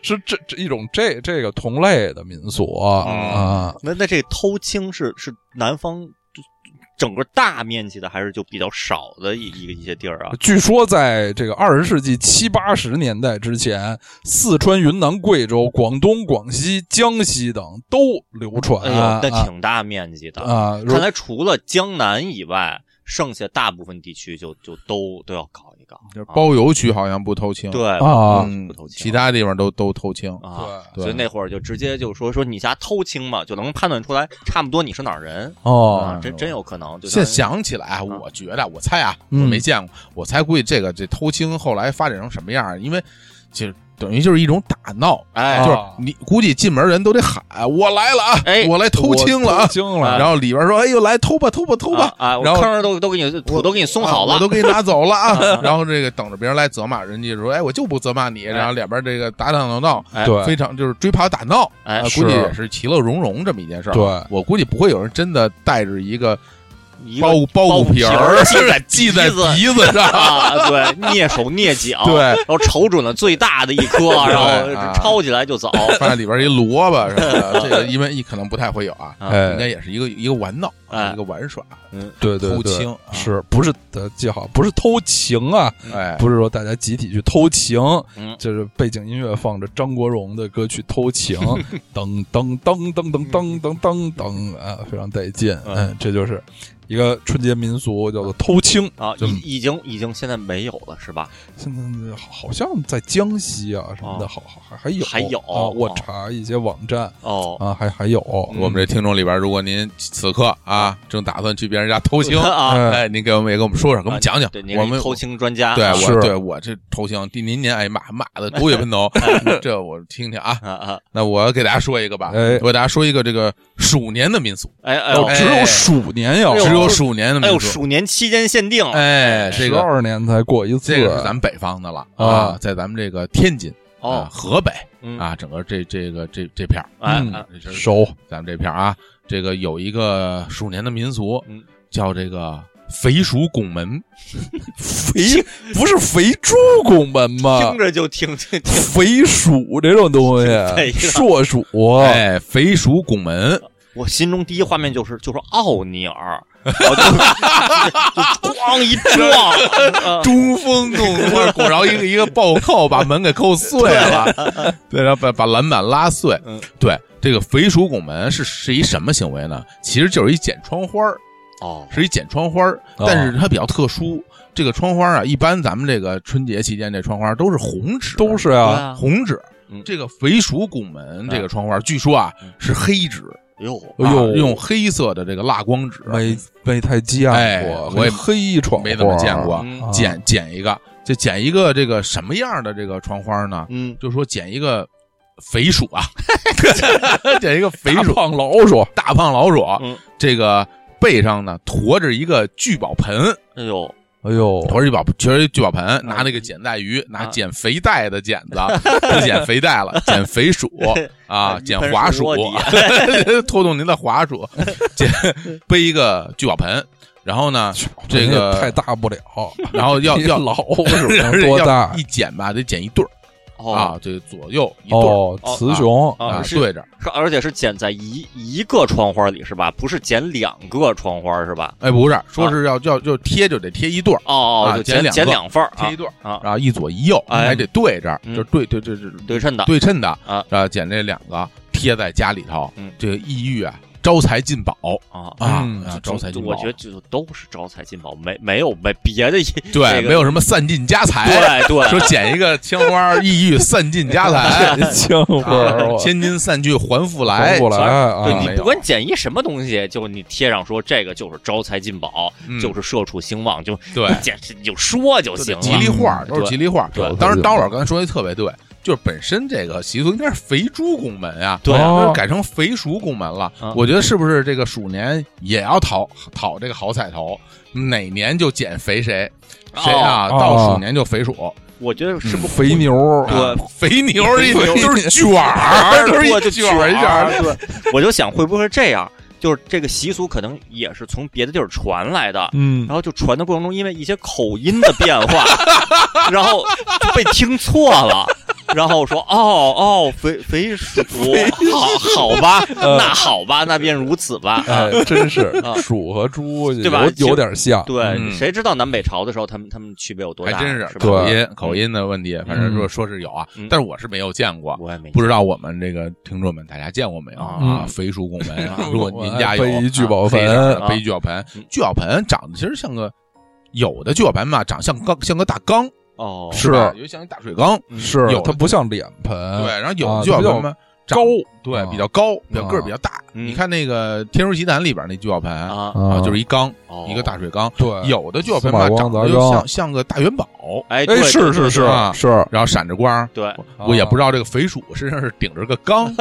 C: 是这这一种这这个同类的民俗啊。
A: 嗯
C: 啊
B: 那那这偷青是是南方整个大面积的还是就比较少的一一个一些地儿啊。
C: 据说在这个二十世纪七八十年代之前，四川、云南、贵州、广东、广西、江西等都流传。
B: 哎呦，那挺大面积的。
C: 啊，如
B: 看来除了江南以外，剩下大部分地区就就都都要搞一搞
A: 就是。
B: 啊
A: 包邮区好像不偷清，
B: 对
C: 啊
A: 嗯
B: 不偷，清
A: 其他地方都都偷清。
B: 啊，
A: 对
B: 所以那会儿就直接就说说你家偷清嘛，就能判断出来差不多你是哪儿人
C: 哦
B: 啊，真真有可能。就
A: 现在
B: 像
A: 想起来啊，
B: 嗯
A: 我觉得我猜啊，我
C: 嗯
A: 没见过，我猜估计这个这偷清后来发展成什么样儿？因为就等于就是一种打闹，
B: 哎
A: 就是
C: 啊
A: 你估计进门人都得喊我来了啊，
B: 哎
A: 我来偷清了啊，
C: 惊了，
A: 然后里边说哎呦来偷吧偷吧偷吧，
B: 啊，啊我
A: 然后
B: 坑儿都都给你土都给你松好
A: 啊我
B: 了
A: 都，给你拿走了
B: (laughs)
A: 啊，然后这个等着别人来责骂，人家说哎我就不责骂你，然后两边这个打打闹闹，
B: 哎
C: 对
A: 非常就是追跑打闹，
B: 哎
A: 啊
C: 是
A: 估计也是其乐融融这么一件事儿。啊
C: 对
A: 我估计不会有人真的带着一个
B: 一个
A: 包包
B: 包皮
A: 皮
B: 儿
A: 儿是
B: 系
A: 系
B: 在
A: 在
B: 鼻
A: 鼻子
B: (laughs)
A: 上，
B: 啊，对，蹑手蹑脚，
A: (laughs) 对
B: 然后瞅准了最大的一颗，
A: 对
B: 然
A: 啊
B: 后抄起来
A: (laughs)
B: 就走。
A: 放在里边一萝卜什么
B: (laughs)
A: 的，这个因为一可能不太会有啊，
B: 啊
A: 应该也是一个一个玩闹，啊
B: 哎
A: 一个玩耍，
C: 对对
A: 偷
C: 对，
A: 青啊
C: 是不是？呃，记好，不是偷情啊，
A: 哎，
C: 不是说大家集体去偷情，
B: 嗯
C: 就是背景音乐放着张国荣的歌曲《偷情》，噔噔噔噔噔噔噔噔噔啊，非常带劲。
B: 嗯
C: 嗯，这就是一个春节民俗，叫做偷青。
B: 啊，
C: 就
B: 已已经已经现在没有了是吧？
C: 现在好像在江西啊什么的，
B: 哦
C: 好好还还有
B: 还有
C: 啊，我
B: 哦
C: 查一些网站
B: 哦，，
C: 啊，还还有。
A: 我们这听众里边，如果您此刻啊正打算去别人家偷青
B: (laughs) 啊，
C: 哎
A: 哎，您给我们也给我们说说，给我
B: 啊
A: 们讲讲
B: (laughs) 对，您，
A: 我
B: 是
A: 们
B: 偷情专家，
A: 对
B: 啊
A: 我
C: 是
A: 对我这头型，第您您哎骂骂的狗血喷
B: (laughs)
A: 头，这我听听啊。
B: 啊啊，
A: 那我给大家说一个吧，
C: 哎
A: 我给大家说一个这个鼠年的民俗，
B: 哎哎
C: 哦，
B: 哎
C: 只有鼠年有
B: 哎，呦
A: 只有鼠年的
B: 哎呦，
A: 民俗。
B: 鼠年期间限定，
A: 哎，这
C: 十
A: 个
C: 二年才过一次。
A: 这个是咱们北方的了
C: 啊
A: 啊，在咱们这个天津啊
B: 哦，
A: 河北
B: 嗯，
A: 啊，呃整个这这个这这片儿，
B: 哎
C: 嗯
B: 哎
A: 这是
C: 熟
A: 咱们这片儿啊，这个有一个鼠年的民俗
B: 嗯，
A: 叫这个肥鼠拱门。
C: 肥不是肥猪拱门吗
B: 听？着就挺挺挺
C: 肥鼠这种东
B: 肥
C: 西，
B: 了
C: 硕鼠，
A: 哎，肥鼠拱门，
B: 我心中第一画面就是就是奥尼尔，然后就就咣一撞，
A: (laughs)
B: 啊
A: 中锋弄过拱，然后一个一个暴扣把门给扣碎了，对，然后把把篮板拉碎
B: 嗯。
A: 对，这个肥鼠拱门是是一什么行为呢？其实就是一捡窗花儿，
B: 哦，
A: 是一捡窗花儿，
C: 哦
A: 但是它比较特殊。这个窗花啊，一般咱们这个春节期间这窗花都是红纸，
C: 都是
B: 对
C: 啊，
B: 啊，
A: 红纸
B: 嗯。
A: 这个肥鼠拱门这个窗花，据说啊
B: 嗯
A: 是黑纸，
B: 哟，
C: 哎呦
A: 啊用黑色的这个蜡光纸，
C: 没没太见
A: 哎
C: 过，
A: 我也
C: 黑闯
A: 没怎么见过
B: 嗯
C: 啊
A: 捡捡一个，就捡一个这个什么样的这个窗花呢？
B: 嗯，
A: 就说捡一个肥鼠 (laughs) 啊，捡一个肥
C: 大
A: 鼠，
C: 胖老鼠，
A: 大胖老鼠，
B: 嗯
A: 这个背上呢驮着一个聚宝盆，
B: 哎呦，
C: 哎呦，
B: 哦
A: 驮着一宝，驮着一聚宝盆，
B: 嗯
A: 拿那个捡带鱼，拿捡肥带的剪
B: (laughs)
A: 子，不捡肥带了，捡肥鼠啊，捡滑鼠
B: 一
A: (laughs)
B: 盆，
A: 拖动您的滑
B: (laughs)
A: 鼠，捡背一个聚宝盆，然后
B: (laughs)
A: 呢，这个
C: 太大不了，
A: 然后 (laughs) 要
C: 一
A: 要
C: 老鼠
A: (laughs) 要
C: 多大
A: 一捡吧，得捡一对儿
B: 哦
A: 啊，，这个左右一对儿
C: 哦，雌雄
B: 啊
A: 啊，
B: 是
A: 对着。
B: 是而且是剪在一一个窗花里是吧？不是剪两个窗花是吧？
A: 哎，不是，
B: 啊
A: 说是要要就贴就得贴一对儿，
B: 哦哦，
A: 啊
B: 就
A: 剪
B: 剪
A: 两个
B: 剪两份儿
A: 贴
B: 啊
A: 一对儿，
B: 啊，
A: 然后一左一右，
B: 哎
A: 还得对着，
B: 嗯
A: 就对对对对
B: 对称的，
A: 对称的
B: 啊，
A: 啊，捡这两个贴在家里头
B: 嗯，
A: 这个意欲啊，招财进宝
B: 啊。
A: 啊
C: 嗯，
A: 啊
B: 就
A: 招财进宝，
B: 我觉得就都是招财进宝，没没有没别的一这
A: 对，
B: 个
A: 没有什么散尽家
B: 哎
A: 财，
B: 对对，
A: 说捡一个青花意欲散尽家
B: (laughs)
A: 财，
C: (laughs) 青花
A: 啊
C: 儿，
A: (laughs)
C: 我
A: 千金散去还复
C: 反
A: 来，
C: 过来
B: 对
A: 啊
C: 啊，
B: 你不管捡一什么东西，就你贴上说这个就是招财进宝，
A: 嗯
B: 就是社畜兴旺，就
A: 对嗯
B: 你捡你就说就行了。
A: 吉利话儿都是吉利话儿。
B: 对
A: 当然，刀老刚才说的特别对，就是本身这个习俗应该是肥猪拱门啊，
B: 对啊
A: 就
C: 哦
A: 是改成肥鼠拱门了
B: 啊。
A: 我觉得是不是这个鼠年也要讨讨这个好彩头，哪年就减肥谁，谁啊
C: 哦
A: 到鼠年就肥鼠，
B: 我觉得是不是
C: 肥牛儿，
B: 对
A: 啊肥牛儿
C: (laughs)
A: 一
C: 肥牛
A: 嗯就是卷儿，都是
B: 我
A: 一
B: 就
A: 卷儿一卷儿。
B: 啊对，我就想会不会是这样，就是这个习俗可能也是从别的地儿传来的，
C: 嗯
B: 然，后就传的过程 (laughs) 中，因为一些口音的变化，然后被听错了。然后我说哦哦，肥
A: (laughs)
B: 肥鼠，好好吧，
A: 嗯
B: 那好吧，那便如此吧。啊
C: 哎，真是
B: (laughs) 啊
C: 鼠和猪
B: 对吧其实
C: 有有点像，
B: 对，
A: 嗯
B: 谁知道南北朝的时候他们他们区别有多
A: 还
B: 大？
A: 哎真是
B: 是吧
A: 口音口音的问题，反正说
C: 嗯
A: 说是有啊
B: 嗯，
A: 但是我是没有见过，
B: 我也没
A: 不知道我们这个听众们大家见过没有啊？
C: 嗯
A: 肥鼠拱门啊，
C: 嗯
A: 如果您家有
C: (laughs) 我还背一聚宝
A: 啊
C: 盆
A: 黑色的
B: 啊
A: 背一聚宝盆
B: 嗯，
A: 聚宝盆长得其实像个。有的聚宝盆嘛，长像缸，像个大缸，
B: 哦，
C: 是
A: 是吧？就像一大水缸。
B: 嗯
C: 是
A: 有的
C: 它不像脸盆，
A: 对，然后有
C: 啊
A: 的聚宝
C: 它比较
A: 盆嘛，长
C: 高，
A: 对
C: 啊，
A: 比较高，比较个儿
C: 啊
A: 比较大。
B: 嗯
A: 你看那个《天书奇谭》里边那聚宝盆啊，
B: 啊，
C: 啊
A: 就是一缸，
B: 哦
A: 一个大水缸。
C: 对，
A: 有的聚宝
C: 司
A: 盆
C: 马
A: 吧，
C: 光
A: 长得
C: 砸
A: 就
C: 缸
A: 像像个大元宝，
B: 哎，对
C: 哎，是是是
A: 啊
C: 是，
A: 然后闪着光儿。
B: 对，
A: 我也不
C: 知
A: 知道这个肥鼠身上是顶着个
C: (laughs)
A: 缸，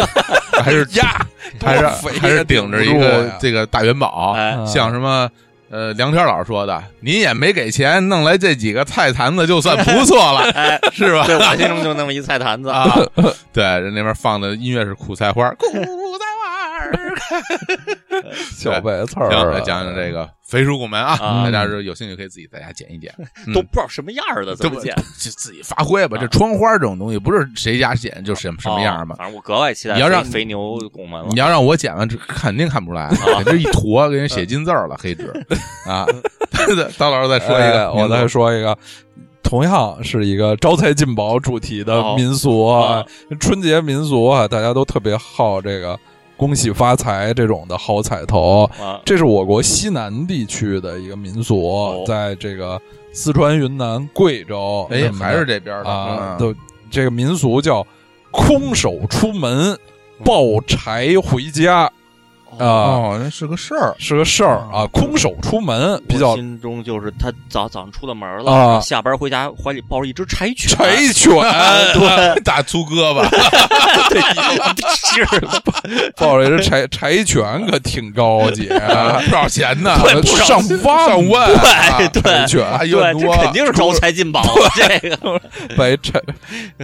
A: 还是
C: 呀， (laughs)
A: 还是
C: 多肥呀
A: 还是顶着一
C: 顶不住
A: 个
C: 呀
A: 这个大元宝，
B: 哎，
C: 啊
A: 像什么。呃，梁天老师说的，您也没给钱，弄来这几个菜坛子就算不错了， (laughs)
B: 哎，
A: 是吧？
B: 对我心中就那么一菜坛子
A: 啊，对，人那边放的音乐是苦菜花，苦菜花儿。
C: (laughs) 小白菜
A: 行，
C: 儿
A: 来
C: 啊，
A: 讲讲这个肥鼠拱门啊，
B: 啊
A: 大家是有兴趣可以自己在家剪一剪，嗯
B: 都不知道什么样儿的，
A: 对
B: 怎
A: 不
B: 么
A: 对
B: 剪？？
A: 就自己发挥吧。
B: 啊
A: 这窗花这种东西，不是谁家剪就什么什么样嘛
B: 哦。反正我格外期待
A: 你要让
B: 肥肥牛拱门了
A: 你。要让我剪完，这肯定看不出来，啊这一坨给人写金字儿了，黑纸啊。 (laughs) 刀老师再说一
C: 哎
A: 个，
C: 我再说一个。同样是一个招财进宝主题的民俗啊，
B: 哦
C: 春节民俗啊，大家都特别好这个恭喜发财这种的好彩头。
B: 啊，
C: 这是我国西南地区的一个民俗，在这个四川、云南、贵州，
A: 哦哎，还是
C: 这
A: 这边的
C: 啊，
A: 嗯
C: 都这个民俗叫空手出门，抱柴回家啊，
A: 哦，那是个事儿。
C: 是个事儿啊。空手出门比
B: 我
C: 较
B: 心中就是他早早上出了门了，
C: 啊
B: 然后下班回家怀里抱着一只柴犬，
C: 柴
A: (laughs)
C: 犬 (laughs)
A: 对，大粗胳膊，
B: 对， (laughs) 是
C: (laughs) 抱着一只柴柴犬，可挺高
A: (laughs)
C: 级啊 (laughs)
A: 啊，不少钱呢，
B: 对不少
C: 上万
A: 上万
B: 对
A: 啊，
B: 对
C: 柴犬哎
A: 啊，一
B: 对，
A: 万
B: 这
A: 多，
B: 肯定是招
A: (laughs)
B: 财进宝，这
C: (laughs)
B: 个
C: 白柴，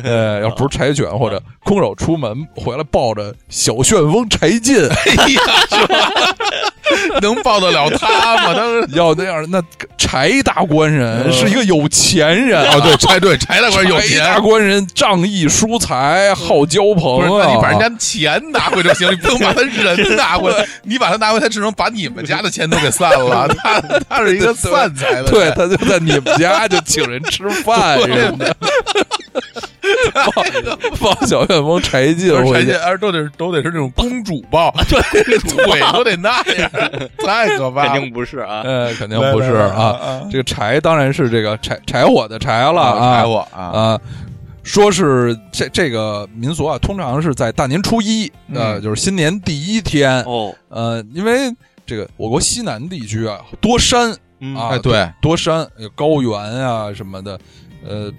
C: 呃，要不是柴犬或者空手出门回来抱着小旋风柴进，
A: 哎呀，
C: (laughs)
A: 是吧？能抱得了他吗？当时
C: 要那样，那柴大官人
B: 嗯
C: 是一个有钱
A: (laughs)
C: 人
A: 啊，对，柴对柴大官有
C: 柴
A: 钱，嗯
C: 大官人仗义疏财，好交
A: 不
C: 朋啊
A: 是，
C: 友。
A: 那你把人家钱拿回就行，你不用把他人拿回
C: (laughs)
A: 来。你把他拿回，他只能把你们家的钱都给散了。他他是一个散财的，
C: 对，，他就在你们家就请人吃饭什么的，放放小旋风柴进
A: 而
C: 回去
A: 且，而都得都得是那种公主抱，
C: 啊
A: 腿都得那
C: (laughs)
A: 样，太可怕
B: 肯
A: 了。
B: 定不是啊。
C: 呃，肯定不是啊。
A: 啊，
C: 这个柴当然是这个柴柴火的柴了啊，
A: 柴我啊，
C: 啊，说是这这个民俗啊，通常是在大年初一，呃，
A: 嗯
C: 就是新年第一天，
B: 哦，
C: 呃，因为这个我国西南地区啊，多山
B: 嗯
C: 啊，
A: 哎对，
C: 多山有高原啊什么的，呃，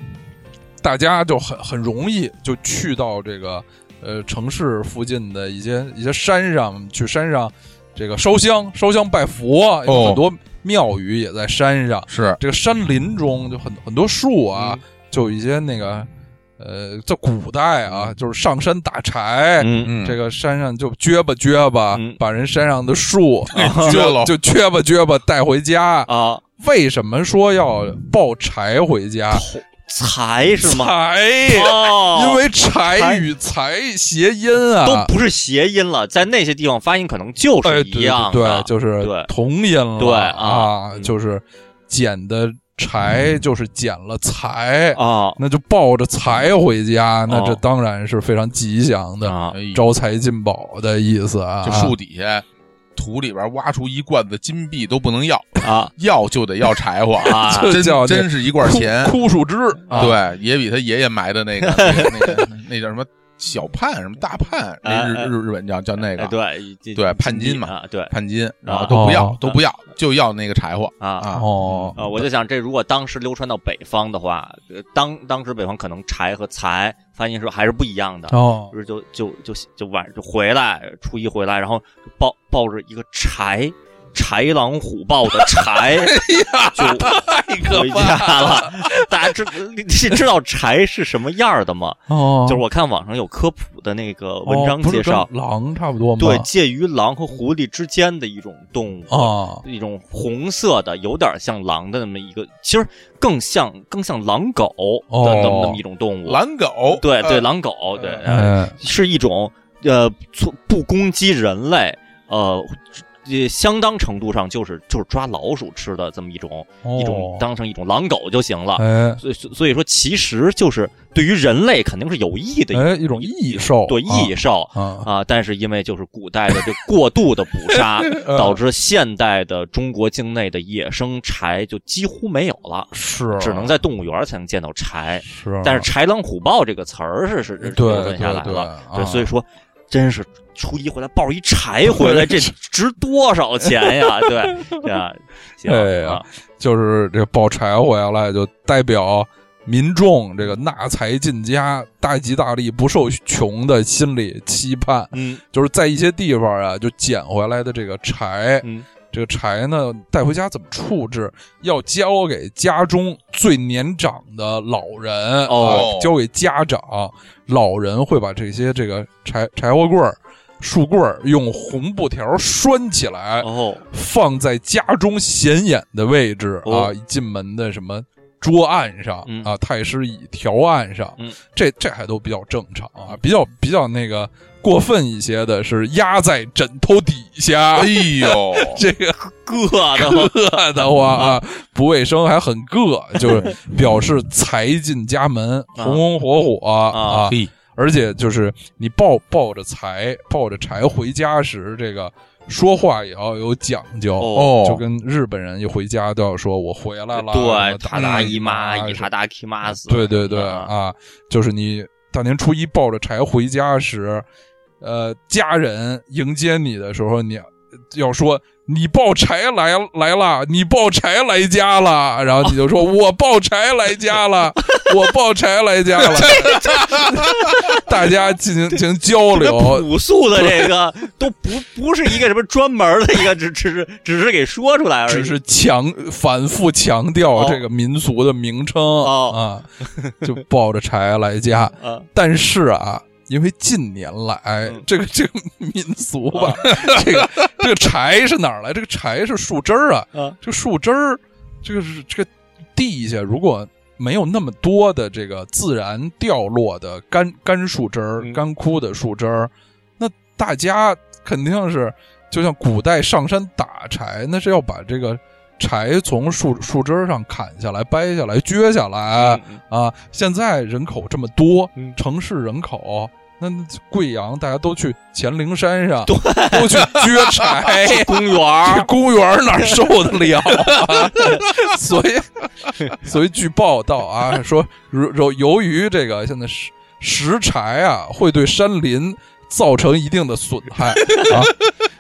C: 大家就很很容易就去到这个呃城市附近的一些一些山上去山上这个烧香烧香拜佛，啊有
A: 哦
C: 很多庙宇也在山上。
A: 是
C: 这个山林中就很很多树啊，
B: 嗯
C: 就有一些那个，呃，在古代啊，就是上山打柴，
B: 嗯
A: 嗯
C: 这个山上就撅吧撅吧，
B: 嗯
C: 把人山上的树
B: (laughs)
C: 啊
A: 撅哎了
C: 就撅吧撅吧带回家。
B: 啊，
C: 为什么说要抱柴回家？
B: 财是吗？
C: 柴，
B: 哦，
C: 因为柴与财谐音啊，
B: 都不是谐音了，在那些地方发音可能就
C: 哎
B: 是一样
C: 对对
B: 的，
C: 对，就是
B: 对
C: 同音了，
B: 对啊
C: 啊，
B: 嗯
C: 就是捡的柴，就是捡了财
B: 啊
C: 那就抱着财回家，那
B: 哦
C: 这当然是非常吉祥的，
B: 啊
A: 哎呦
C: 招财进宝的意思啊。
A: 就树底下土里边挖出一罐子金币都不能要，
B: 啊
A: 要就得要柴火，
B: 啊！ (laughs)
C: 这
A: 真
C: 叫那
A: 真是一罐钱，
C: (laughs) 枯枯树枝啊，
A: 对，也比他爷爷埋的
B: (laughs)
A: 那个那个那个那叫什么小判什么大判，那
B: 哎哎
A: 日日日本叫叫那
B: 哎
A: 个
B: 对这
A: 对判金嘛
B: 啊，对
A: 判金，然后都不要
C: 哦
A: 都不要，就要那个柴火
B: 啊。
A: 啊。
C: 哦，
B: 啊，我就想，这如果当时流传到北方的话，呃当当时北方可能柴和财发音是还是不一样的，
C: 哦
B: 不是就就就就晚就回来，初一回来，然后抱抱着一个柴，豺狼虎豹的豺
A: 哎太
B: (laughs) 就
A: 可
B: 回
A: 怕了！
B: 家了。大家知 (laughs) 你知道豺是什么样儿的吗？
C: 哦
B: 就是我看网上有科普的那个文章
C: 哦不是
B: 介绍，
C: 跟狼差不多吗？
B: 对，介于狼和狐狸之间的一种动物。
C: 啊，
B: 一种红色的，有点像狼的那么一个，其实更像更像狼狗的
C: 哦
B: 那么那么一种动物。
A: 狼狗，
B: 对对，
A: 呃，
B: 狼狗对，呃
C: 嗯
B: 是一种呃从不攻击人类，呃，也相当程度上就是就是抓老鼠吃的这么一种一种
C: 哦
B: 当成一种狼狗就行了。
C: 哎
B: 所以所以说，其实就是对于人类肯定是有益的，
C: 哎一种异兽，
B: 对异兽。
C: 啊
B: 啊，但是因为就是古代的这过度的捕
A: (laughs)
B: 杀，
C: 嗯
B: 导致现代的中国境内的野生豺就几乎没有了，
C: 是
B: 只能在动物园儿才能见到豺。
C: 是，
B: 但是“豺狼虎豹”这个词儿是是是
C: 对
B: 留存下来
C: 对
B: 了，
C: 对啊
B: 所以说真是初一回来抱一豺回来，这值多少钱
C: (laughs)
B: 呀？对，对啊，行
C: 哎呀
B: 啊，
C: 就是这抱柴火下来，就代表民众这个纳财进家、大吉大利、不受穷的心理期盼。
B: 嗯
C: 就是在一些地方啊，就捡回来的这个柴，
B: 嗯，
C: 这个柴呢带回家怎么处置？要交给家中最年长的老人，
B: 哦
C: 啊交给家长。老人会把这些这个柴柴火棍儿、树棍儿用红布条拴起来，
B: 哦，
C: 放在家中显眼的位置、
B: 哦
C: 啊，一进门的什么桌案上、
B: 嗯
C: 啊，太师椅条案上，
B: 嗯
C: 这这还都比较正常啊，比较比较那个过分一些的是压在枕头底下，
B: (laughs)
A: 哎呦，
C: 这个
B: 硌得慌
C: 硌得慌啊，不卫生还很硌，就是表示财进家门，
B: 啊
C: 红红火火
B: 啊
C: 啊。而且就是你抱抱着财，抱着柴回家时，这个说话也要有讲究
B: 哦
C: 就跟日本人一回家都要说“我回来了”，
B: 对，
C: 大
B: 塔达
C: 大
B: 姨妈，
C: 姨
B: 伊塔达基玛斯，
C: 嗯对对对
B: 啊，
C: 啊，就是你大年初一抱着柴回家时，呃，家人迎接你的时候，你要说你抱柴来来了，你抱柴来家了，然后你就说、
B: 哦
C: 我抱柴来家了，我抱柴来家了， (laughs) 大家进行进行交
B: 特别
C: 流。
B: 朴素的这
C: (laughs)
B: 个都不不是一个什么专门的一个，只只是只是给说出来而已。
C: 只是强反复强调
B: 哦
C: 这个民俗的名称、
B: 哦
C: 啊，就抱着柴来家，
B: 啊，
C: 但是啊，因为近年来、
B: 嗯
C: 这个 (laughs) 这个民俗吧， (laughs) 这个这个柴是哪儿来？这个柴是树枝儿啊，
B: 啊
C: 这个树枝儿，这个是这个地下如果没有那么多的这个自然掉落的干干树枝儿、
B: 嗯
C: 干枯的树枝儿，那大家肯定是就像古代上山打柴，那是要把这个。柴从树树枝儿上砍下来、掰下来、撅下来，
B: 嗯嗯
C: 啊，现在人口这么多，
B: 嗯，
C: 城市人口，那那贵阳大家都去黔灵山上，都去撅柴
B: (laughs) 去公园
C: 这
B: 儿
C: 公园儿哪儿受得了啊？ (laughs) 所以，所以据报道啊，说如由由于这个现在石石柴啊，会对山林造成一定的损害啊，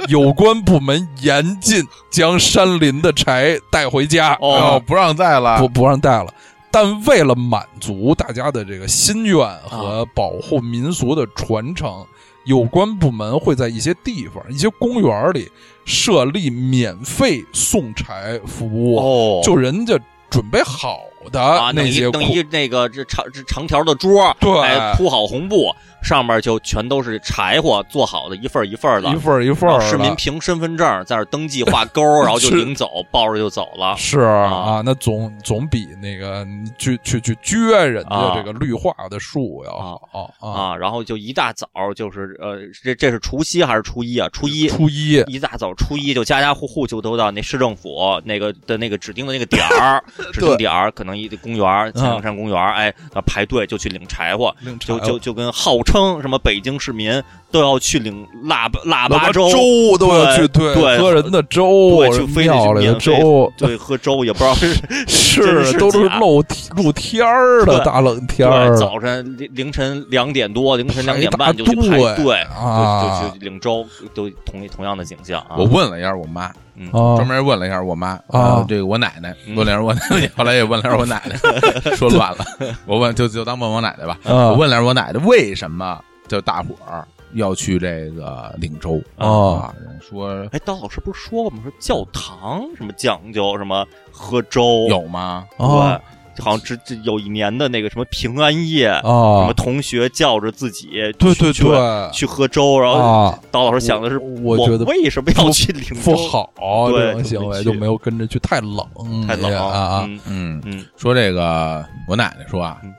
C: 有关部门严禁将山林的柴带回家
B: 哦
C: 啊
A: 哦，不让在了，
C: 不不让带了。但为了满足大家的这个心愿和
B: 啊
C: 保护民俗的传承，有关部门会在一些地方、一些公园里设立免费送柴服务，
B: 哦
C: 就人家准备好的
B: 啊，弄
C: 那
B: 一
C: 些
B: 弄
C: 库
B: 一那个这长这长条的桌，
C: 对
B: 哎，铺好红布，上面就全都是柴火做好的一份儿一份儿的
C: 一。份儿一份
B: 然
C: 儿
B: 后市民
C: 的。
B: 凭身份证在那儿登记画勾， (laughs) 然后就是领走，抱着就走了。
C: 是啊，那总总比那个你去去去撅人家
B: 啊
C: 这个绿化的树要好啊！
B: 啊，然后就一大早就是呃，这这是除夕还是初一啊？初一，
C: 初一
B: 一大早初一就家家户户就都到那市政府那个的那个指定的那个点 (laughs) 儿，指定点儿，可能一个公园儿，黔灵山公园儿，哎，啊排队就去领柴火，
C: 领柴
B: 就就就跟号称什么北京市民都要去领腊八腊
A: 腊
B: 八
A: 八
B: 粥，
A: 粥
C: 都要去
B: 对对
C: 喝人的粥，
B: 对就非得去
C: 庙里的
B: 免费 (laughs)
C: 粥，
B: 对，喝粥也不知道
C: (laughs)
B: 是真
C: 是
B: 是
C: 都是
B: 假
C: 露天露天儿的
B: 对
C: 大冷天儿
B: 对，早晨凌凌晨两点多，凌晨两点
C: 排
B: 半
C: 大
B: 就去排
C: 队
B: 队，就
C: 啊
B: 就去领粥，都同同样的景象啊
A: 我。问了一下我妈，
B: 嗯
A: 专
C: 啊！
A: 门问了一下我妈
C: 啊
A: 这个我奶奶，
B: 嗯
A: 问了一下我奶奶，后来也问了一下我奶奶，
B: (laughs)
A: 说乱了，我问就就当问我奶奶吧，
C: 啊
A: 我问了一下我奶奶为什么就大伙儿要去这个岭州
C: 哦
A: 啊，人说
B: 哎，刀老师不是说过吗？说教堂什么讲究，什么喝粥，
A: 有吗？
B: 对，
C: 哦
B: 好像这这有一年的那个什么平安夜，什么
C: 啊，
B: 同学叫着自己去，
C: 对对对，
B: 去喝粥，然后
C: 啊，
B: 刀老师想的是，
C: 我我觉得
B: 为什么要去领
C: 不，好
B: 对
C: 这种行为
B: 就
C: 就
B: 没去
C: 没有跟着去，太冷，
B: 太冷
C: 啊啊！
B: 嗯
A: 嗯，
B: 嗯，
A: 说这个我奶奶说啊
B: 嗯，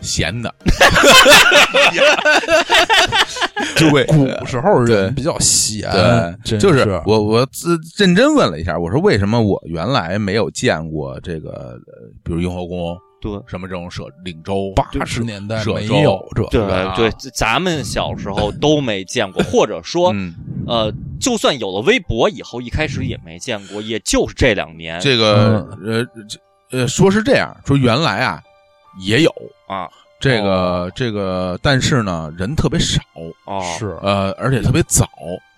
A: 闲
C: (laughs)
A: 的，就会
B: 嗯
C: 古时候
A: 对
C: 人比较闲，
A: 对，
C: 真
A: 就是我我自认真问了一下，我说为什么我原来没有见过这个，呃比如雍和宫
B: 对。
A: 什么这种舍岭州
C: 八十年代
A: 褶
C: 没
A: 皱
C: 有这
B: 对
A: 吧
B: 对，咱们小时候都没见过，或者说，
A: 嗯，
B: 呃，就算有了微博以后，一开始也没见过，也就是这两年
A: 这个
C: 嗯
A: 呃这呃说是这样说，原来啊也有
B: 啊
A: 这个这个，但是呢人特别少，
B: 哦
C: 是
A: 呃，而且特别早，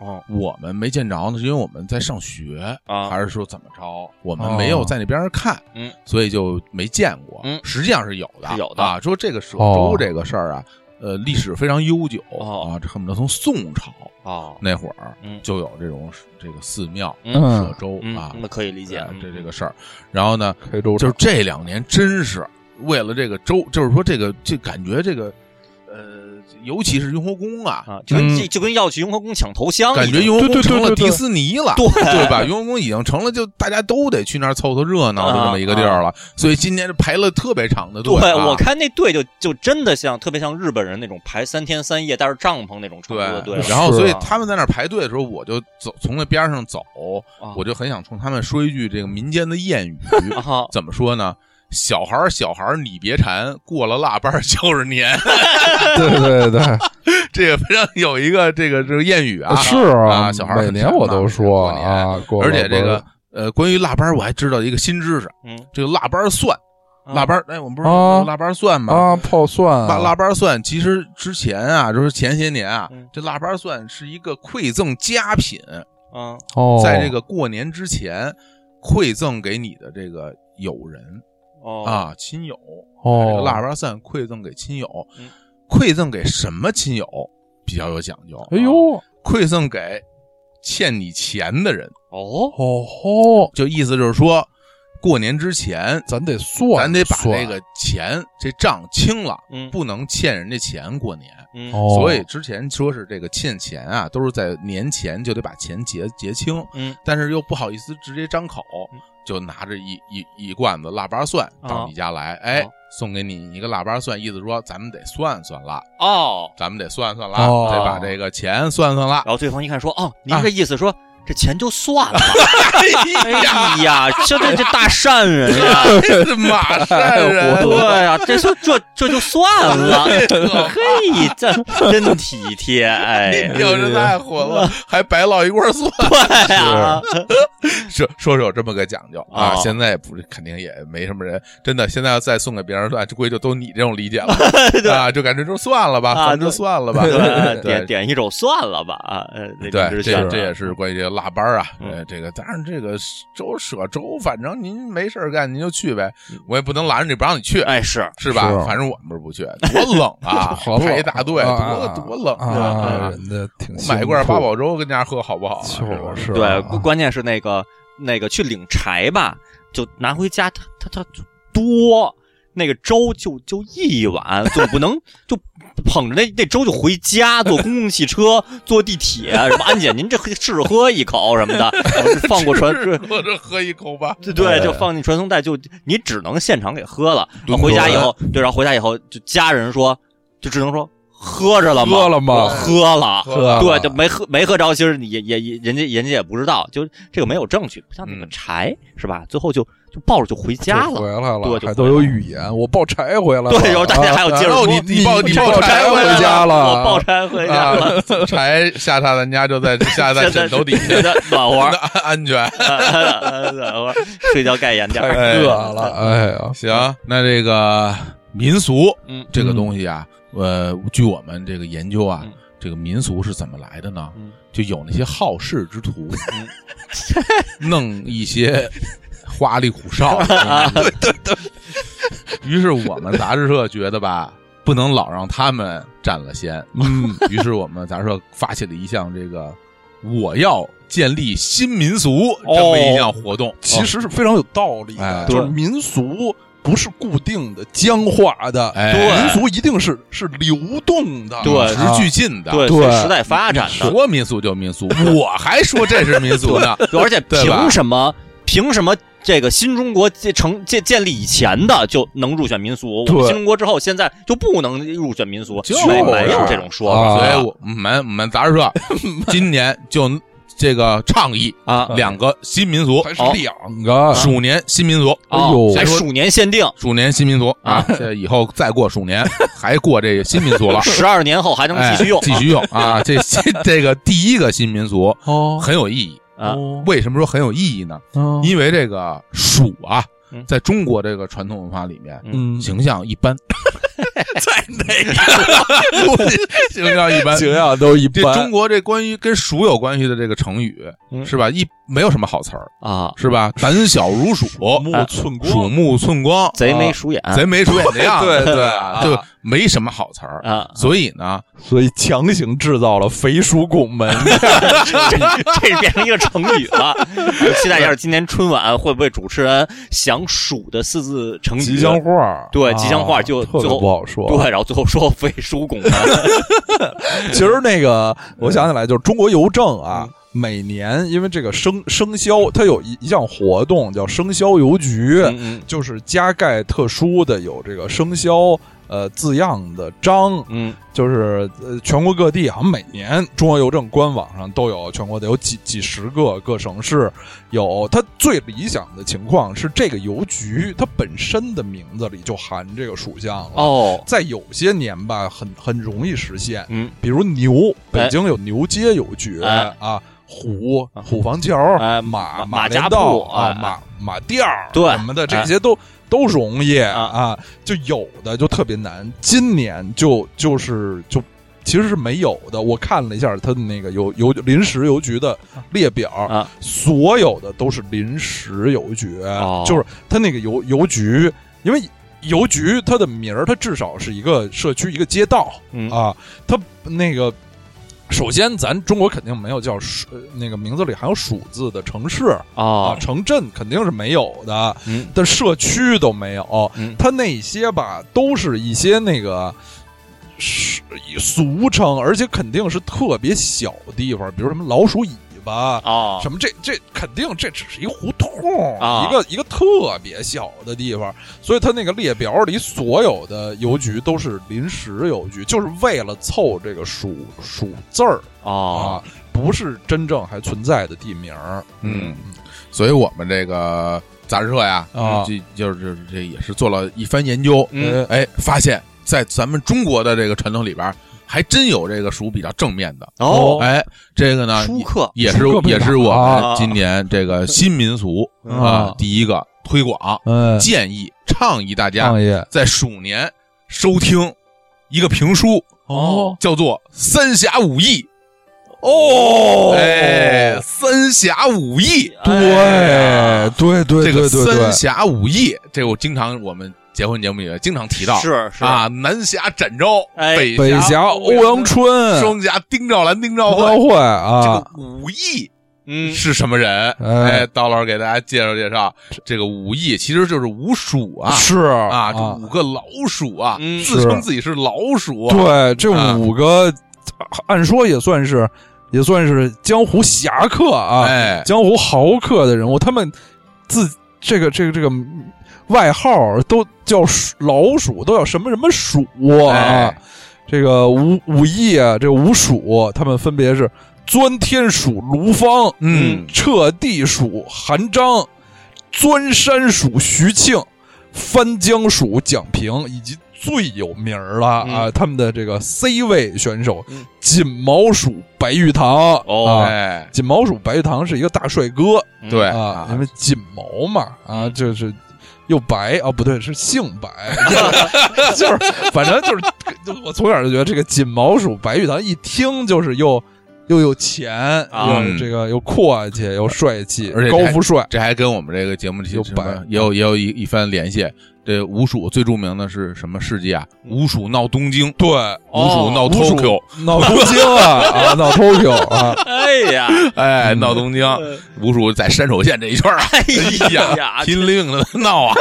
B: 哦
A: 我们没见着呢，是因为我们在上学。
B: 啊
A: 还是说怎么着？我们
C: 哦
A: 没有在那边看，
B: 嗯，
A: 所以就没见过。
B: 嗯
A: 实际上是有的，
B: 是有的
A: 啊。说这个舍
C: 哦
A: 粥这个事儿啊，呃，历史非常悠久、
B: 哦
A: 啊，这恨不得从宋朝
B: 哦，
A: 那会儿
B: 嗯
A: 就有这种这个寺庙
B: 嗯
A: 舍粥、
B: 嗯
A: 啊，，
B: 那可以理解
A: 哎，这这个事儿。然后呢，
C: 非洲
A: 就是这两年真是为了这个粥，就是说这个这感觉这个呃，尤其是雍和宫啊，
B: 啊，就跟
C: 嗯
B: 就就跟要去雍和宫抢头香一样，
A: 感觉雍和宫
C: 对对对
A: 成了
C: 对对
A: 迪士尼了，
B: 对
A: 对吧？雍和宫已经成了就大家都得去那儿凑凑热闹的这么一个地儿了，所以今年就排了特别长的队
B: 啊对，
A: 啊。
B: 我看那队就就真的像特别像日本人那种排三天三夜带着帐篷那种程度的队
A: 对
B: 了，，
A: 然后
C: 是啊
A: 所以他们在那儿排队的时候，我就走从那边上走，
B: 啊
A: 我就很想冲他们说一句这个民间的谚
B: (laughs)
A: 语，
B: 啊哈，
A: 怎么说呢？小孩儿，小孩儿，你别馋，过了腊八儿就是年。
C: 对对对，
A: 这个非常有一个这个这个谚语啊，
C: 呃是
A: 啊，小孩儿
C: 每
A: 很
C: 年
A: 馋
C: 我
A: 嘛
C: 都说
A: 过年，
C: 啊，过
A: 而且这
C: 了
A: 个呃，关于腊八儿，我还知道一个新知识，
B: 嗯，
A: 这个腊八儿蒜，
B: 啊
A: 腊八儿，哎，我们不是
C: 啊
A: 有腊八儿蒜吗？
C: 不是啊，泡蒜啊
A: 腊腊八儿蒜其实之前啊，就是前些年啊
B: 嗯，
A: 这腊八儿蒜是一个馈赠佳品，
B: 啊
C: 哦，
A: 在这个过年之前馈赠给你的这个友人
B: 哦
A: 啊，亲友，把这
C: 哦
A: 个腊八儿蒜馈赠给亲友
B: 嗯，
A: 馈赠给什么亲友比较有讲究？
C: 哎
A: 啊
C: 呦，
A: 馈赠给欠你钱的人，
B: 哦
C: 哦吼，
A: 就意思就是说，过年之前
C: 咱得算，
A: 咱得把
C: 算
A: 这个钱这账清了，
B: 嗯
A: 不能欠人家钱过年。
B: 嗯
C: 哦，
A: 所以之前说是这个欠钱啊，都是在年前就得把钱结结清，
B: 嗯，
A: 但是又不好意思直接张口
B: 嗯，
A: 就拿着一一一罐子腊八蒜到你家来，哎
B: 哦，
A: 送给你一个腊八蒜，意思说咱们得算算了，
B: 哦，
A: 咱们得算算了，
C: 哦
A: 得把这个钱算算
B: (laughs)
A: 了。
B: 然后对方一看说哦，
A: 啊
B: 您这意思说。这钱就
A: (laughs)
B: 算了，哎呀，这这这大善人
A: (laughs)
B: 呀，
A: 哎这马善
B: (laughs)
A: 人，
B: 对呀，这就这这就算
A: (laughs)
B: 了，嘿，这真体贴， (laughs) 哎，
A: 你要是太混了，还白落一块蒜。
B: 对啊呀，
A: 说说是有这么个讲究啊，
B: 哦
A: 现在也不是肯定也没什么人，真的现在要再送给别人算，这估计就都你这种理解了啊，就感觉就算了吧，
B: 啊
A: 咱就
B: 对
A: 算了吧， (laughs)
B: 对，点
A: 对。
B: 点一首算了吧，啊，呃，那种
A: 对，
B: 之
A: 这
B: 下
A: 这也是关于这个腊八儿啊，
B: 嗯
A: 呃，这个当然这个粥舍粥，反正您没事儿干您就去呗
B: 嗯，
A: 我也不能拦着你不让你去，
B: 哎是，
A: 是吧？
C: 是，
A: 反正我们是不去，多冷啊
C: 好冷
A: 排一大队，
C: 啊
A: 多多冷
C: 啊，
A: 啊！
C: 人家挺辛苦
A: 买一罐八宝粥跟家喝好不好啊？吧
C: 就是
B: 对，
C: 啊
B: 关关键是那个那个去领柴吧，就拿回家，它它它就多，那个粥就就一碗，总不能就捧着那那粥就回家，坐公共汽车，坐地铁，什么安检，您这试喝一口什么的，放过传
A: 是我这喝一口吧。
B: 对对，
C: 对
B: 就放进传送带，就你只能现场给喝了。
A: 对
B: 回家以后，对，然后回家以后，就家人说，就只能说喝着了吗？
C: 喝了吗
B: 我喝了。
A: 喝了
B: 对，就没喝没喝着，其实也也也人家人家也不知道，就这个没有证据，不像那个
A: 嗯
B: 柴、是吧？最后就就抱着就回家
C: 就
B: 了，
C: 回来
B: 对
C: 了，
B: 就回
C: 还
B: 来
C: 都有
B: 了
C: 语言，我抱柴回来
B: (laughs)
C: 了，
B: 对然后大家还有接着
A: 然
C: 啊
A: 后
B: 说
A: 哦你你抱
C: 你
A: 抱
C: 抱
A: 柴回啊
C: 柴
A: 哎
C: 回
A: 来
C: 家了，
B: 我抱柴 (laughs) 回家了，
A: 啊，柴下榻咱家就在下啊在
B: 哎 (laughs) 现在
A: 枕头底下，，
B: 现在暖和
A: (laughs) 安全。
B: 暖和，睡觉盖严点
C: 太
B: 儿。
C: 饿了，哎呀，
A: 行，那这个民俗
B: 嗯
A: 这个东西啊，呃，据我们这个研究啊
B: 嗯，
A: 这个民俗是怎么来的呢
B: 嗯？
A: 就有那些好事之徒，(laughs)
B: 嗯
A: 弄一些
B: (laughs)
A: (laughs) 花里胡哨。对对对。于是我们杂志社觉得吧，不能老让他们占了先。
C: 嗯，
A: (laughs) 于是我们咱说发起了一项这个我要建立新民俗
B: 哦
A: 这么一项活动。
C: 其实是非常有道理的，
A: 哎
C: 就是
B: 对
C: 民俗不是固定的、僵化的，
A: 哎
B: 对
C: 民俗一定是是流动的，啊
B: 对啊
A: 与时俱进的，
B: 对，
C: 对
B: 是时代发展的，
A: 说民俗就民俗，我还说这是民
B: (laughs)
A: 俗呢。
B: 对而且
A: 嗯对吧
B: 凭什么？凭什么这个新中国建成建建立以前的就能入选民俗？我
C: 对
B: 们新中国之后，现在就不能入选民俗，
A: 就是
B: 没没有
A: 啊
B: 这种说法。
A: 所以我们我们咱说，今年就这个倡议
B: 啊，
A: 两个新民俗，
C: 还是两个，
A: 鼠年新民俗，
C: 哎
B: 啊
C: 呦
B: 还鼠年限定，
A: 鼠年新民俗啊
B: 啊，
A: 这以后再过鼠年还过这个新民俗了，
B: 十二年后还能继续用
A: 哎，继续用啊。这这这个第一个新民俗
C: 哦
A: 很有意义，
B: 啊 (laughs)
A: 为什么说很有意义呢？
C: 哦
A: 因为这个鼠啊
B: 嗯，
A: 在中国这个传统文化里面，
C: 嗯，
A: 形象一般，
B: 在哪个？
A: 形象一般。
C: 象都一
A: 这中国这关于跟鼠有关系的这个成语
B: 嗯
A: 是吧？一没有什么好词儿
B: 啊，
A: 是吧？胆小如鼠，
C: 目寸
A: 鼠
C: 光，
A: 目寸光，
B: 贼眉鼠眼
A: 贼眉鼠眼的样子，
C: 对对
A: 对 (laughs)
C: 啊
A: 就没什么好词儿。
B: 啊，
A: 所以呢，
C: 所以强行制造了肥鼠拱门，
B: 这这变成一个成语了。 (laughs) 我期待一下今年春晚会不会主持人想数的四字成语
C: 吉祥话，
B: 对吉祥话就
C: 啊特别
B: 最后
C: 不好说，
B: 对，然后最后说非叔拱门啊
C: 其实那个，我想起来，就是中国邮政啊，每年因为这个生生肖，它有一一项活动叫生肖邮局，
B: 嗯
C: 就是加盖特殊的有这个生肖呃字样的章，
B: 嗯
C: 就是呃全国各地好像每年中国邮政官网上都有全国的有几几十个各省市有。它最理想的情况是这个邮局它本身的名字里就含这个属相了。
B: 哦，
C: 在有些年吧，很很容易实现，
B: 嗯，
C: 比如牛，
B: 哎
C: 北京有牛街邮局、
B: 哎
C: 啊，虎
B: 啊
C: 虎坊桥、
B: 哎
C: 马
B: 马马
C: 连
B: 家
C: 道
B: 铺
C: 啊
B: 哎，
C: 马马店儿
B: 对
C: 什么的，这
B: 哎
C: 些都都容易
B: 啊
C: 啊，就有的就特别难。今年就就是就。其实是没有的。我看了一下他的那个邮邮临时邮局的列表，
B: 啊
C: 所有的都是临时邮局，
B: 哦
C: 就是他那个邮邮局，因为邮局它的名儿，它至少是一个社区一个街道，
B: 嗯
C: 啊，它那个首先咱中国肯定没有叫蜀呃那个名字里含有蜀字的城市啊，
B: 哦，
C: 城镇肯定是没有的，
B: 嗯
C: 但社区都没有。
B: 嗯
C: 它那些吧，都是一些那个。是俗称，而且肯定是特别小地方，比如什么老鼠尾巴，
B: 哦，
C: 什么这这肯定这只是一胡同，
B: 啊
C: 一个一个特别小的地方，所以它那个列表里所有的邮局都是临时邮局，就是为了凑这个数数字儿
B: 哦
C: 啊，不是真正还存在的地名儿。
A: 嗯，所以我们这个杂志社呀，
C: 啊
A: 这就是这也是做了一番研究，
B: 嗯
C: 呃
A: 哎，发现，在咱们中国的这个传统里边，还真有这个属比较正面的。
B: 哦，
A: 哎，这个呢，
B: 舒克
A: 也是
C: 舒克被
A: 也
C: 打
A: 是我
B: 啊
A: 们今年这个新民俗
B: 嗯
A: 啊，第一个推广
C: 嗯，
A: 建议倡议大家
C: 创业
A: 在鼠年收听一个评书，
C: 哦
A: 叫做《三侠五义
C: 哦》。
A: 哎，《三侠五义》
B: 哎呀
C: 对对
A: 这
C: 对
A: 个
C: 对
A: 《
C: 对对
A: 三，侠五义》，这我经常我们结婚节目里经常提到，
B: 是是
A: 啊，南侠展昭，
B: 哎
C: 北
A: 侠
C: 峡欧阳，春
A: 双侠丁兆兰、丁兆
C: 冬
A: 会
C: 奥。会
A: 这
C: 啊
A: 个，武义
B: 嗯
A: 是什么人？
C: 哎
A: 哎，刀老师给大家介绍介绍，这个武义其实就是五鼠啊
C: 是
A: 啊，
C: 啊
A: 这五个老鼠啊，
B: 嗯
A: 自称
C: 是
A: 自己是老鼠，
C: 对，
A: 啊
C: 这五个、按说也算是也算是江湖侠客啊，
A: 哎
C: 江湖豪客的人物，他们自这个这个这个外号都叫鼠老鼠，都叫什么什么鼠啊？
A: 哎
C: 这个武武艺啊，这个五鼠，他们分别是钻天鼠卢芳，
A: 嗯
C: 彻地鼠韩章，钻山鼠徐庆，翻江鼠蒋平，以及最有名儿了、
B: 嗯
C: 啊，他们的这个 C 位选手、
B: 嗯
C: 锦毛鼠白玉堂。
B: 哦
C: 啊，
A: 哎，
C: 锦毛鼠白玉堂是一个大帅哥
B: 嗯
A: 对
C: 啊，因为锦毛嘛啊，
B: 嗯
C: 就是又白啊，不对，是姓白，
A: (laughs)
C: 就是反正就是，就我从小就觉得这个锦毛鼠白玉堂一听就是又又有钱
B: 啊
C: 又这个又阔气又帅气，
A: 而且
C: 高富帅，
A: 这还跟我们这个节目里
C: 有啊
A: 什么
C: 版
A: 也有也有一一番联系。这吴蜀最著名的是什么事迹啊？吴蜀闹东京，
C: 对，哦
A: 吴蜀闹
C: 吴蜀
A: Tokyo，
C: 闹东京啊啊，闹 Tokyo 啊，
B: 哎呀，呃
A: 哎，
C: 嗯
A: 闹东京，吴蜀在山手线这一圈儿啊，
B: 哎
A: 哎
B: 呀，
A: 拼命的闹
B: (laughs)
A: 啊，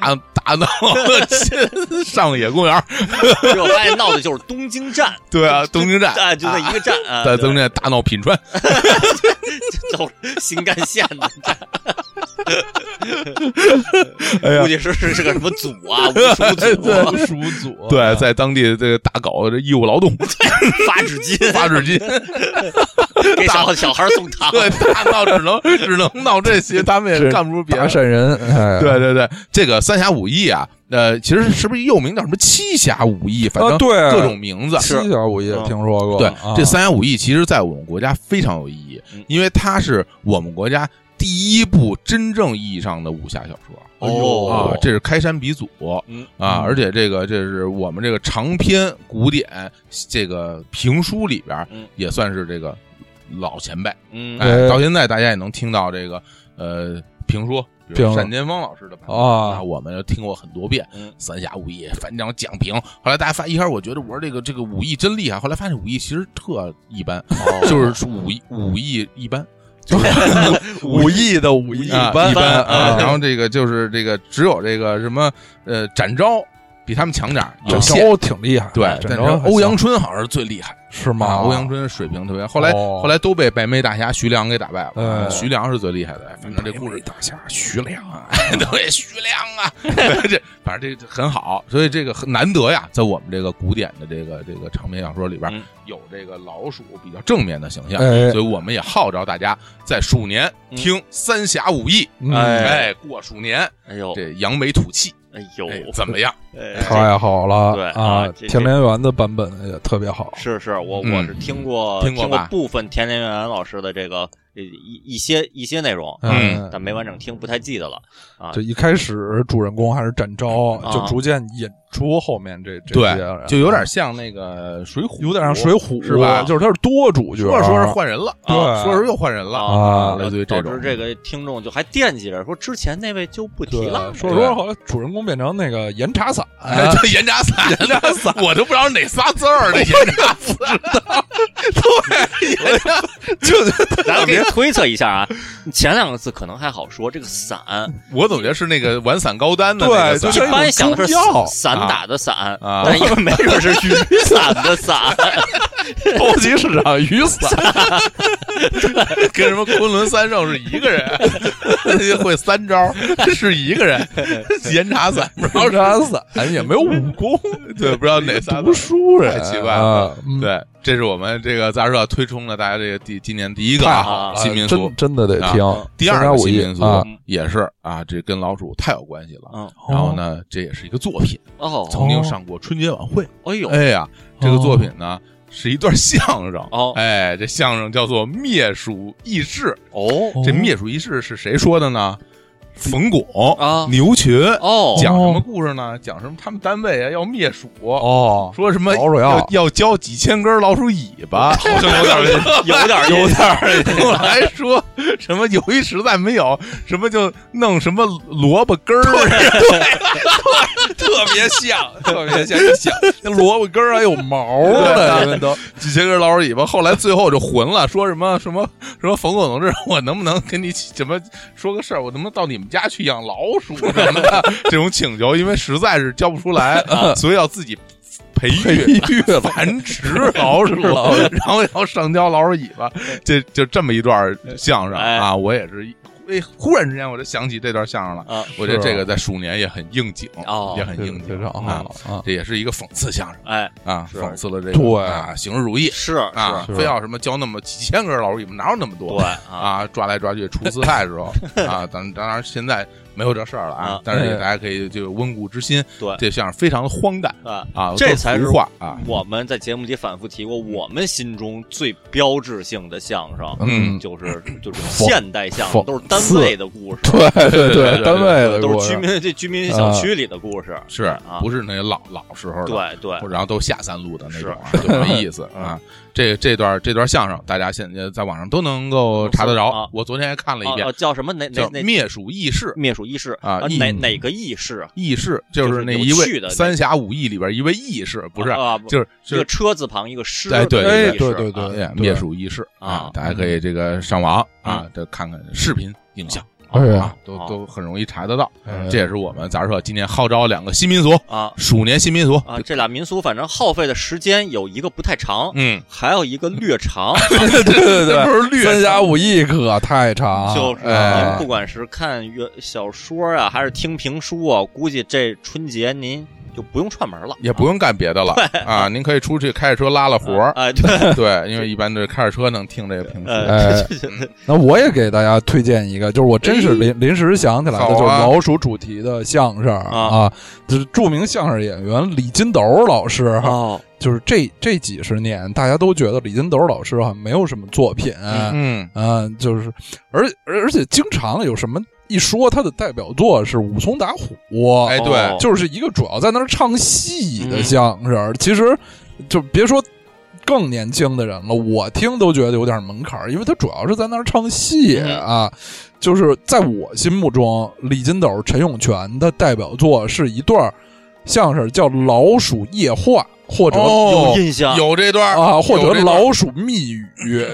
A: 打打闹， (laughs) 上野公园儿，
B: 这我发现闹的就是东京站，
A: 对啊，东京站
B: 啊，就那一个站啊，
A: 在
B: 对哦
A: 东京站大闹品川，
B: 走 (laughs) 新干线的，
A: (laughs) 哎呀
B: 估，计是是是个什么组啊，武术组啊
A: (laughs) (laughs) 对
C: 吴蜀组，
A: 对，在当地这个大搞这义务劳动，
B: (laughs) 发纸巾，
A: 发纸巾，
B: 哦给小小孩送糖，
A: 对，大闹只能只能闹这些，他们也
C: 是
A: 干不出别
C: 打
A: 的。
C: 闪人，哎，
A: 对对对，这个三侠五义啊，呃，其实是不是又名叫什么七侠五义？反
C: 啊，
A: 正
C: 对，
A: 各种名字。
B: 是
C: 七小五也听说过，
A: 对
C: 啊，
A: 这三侠五义其实在我们国家非常有意义
B: 嗯，
A: 因为它是我们国家第一部真正意义上的武侠小说。
B: 哦
A: 啊，这是开山鼻祖
B: 嗯
A: 啊
C: 嗯！
A: 而且这个这是我们这个长篇古典这个评书里边
B: 嗯
A: 也算是这个老前辈。
B: 嗯，
A: 哎，
C: 对
A: 到现在大家也能听到这个呃评说，比
C: 评
A: 如
C: 说
A: 单田芳老师的版本
C: 啊
A: 啊，我们听过很多遍
B: 嗯
A: 《三侠五义》，反正讲评。后来大家发，一开始我觉得我说这个这个武艺真厉害，后来发现武艺其实特一般，
C: 哦
A: 就是武艺武艺一般。
C: 武艺的武艺
A: 啊，
C: 般
A: 一般啊
C: 啊，。
A: 然后这个就是这个，只有这个什么呃，展昭比他们强点儿，有
C: 展
A: 限。
C: 昭挺厉害，
A: 嗯对，
C: 展
A: 但是
C: 昭
A: 欧阳春好像是最厉害
C: 是
A: 啊，
C: 吗？
A: 欧阳春水平特别。后来
C: 哦
A: 后来都被白眉大侠徐良给打败了啊，
C: 嗯
A: 徐良是最厉害的。反正这故事
C: 大侠徐良
A: (laughs)
C: 啊，
A: 对，徐良啊， (laughs) 这反正这这很好，所以这个很难得呀，在我们这个古典的这个这个长篇小说里边
B: 嗯，
A: 有这个老鼠比较正面的形象，
C: 哎
A: 所以我们也号召大家在鼠年
B: 嗯
A: 听《三侠五义》，
C: 嗯
A: 哎，过鼠年
B: 哎呦，
A: 这扬眉吐气，
B: 哎呦
A: 哎，，怎么样？
B: 哎这
C: 太好了，
B: 对啊
C: 啊，
B: 这
C: 田连元的版本也特别好，
B: 是是，我
A: 嗯
B: 我是听过
A: 听过
B: 过
A: 吧
B: 部分田连元老师的这个呃一一些一些内容，
A: 嗯
B: 但没完整听，不太记得了。啊
C: 哎就一开始主人公还是展昭，
B: 啊
C: 就逐渐引出后面这这些人
A: 对，就有点像那个《水浒》，
C: 有点像《水浒》哦
A: 是吧
C: 就是他是多主角，
A: 说着说着换人了，
C: 对
A: 啊说着又换人了
C: 啊
A: 类似于
B: 导
A: 这
B: 致
A: 种，
B: 这个听众就还惦记着说之前那位就不提
C: 对，啊
B: 了，
C: 说着说着后来主人公变成那个岩茶伞，
A: 哎，这盐炸散，盐炸散， (laughs) 我都不知道是哪仨字儿的盐炸散，对，
C: 就
B: 咱们给推测一下啊，前两个字可能还好说，这个伞
A: (laughs) 我总觉得是那个玩散高丹的
C: (laughs) 对
A: 那个伞，
C: 就
B: 一
C: 是
B: 般想的是
C: 中药
B: 散打的散，
A: 啊
B: 但也没准是
A: (laughs)
C: (laughs)
B: 雨伞的伞，
C: 超级市场雨伞，
A: (laughs) 跟什么昆仑三圣是一个人， (laughs) 会三招是一个人，盐茶散不知道
C: 岩
A: 是
C: 茶伞哎也没有武功，
A: 对，不知道哪仨字
C: 读
A: 儿。
C: 书人
A: 太奇怪了
C: 啊，嗯，
A: 对，这是我们这个杂志社推崇了大家这个第今年第一个啊
C: 太
B: 好了
A: 新民俗
C: 真，真的得听
B: 啊
A: 第二个
C: 武
A: 新
C: 艺
A: 民俗
C: 啊，
A: 也是啊，这跟老鼠太有关系了。
B: 嗯，
A: 然后呢，这也是一个作品，
B: 哦，
A: 曾经上过春节晚会。
B: 哎呦，
A: 哎呀，这个作品呢是一段相声
B: 哦
A: (laughs) 哎，这相声叫做《灭鼠议事》。
B: 哦，
A: 这《灭鼠议事》是谁说的呢？冯巩
B: 啊
A: 牛群
B: 哦，
A: 讲什么故事呢？讲什么他们单位啊要灭鼠，
C: 哦，
A: 说什么
C: 老鼠药
A: 要要交几千根老鼠尾巴，好像有
B: 哦
A: (laughs) 点儿
C: (laughs)
B: 有点有点
A: (laughs)
B: 儿
A: 后来说什么由于实在没有什么就弄什么萝卜根儿，啊
C: 特别像， (laughs) 特别像，你想那萝卜根儿还有毛呢，因为都
A: 几千根老鼠尾巴。后来最后就混了，说什么什么什么冯巩同志，我能不能跟你起怎么说个事儿？我能不能到你们家去养老鼠什么的这种请求？因为实在是教不出来，所以要自己啊培育。
C: 育了
A: 繁殖老鼠，然后要上交老鼠尾巴，这就这么一段相声
B: 哎
A: 啊！我也是一，哎，忽然之间我就想起这段相声了。
B: 啊，
A: 我觉得这个在鼠年也很应景，
B: 哦
A: 也很应
C: 非
A: 景
C: 常
A: 啊
C: 好。啊，
A: 这也是一个讽刺相声
B: 哎，
A: 啊，
B: 是
A: 讽刺了这个
C: 对
A: 啊形式主义
B: 是
A: 啊，
B: 是，
C: 是
A: 非要什么教那么几千根老鼠尾巴，哪有那么
B: 对
A: 多？
B: 啊，
A: 啊，抓来抓去
B: (laughs)
A: 除四害的时候啊，咱当然现在没有这事儿了啊
B: 啊，
A: 但是也
C: 嗯
A: 大家可以就温故知新，
B: 对
A: 这相声非常的荒诞
B: 啊。
A: 啊，
B: 这
A: 都
B: 才是嗯
A: 胡话啊，
B: 我们在节目里反复提过，我们心中最标志性的相声，
A: 嗯
B: 就是就是现代相声，
C: 讽
B: 都是单位的故事，
C: 对对
A: 对对啊
C: 单位的
B: 都
C: 故
B: 是居
C: 事，
B: 民这居民小区里的故事，
A: 是
B: 啊，
A: 不是那老老时候的？
B: 对对，嗯
A: 然后都下三路的那种啊，就没意思啊。这这段这段相声，大家现在在网上都能够查得
B: 啊
A: 着。我昨天还看了一
B: 哦
A: 遍
B: 哦，叫什么？哪哪
A: 叫
B: 哪
A: 《灭鼠议事》，
B: 灭鼠义士
A: 啊义
B: 哪哪个义士啊？
A: 义士就是那一
B: 就是有趣
A: 位
B: 的那
A: 三峡五义里边一位义士，不是，
B: 啊，
A: 就是
B: 一
A: 就
B: 个
A: 是
B: 车字旁一个师，
A: 哎对
B: 那个
A: 哎
B: 义士
C: 对对
B: 啊
C: 对
A: 哎灭鼠义士
B: 啊嗯
A: 大家可以这个上网啊，这看看视频影像
C: 哎呀
A: 啊，都
B: 啊
A: 都很容易查得到。
C: 哎
A: 这也是我们杂志社今年号召两个新民俗，
B: 啊
A: 鼠年新民俗
B: 啊，这俩民俗反正耗费的时间有一个不太长，
A: 嗯，
B: 还有一个略长，
C: (laughs) 对对 (laughs)
A: 这
C: 对
A: 不是
C: 对，
A: 绿
C: 三侠五义可太长，啊
B: 就是 (laughs) 啊
A: 哎
B: 您不管是看原小说啊，还是听评书啊，估计这春节您就不用串门了，
A: 也不用干别的了啊，您可以出去开着车拉拉活
B: 啊
A: 儿， (laughs)
B: (laughs) 哎，对，
A: 对，因为一般都是开着车能听这个评书。
B: 呃，
C: (laughs) 哎那我也给大家推荐一个，就是我真是临临时想起来的，
A: 好啊
C: 就是老鼠主题的相声
B: 啊
C: 啊，就是著名相声演员李金斗老师哈，
B: 哦，
C: 就是这这几十年大家都觉得李金斗老师哈没有什么作品，嗯，
A: 嗯，
C: 就是而而而且经常有什么一说他的代表作是武松打虎，
A: 哎，对
B: 哦，
C: 就是一个主要在那儿唱戏的
B: 嗯
C: 相声，其实就别说更年轻的人了，我听都觉得有点门槛儿，因为他主要是在那儿唱戏
B: 嗯
C: 啊。就是在我心目中，李金斗、陈永泉的代表作是一段相声，叫《老鼠夜话》或者、
A: 哦
B: 有印象，
A: 有这段儿
C: 啊，或
A: 有
C: 者
A: 这
C: 《
A: 段儿，
C: 老鼠密语》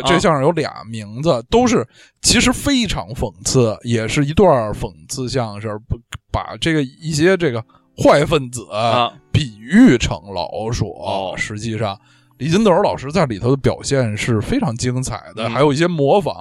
B: 啊
C: 这相声有俩名字，都是其实非常讽刺，也是一段儿讽刺相声，不把这个一些这个坏分子
B: 啊，
C: 比喻成老鼠。
B: 哦
C: 实际上，李金斗老师在里头的表现是非常精彩的，
B: 嗯
C: 还有一些模仿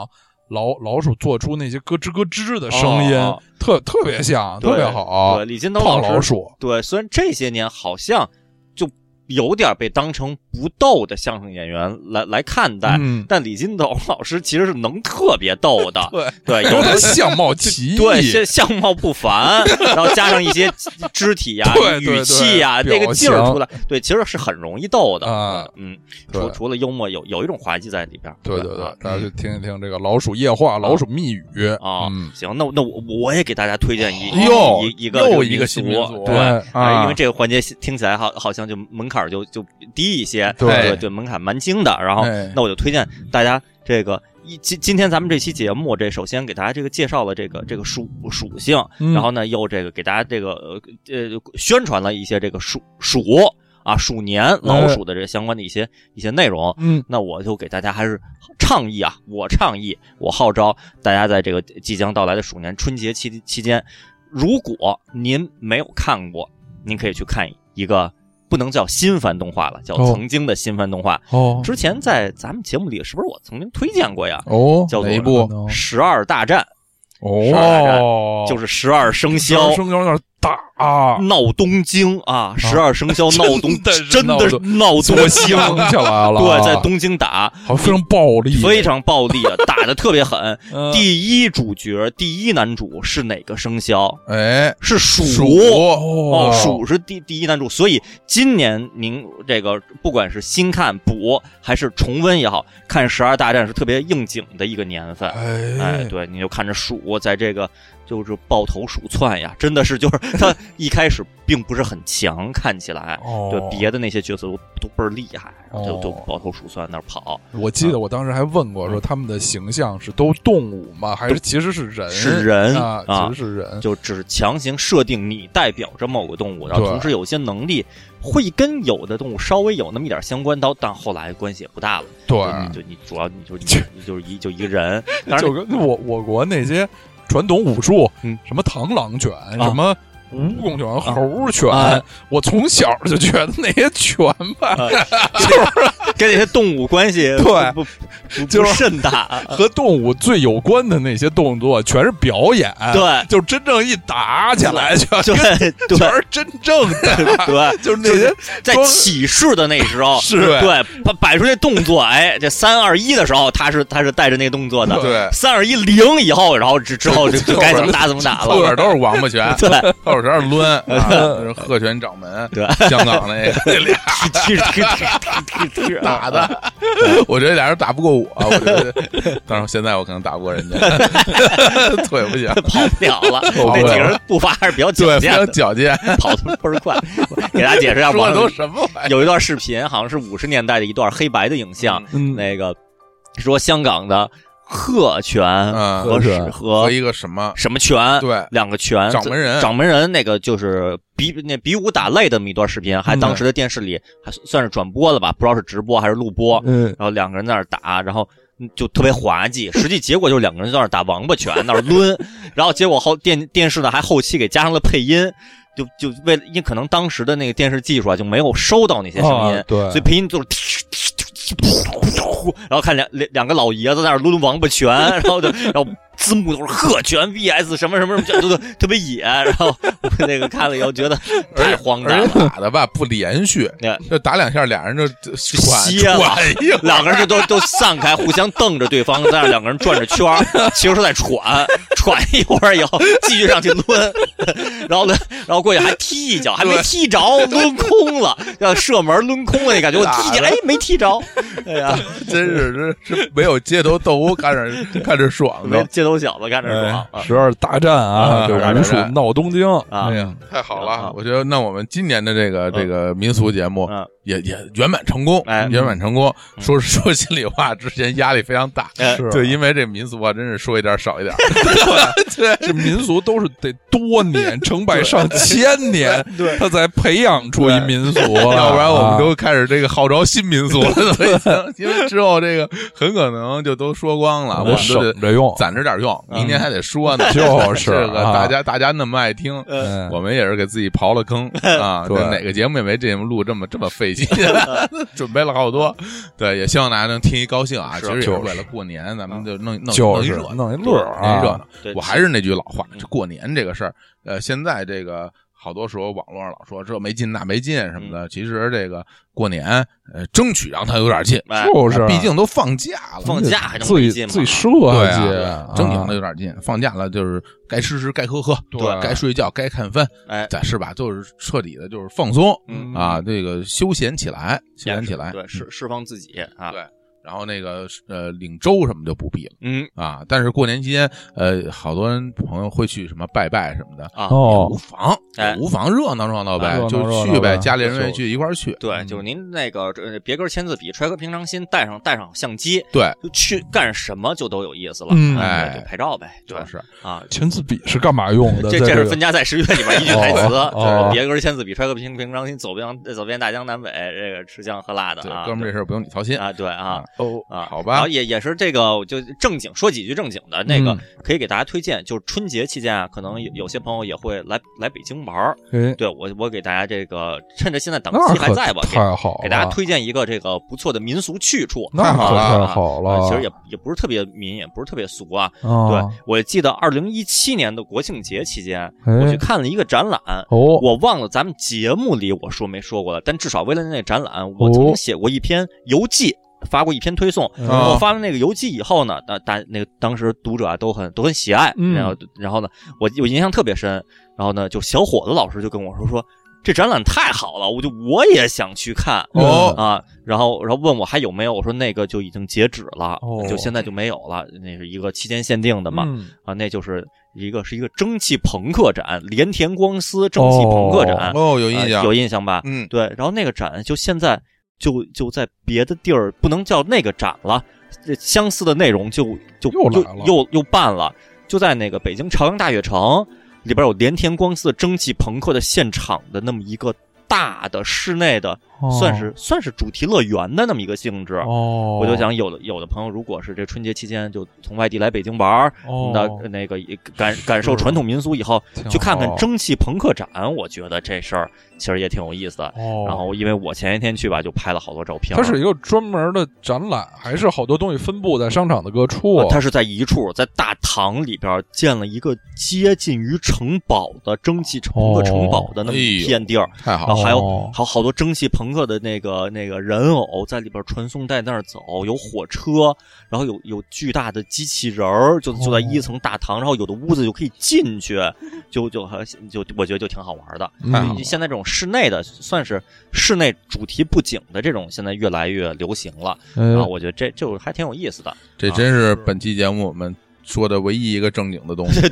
C: 老老鼠做出那些咯吱咯吱的声音，
B: 哦
C: 特特别像，
B: 对
C: 特别好
B: 对，。李金斗
C: 胖老
B: 老师，
C: 鼠，
B: 对，虽然这些年好像就有点被当成不逗的相声演员来来看待，
C: 嗯，
B: 但李金斗老师其实是能特别逗
C: (laughs)
B: 的
A: 对，
B: 对，
C: 因为
B: 有
C: 他
B: 的
C: 相貌奇
B: (laughs)
C: 异，
B: 对，相相貌不凡，然后加上一些肢体呀、
C: 对对
B: 语气呀、
C: 对
B: 这个劲儿
C: 表情
B: 出来，对，其实是很容易逗的
C: 啊。
B: 嗯，
C: 对
B: 除除了幽默，有有一种滑稽在里边儿。
C: 对对对
B: 啊，
C: 大家去听一听这个《老鼠夜话》《老鼠密语》
B: 啊
C: 嗯，
B: 行，那那我我也给大家推荐一
A: 哦哟
B: 啊一一个
A: 又
B: 这
A: 一个新民
B: 族
A: 族，
B: 对，
C: 哎
B: 哎因
A: 啊
B: 为，这个环节听起来好好像就门槛儿就就低一些，
C: 对
B: 对对，门槛蛮轻的。然后
C: 哎
B: 那我就推荐大家这个。一今今天咱们这期节目，这首先给大家这个介绍了这个这个属属性，
C: 嗯
B: 然后呢，又这个给大家这个呃呃宣传了一些这个鼠鼠啊鼠年老
A: 哎
B: 鼠的这个相关的一些一些内容。
C: 嗯，
B: 那我就给大家还是倡议啊，我倡议，我号召大家在这个即将到来的鼠年春节期期间，如果您没有看过，您可以去看一个不能叫新番动画了，叫
C: 哦
B: 曾经的新番动画。
C: 哦
B: 之前在咱们节目里是不是我曾经推荐过呀？
C: 哦
B: 叫做
A: 哪一
B: 《
A: 部
B: 十二大战十二大战
C: 哦，》，
B: 就是嗯十二生肖。
C: 声有点大啊，
B: 闹东京啊，十二生肖闹东，
C: 哦真的是
B: 真的是闹东
C: 我
B: 京，
C: 想起来了，啊
B: 对，在东京打
C: 好像非常暴力，
B: 非常暴力啊，打的特别狠。
C: 嗯
B: 第一主角，第一男主是哪个生肖？
A: 哎，
B: 是鼠。
C: 哦
B: 哦，鼠是第第一男主，所以今年您这个不管是新看补还是重温也好看，《十二大战》是特别应景的一个年份。哎，
C: 哎，
B: 对，你就看着鼠在这个就是抱头鼠窜呀， (laughs) 真的是就是他一开始并不是很强，看起来，
C: 哦
B: 对别的那些角色都都倍儿厉害，然后就就
C: 哦
B: 抱头鼠窜那儿跑，
C: 我记得我当时还问过，说
B: 嗯
C: 他们的形象是都动物吗？还是其实是人？
B: 是人
C: 啊，
B: 啊
C: 其实是人。
B: 就只强行设定你代表着某个动物，然后
C: 对
B: 同时有些能力会跟有的动物稍微有那么一点相关，到但后来关系也不大了，
C: 对，
B: 就你就你主要你
C: (laughs)
B: 就你你就是一就一个人，当然呃
C: 就跟我我国那些传统武术，
B: 嗯
C: 什么螳螂拳，什么蜈 (laughs) 蚣拳、猴拳，
B: 啊
C: 我从小就觉得那些拳吧，
B: 跟那些动物关系
C: 对
B: 不不不
C: 就
B: 不
C: 是
B: 甚
C: (laughs)
B: 大，
C: 和动物最有关的那些动作全是表演，，
B: 对。
C: 就真正一打起来全
B: 对对，
C: 全啊是真正的， (laughs)
B: 对，
C: 就是那些
B: 在
C: 装，
B: 起势的那时候
C: 是
B: 对摆摆出那动作，哎，这三二一的时候，他是他是带着那个动作的，
A: 对，
B: 三二一零以后，然后之之后就就该怎么打怎么打
A: 后边
B: 了，
A: 都是王八拳，
B: 对，
A: 后边全是
B: (laughs)
A: 抡，啊鹤拳掌门，
B: 对
A: 香港那个
B: 踢踢踢踢踢踢
A: 打的，我觉得俩人打不过我，我觉得，当然现在我可能打不过
B: (laughs)
A: 人家，腿不行，
B: 跑不了了，
A: 不了
B: 那几个人步伐还是比较
A: 对，
B: 矫
A: 非
B: 健
A: 常
B: 的，
A: 矫健，
B: 跑得倍儿快。给大家解释一下，
A: 说
B: 网
A: 的
B: 上
A: 都什么玩意儿？
B: 有一段视频，好像是五十年代的一段黑白的影像，
C: 嗯
B: 那个说香港的。贺权
A: 嗯
B: 和
D: 贺
B: 是
D: 权
B: 和
A: 一个什么？
B: 什么权？
A: 对，
B: 两个权，
A: 掌门人
B: 掌门人那个就是比那比武打擂的那么一段视频，还当时的电视里还算是转播了吧，不知道是直播还是录播。
D: 嗯，
B: 然后两个人在那儿打，然后嗯就特别滑稽。 (laughs) 实际结果就是两个人在那儿打王八拳，那儿抡， (laughs) 然后结果后电电视呢还后期给加上了配音，就就为了因为可能当时的那个电视技术啊就没有收到那些声音，
A: 哦
C: 啊对
B: 所以配音就是。 (laughs) 然后看两两两个老爷子在那儿抡王八拳， (laughs) 然后就然后字幕都是鹤拳 VS 什么什么什么，就就特别野。然后我那个看了以后觉得太荒诞
A: 而
B: 了
A: 且，打的吧不连
B: (laughs)
A: 续
B: 嗯，
A: 就打两下，俩人就就喘
B: 歇了
A: 喘一 (laughs) 会儿
B: 两个人就都都散开，互相瞪着对方，在那两个人转着
A: (laughs)
B: 圈儿，其实是在喘，喘一会儿以后继续上去抡，然后呢，然后过去还踢一脚，还没踢着，抡空了，要射门抡空了那感觉，我踢一脚，哎，没踢
A: (laughs)
B: 着，哎呀，
A: 真是这是没有街头斗殴，看着看着爽
B: 没
A: 的，
B: 街头小子干这
C: 哎
B: 爽
A: 哎
B: 啊，
D: 十二大战啊，
A: 啊
D: 这
A: 十二
D: 武
A: 大
D: 术
A: 战
D: 闹东京，
B: 啊
D: 哎呀，
A: 太好
B: 啊
A: 了！我觉得那我们今年的这个这个民俗节目啊
B: 嗯
A: 也也圆满成功
B: 哎，
A: 圆满成功。
B: 嗯
A: 说说心里话，之前压力非常大，
B: 哎
D: 是
A: 对，因为这民俗啊，真是说一点儿少一点儿。
C: (laughs) 这民俗都是得多年成百上千
A: (laughs)
C: 年，他才培养出一民俗来，
A: 要不然我们
C: 啊
A: 都开始这个号召新民
D: (laughs)
A: 族了，所以因为之后这个很可能就都说光
C: 啊
A: 了，我们
D: 我
A: 都
D: 省
A: 得
D: 着用，
A: 攒着点用，
B: 嗯
A: 明年还得说呢。
D: 就是
A: 这个
D: 啊
A: 大家大家那么爱听，
B: 呃，
D: 嗯
A: 我们也是给自己刨了
B: (laughs)
A: 坑啊！
D: 对
A: 那哪个节目也没这节目录这么这么费劲， (laughs) 准备了好多。对，也希望大家能听一高兴啊！其
B: 嗯是
A: 实也
B: 嗯
A: 是
D: 就是
A: 为了过年，咱们就弄弄
D: 就
A: 弄一
D: 是
A: 热闹，
D: 弄一乐儿
A: 弄一哎热
D: 啊
A: 闹。
B: 对，
A: 我还是那句老话
B: 嗯，
A: 这过年这个事儿，呃，现在这个好多时候网络上老说这没劲那没劲什么
B: 嗯
A: 的，其实这个过年，呃，争取让它有点 (laughs) 劲，
B: 哎
D: 就是，
A: 毕竟都放假了，
C: 嗯
B: 放假还能
D: 自
B: 没
D: 己
B: 劲吗
D: 自己设
A: 对
D: 计
A: 啊，，正经的有点劲，放假了就是该吃吃，该喝喝，
B: 啊
C: 对
A: 该睡觉，该看番，
B: 哎，
A: 咱是吧？就是彻底的，就是放松
B: 嗯
A: 啊，这个休闲起来，休
B: 也
A: 闲
B: 是
A: 起来，嗯
B: 对，释释放自己啊
A: 对，然后那个呃，领周什么就不必了
B: 嗯
A: 啊。但是过年期间，呃，好多人朋友会去什么拜拜什么的，
B: 啊，
D: 哦
A: 也无，妨，
B: 哎
A: 无妨，热闹热闹
D: 啊
A: 呗
D: 热闹，
A: 就
D: 热
A: 去
D: 闹呗
A: 呗，家里人愿意
D: 就
A: 去一块儿去。嗯
B: 对，就是您那个这别跟签字笔，揣个平常心，带上带上相机，
A: 对，
B: 就去干什么就都有意思了，
C: 嗯
B: 哎
A: 哎
B: 就拍照呗，对
A: 就是
B: 啊，
C: 签字笔是干嘛用的？
B: 这
C: 在
B: 这
C: 个
B: 是分家在十月里边一句台词，
D: 哦
B: 就是
D: 哦
B: 别根签字笔，揣个平平常心，走遍走遍大江南北，这个吃香喝辣的
A: 对
B: 啊，，
A: 哥们儿这事儿不用你操心。
B: 啊，对啊。
A: 哦
B: 啊，
A: 好
B: 然
A: 吧
B: 后，也也是这个，我就正经说几句正经的，那个
D: 嗯
B: 可以给大家推荐，就是春节期间啊，可能有有些朋友也会来来北京玩儿。
D: 哎，
B: 对我，我给大家这个趁着现在档
C: 那
B: 期还
C: 可
B: 在吧，给
C: 太好了，
B: 给大家推荐一个这个不错的民俗去处。
C: 那
A: 太好
C: 可
A: 了
C: 太
B: 啊啊
C: 好了，
B: 其实也也不是特别民，也不是特别俗啊。
D: 啊
B: 对，我记得二零一七年的国庆节期间，我去
D: 哎，
B: 看了一个展览，
D: 哦，
B: 我忘了咱们节目里我说没说过了，但至少为了那个展览，我
D: 哦
B: 曾经写过一篇游记，发过一篇推送。
D: 嗯
A: 哦
B: 我发了那个游记以后呢，大大那个当时读者啊都很都很喜爱，
D: 嗯
B: 然后然后呢，我我印象特别深，然后呢，就小伙子老师就跟我说说这展览太好了，我就我也想去看，
C: 嗯
A: 哦
B: 啊，然后然后问我还有没有，我说那个就已经截止了，
D: 哦
B: 就现在就没有了，那是一个期间限定的嘛，
D: 嗯
B: 啊，那就是一个是一个蒸汽朋克展，连田光司蒸汽朋克展，
A: 哦，有
B: 有
A: 印象，
B: 啊有印象吧？
A: 嗯，
B: 对，然后那个展就现在就就在别的地儿不能叫那个展了，这相似的内容就就
C: 又来
B: 又
C: 了
B: 又又办了，就在那个北京朝阳大悦城里边有连田光司蒸汽朋克的现场的那么一个大的室内的，
C: 哦
B: 算是算是主题乐园的那么一个性质。
D: 哦，
B: 我就想有的有的朋友如果是这春节期间就从外地来北京玩儿，
D: 哦，哦
B: 那那个也感感受传统民俗以后，
D: 挺
B: 去看看
D: 好
B: 蒸汽朋克展，我觉得这事儿其实也挺有意思的。
D: 哦，
B: 然后因为我前一天去吧，就拍了呃好多照片。
C: 它是一个专门的展览，还是好多东西分布在商场的各处
B: 呃。它是在一处在大堂里边建了一个接近于城堡的蒸汽朋克城堡的那么
D: 哎
B: 一片地儿，
A: 太好了，
B: 然
C: 啊
B: 后还有
D: 哦
B: 还有好多蒸汽朋克的那个那个人偶在里边传送带那儿走，有火车，然后有有巨大的机器人儿，就就在一层大堂，然后有的屋子就可以进去，就就还就我觉得就挺好玩的。
D: 嗯
A: 太好
B: 现在这种室内的，算是室内主题布景的这种，现在越来越流行了
D: 哎
C: 嗯
B: 啊！我觉得这这还挺有意思的。 (laughs)
A: 这真是本期节目我们说的唯一一个正经的东西，
B: 对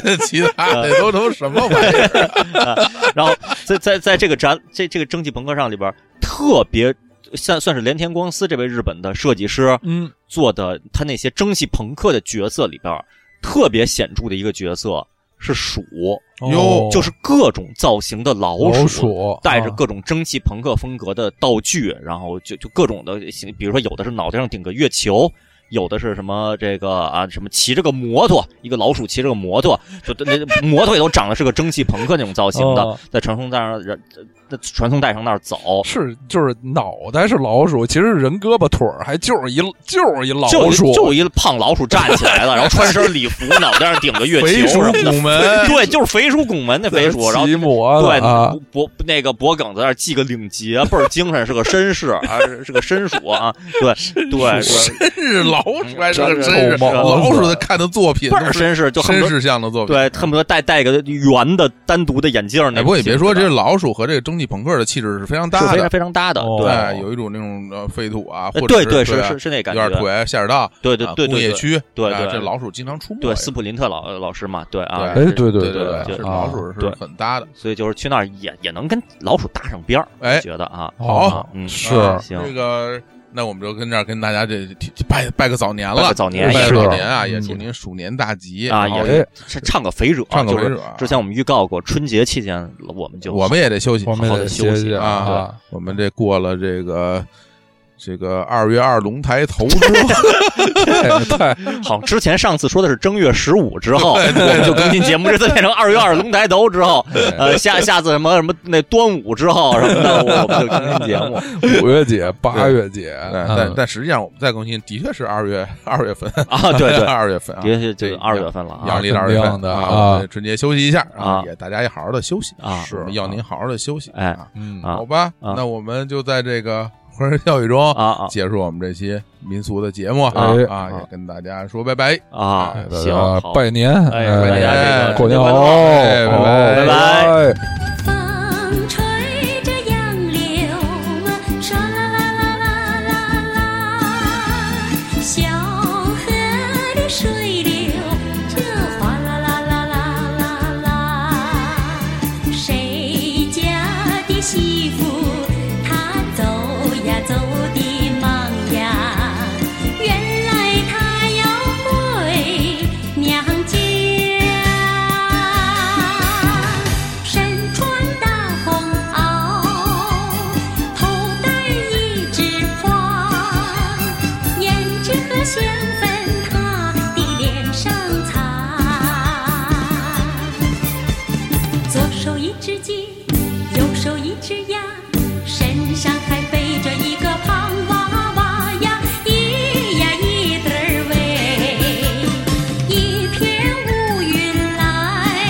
B: 对，
A: (laughs) 其他的都都什么玩意
B: (laughs)
A: 儿？
B: 然后在在在这个展这这个蒸汽朋克上里边，特别算算是连田光司这位日本的设计师
C: 嗯
B: 做的，他那些蒸汽朋克的角色里边儿，特别显著的一个角色是鼠，
A: 哟
B: 哦就是各种造型的老
C: 老
B: 鼠。啊
C: 鼠啊
B: 带着各种蒸汽朋克风格的道具，然后就就各种的形，比如说有的是脑袋上顶个月球，有的是什么这个啊什么骑着个摩托，一个老鼠骑着个摩托，就那那摩托也都长得是个蒸汽朋克那种造型的，
C: 哦
B: 在传送带上人在传送带上那儿走，
C: 是就是脑袋是老鼠，其实人胳膊腿儿还就是一就是一老
B: 就一
C: 鼠，
B: 就一胖老鼠站起
A: (laughs)
B: 来了，然后穿身礼服，脑袋上顶个月
A: 肥
B: 球
A: 鼠
B: 什么的，
A: 拱门，
B: (laughs) 对，就是肥鼠拱门那肥鼠，然后
C: 骑摩
B: 对
C: 的啊，
B: 脖脖那个脖梗子那儿系个领结，倍儿精神，是个绅士啊，是是个绅鼠啊，对对，是
A: 真是老鼠还是个真
B: 嗯
A: 是
C: 臭猫
A: 老鼠的看的作品
B: 倍儿
A: 都是
B: 绅士，就恨
A: 绅
B: 不得
A: 士像的作品。
B: 对，恨不得戴戴个圆的单独的眼镜儿
A: 哎，
B: 那种。
A: 不过你别说，这
B: 是
A: 老鼠和这个蒸汽朋克的气质是非常搭
B: 非常
A: 的，
B: 非常搭的，
C: 哦
B: 对
A: 哎，有一种那种呃废土啊，
B: 哎
A: 或者
B: 对对是
A: 啊
B: 是是那感
A: 有
B: 觉
A: 点，颓，下水道，
B: 对对
A: 啊
B: 对
A: 工
B: 对
A: 业
B: 对
A: 区，
B: 对
A: 啊
B: 对
A: 这老鼠经常出没，
B: 对，斯普林特老老师嘛，对啊，
A: 对
C: 哎
A: 对
C: 对对
A: 对，
B: 对
A: 是
B: 就
A: 老
C: 啊
A: 鼠是
B: 对
A: 很搭的。
B: 所以就是去那儿也也能跟老鼠搭上边儿，
A: 哎，
B: 觉得啊，
A: 好
C: 哦，
B: 啊嗯，
C: 是
A: 啊
B: 行
A: 这个。那我们就跟这儿跟大家这提拜拜个早年
B: 拜
A: 了，
B: 个早年
A: 拜个
C: 是
A: 早年啊，也
C: 嗯
A: 祝您鼠年大吉
B: 啊
A: 然后
B: 也
C: 哎，
B: 唱唱个肥者，
A: 唱个
B: 就是
A: 肥者
B: 之前我们预告过，春节期间我们就
A: 我们也得休息，
C: 我们
B: 好
C: 也
B: 好地
C: 得
B: 休
C: 歇
B: 息
C: 歇
A: 啊
C: 啊，
A: 我们这过了这个这个二月二龙抬头之
B: (laughs)
A: 后，
C: (laughs) 对对，
B: (laughs) 好像之前上次说的是正月十五之后，我们就更新节目，这次变成二月二龙抬头之后，呃，下下次什么什么那端午之后什么的，我们就更新节目。
C: 五月节、八月节，
A: 哎但
C: 嗯
A: 但但实际上我们再更新的确是二月二月份
B: 啊对
A: (laughs)
B: 对
A: 二月份啊，
B: 的确是这
A: 对
B: 个二月份了
A: 阳
B: 啊
A: 历的二月份
C: 肯定的
A: 啊，
C: 啊
A: 我们春节休息一下
B: 啊
A: 也大家也好好的休息，
B: 啊
A: 我们要您好好的休息，
B: 哎
A: 啊，
C: 嗯
B: 啊
A: 好吧，
B: 啊
A: 那我们就在这个欢声笑语中
B: 啊啊
A: 结束我们这期民俗的节目
B: 啊
A: 啊，
B: 啊
A: 也跟大家说拜拜。
B: 啊
C: 哎，大
B: 行
C: 家，
B: 好，
C: 拜年，
B: 哎
C: 哎
B: 大家这个
C: 过年好，
A: 哎拜
C: 好
A: 拜
B: 哦拜拜。
D: 风吹着杨柳啊，唰啦啦啦啦啦啦，小河的水流这哗啦啦啦啦啦啦。谁家的媳妇她走呀走的忙呀，原来她要回娘家。身穿大红袄，头戴一枝花，胭脂和香粉她的脸上擦。左手一只鸡，右手一只鸭，身上还背着一个胖娃娃呀，咿呀咿得儿喂。一片乌云来，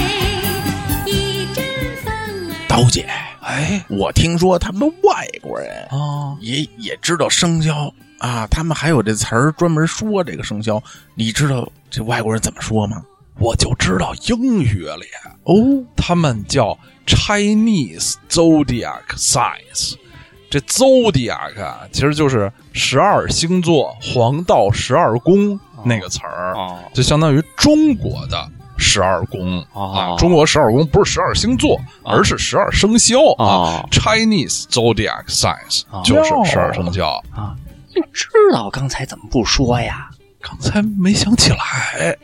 D: 一阵风儿。
A: 刀姐，哎，我听说他们外国人
C: 啊，
A: 也也知道生肖啊，他们还有这词儿专门说这个生肖。你知道这外国人怎么说吗？
C: 我就知道英语里
A: 哦，
C: 他们叫 Chinese zodiac signs。这 zodiac 啊，其实就是十二星座、黄道十二宫那个词儿，
B: 哦
C: 就相当于中国的十二宫
B: 哦
C: 啊。中国十二宫不是十二星座，而是十二生肖啊
B: 哦。
C: Chinese zodiac signs
B: 哦
C: 就是十二生肖。
B: 啊，你知道刚才怎么不说呀？
C: 刚才没想起来，
D: 哎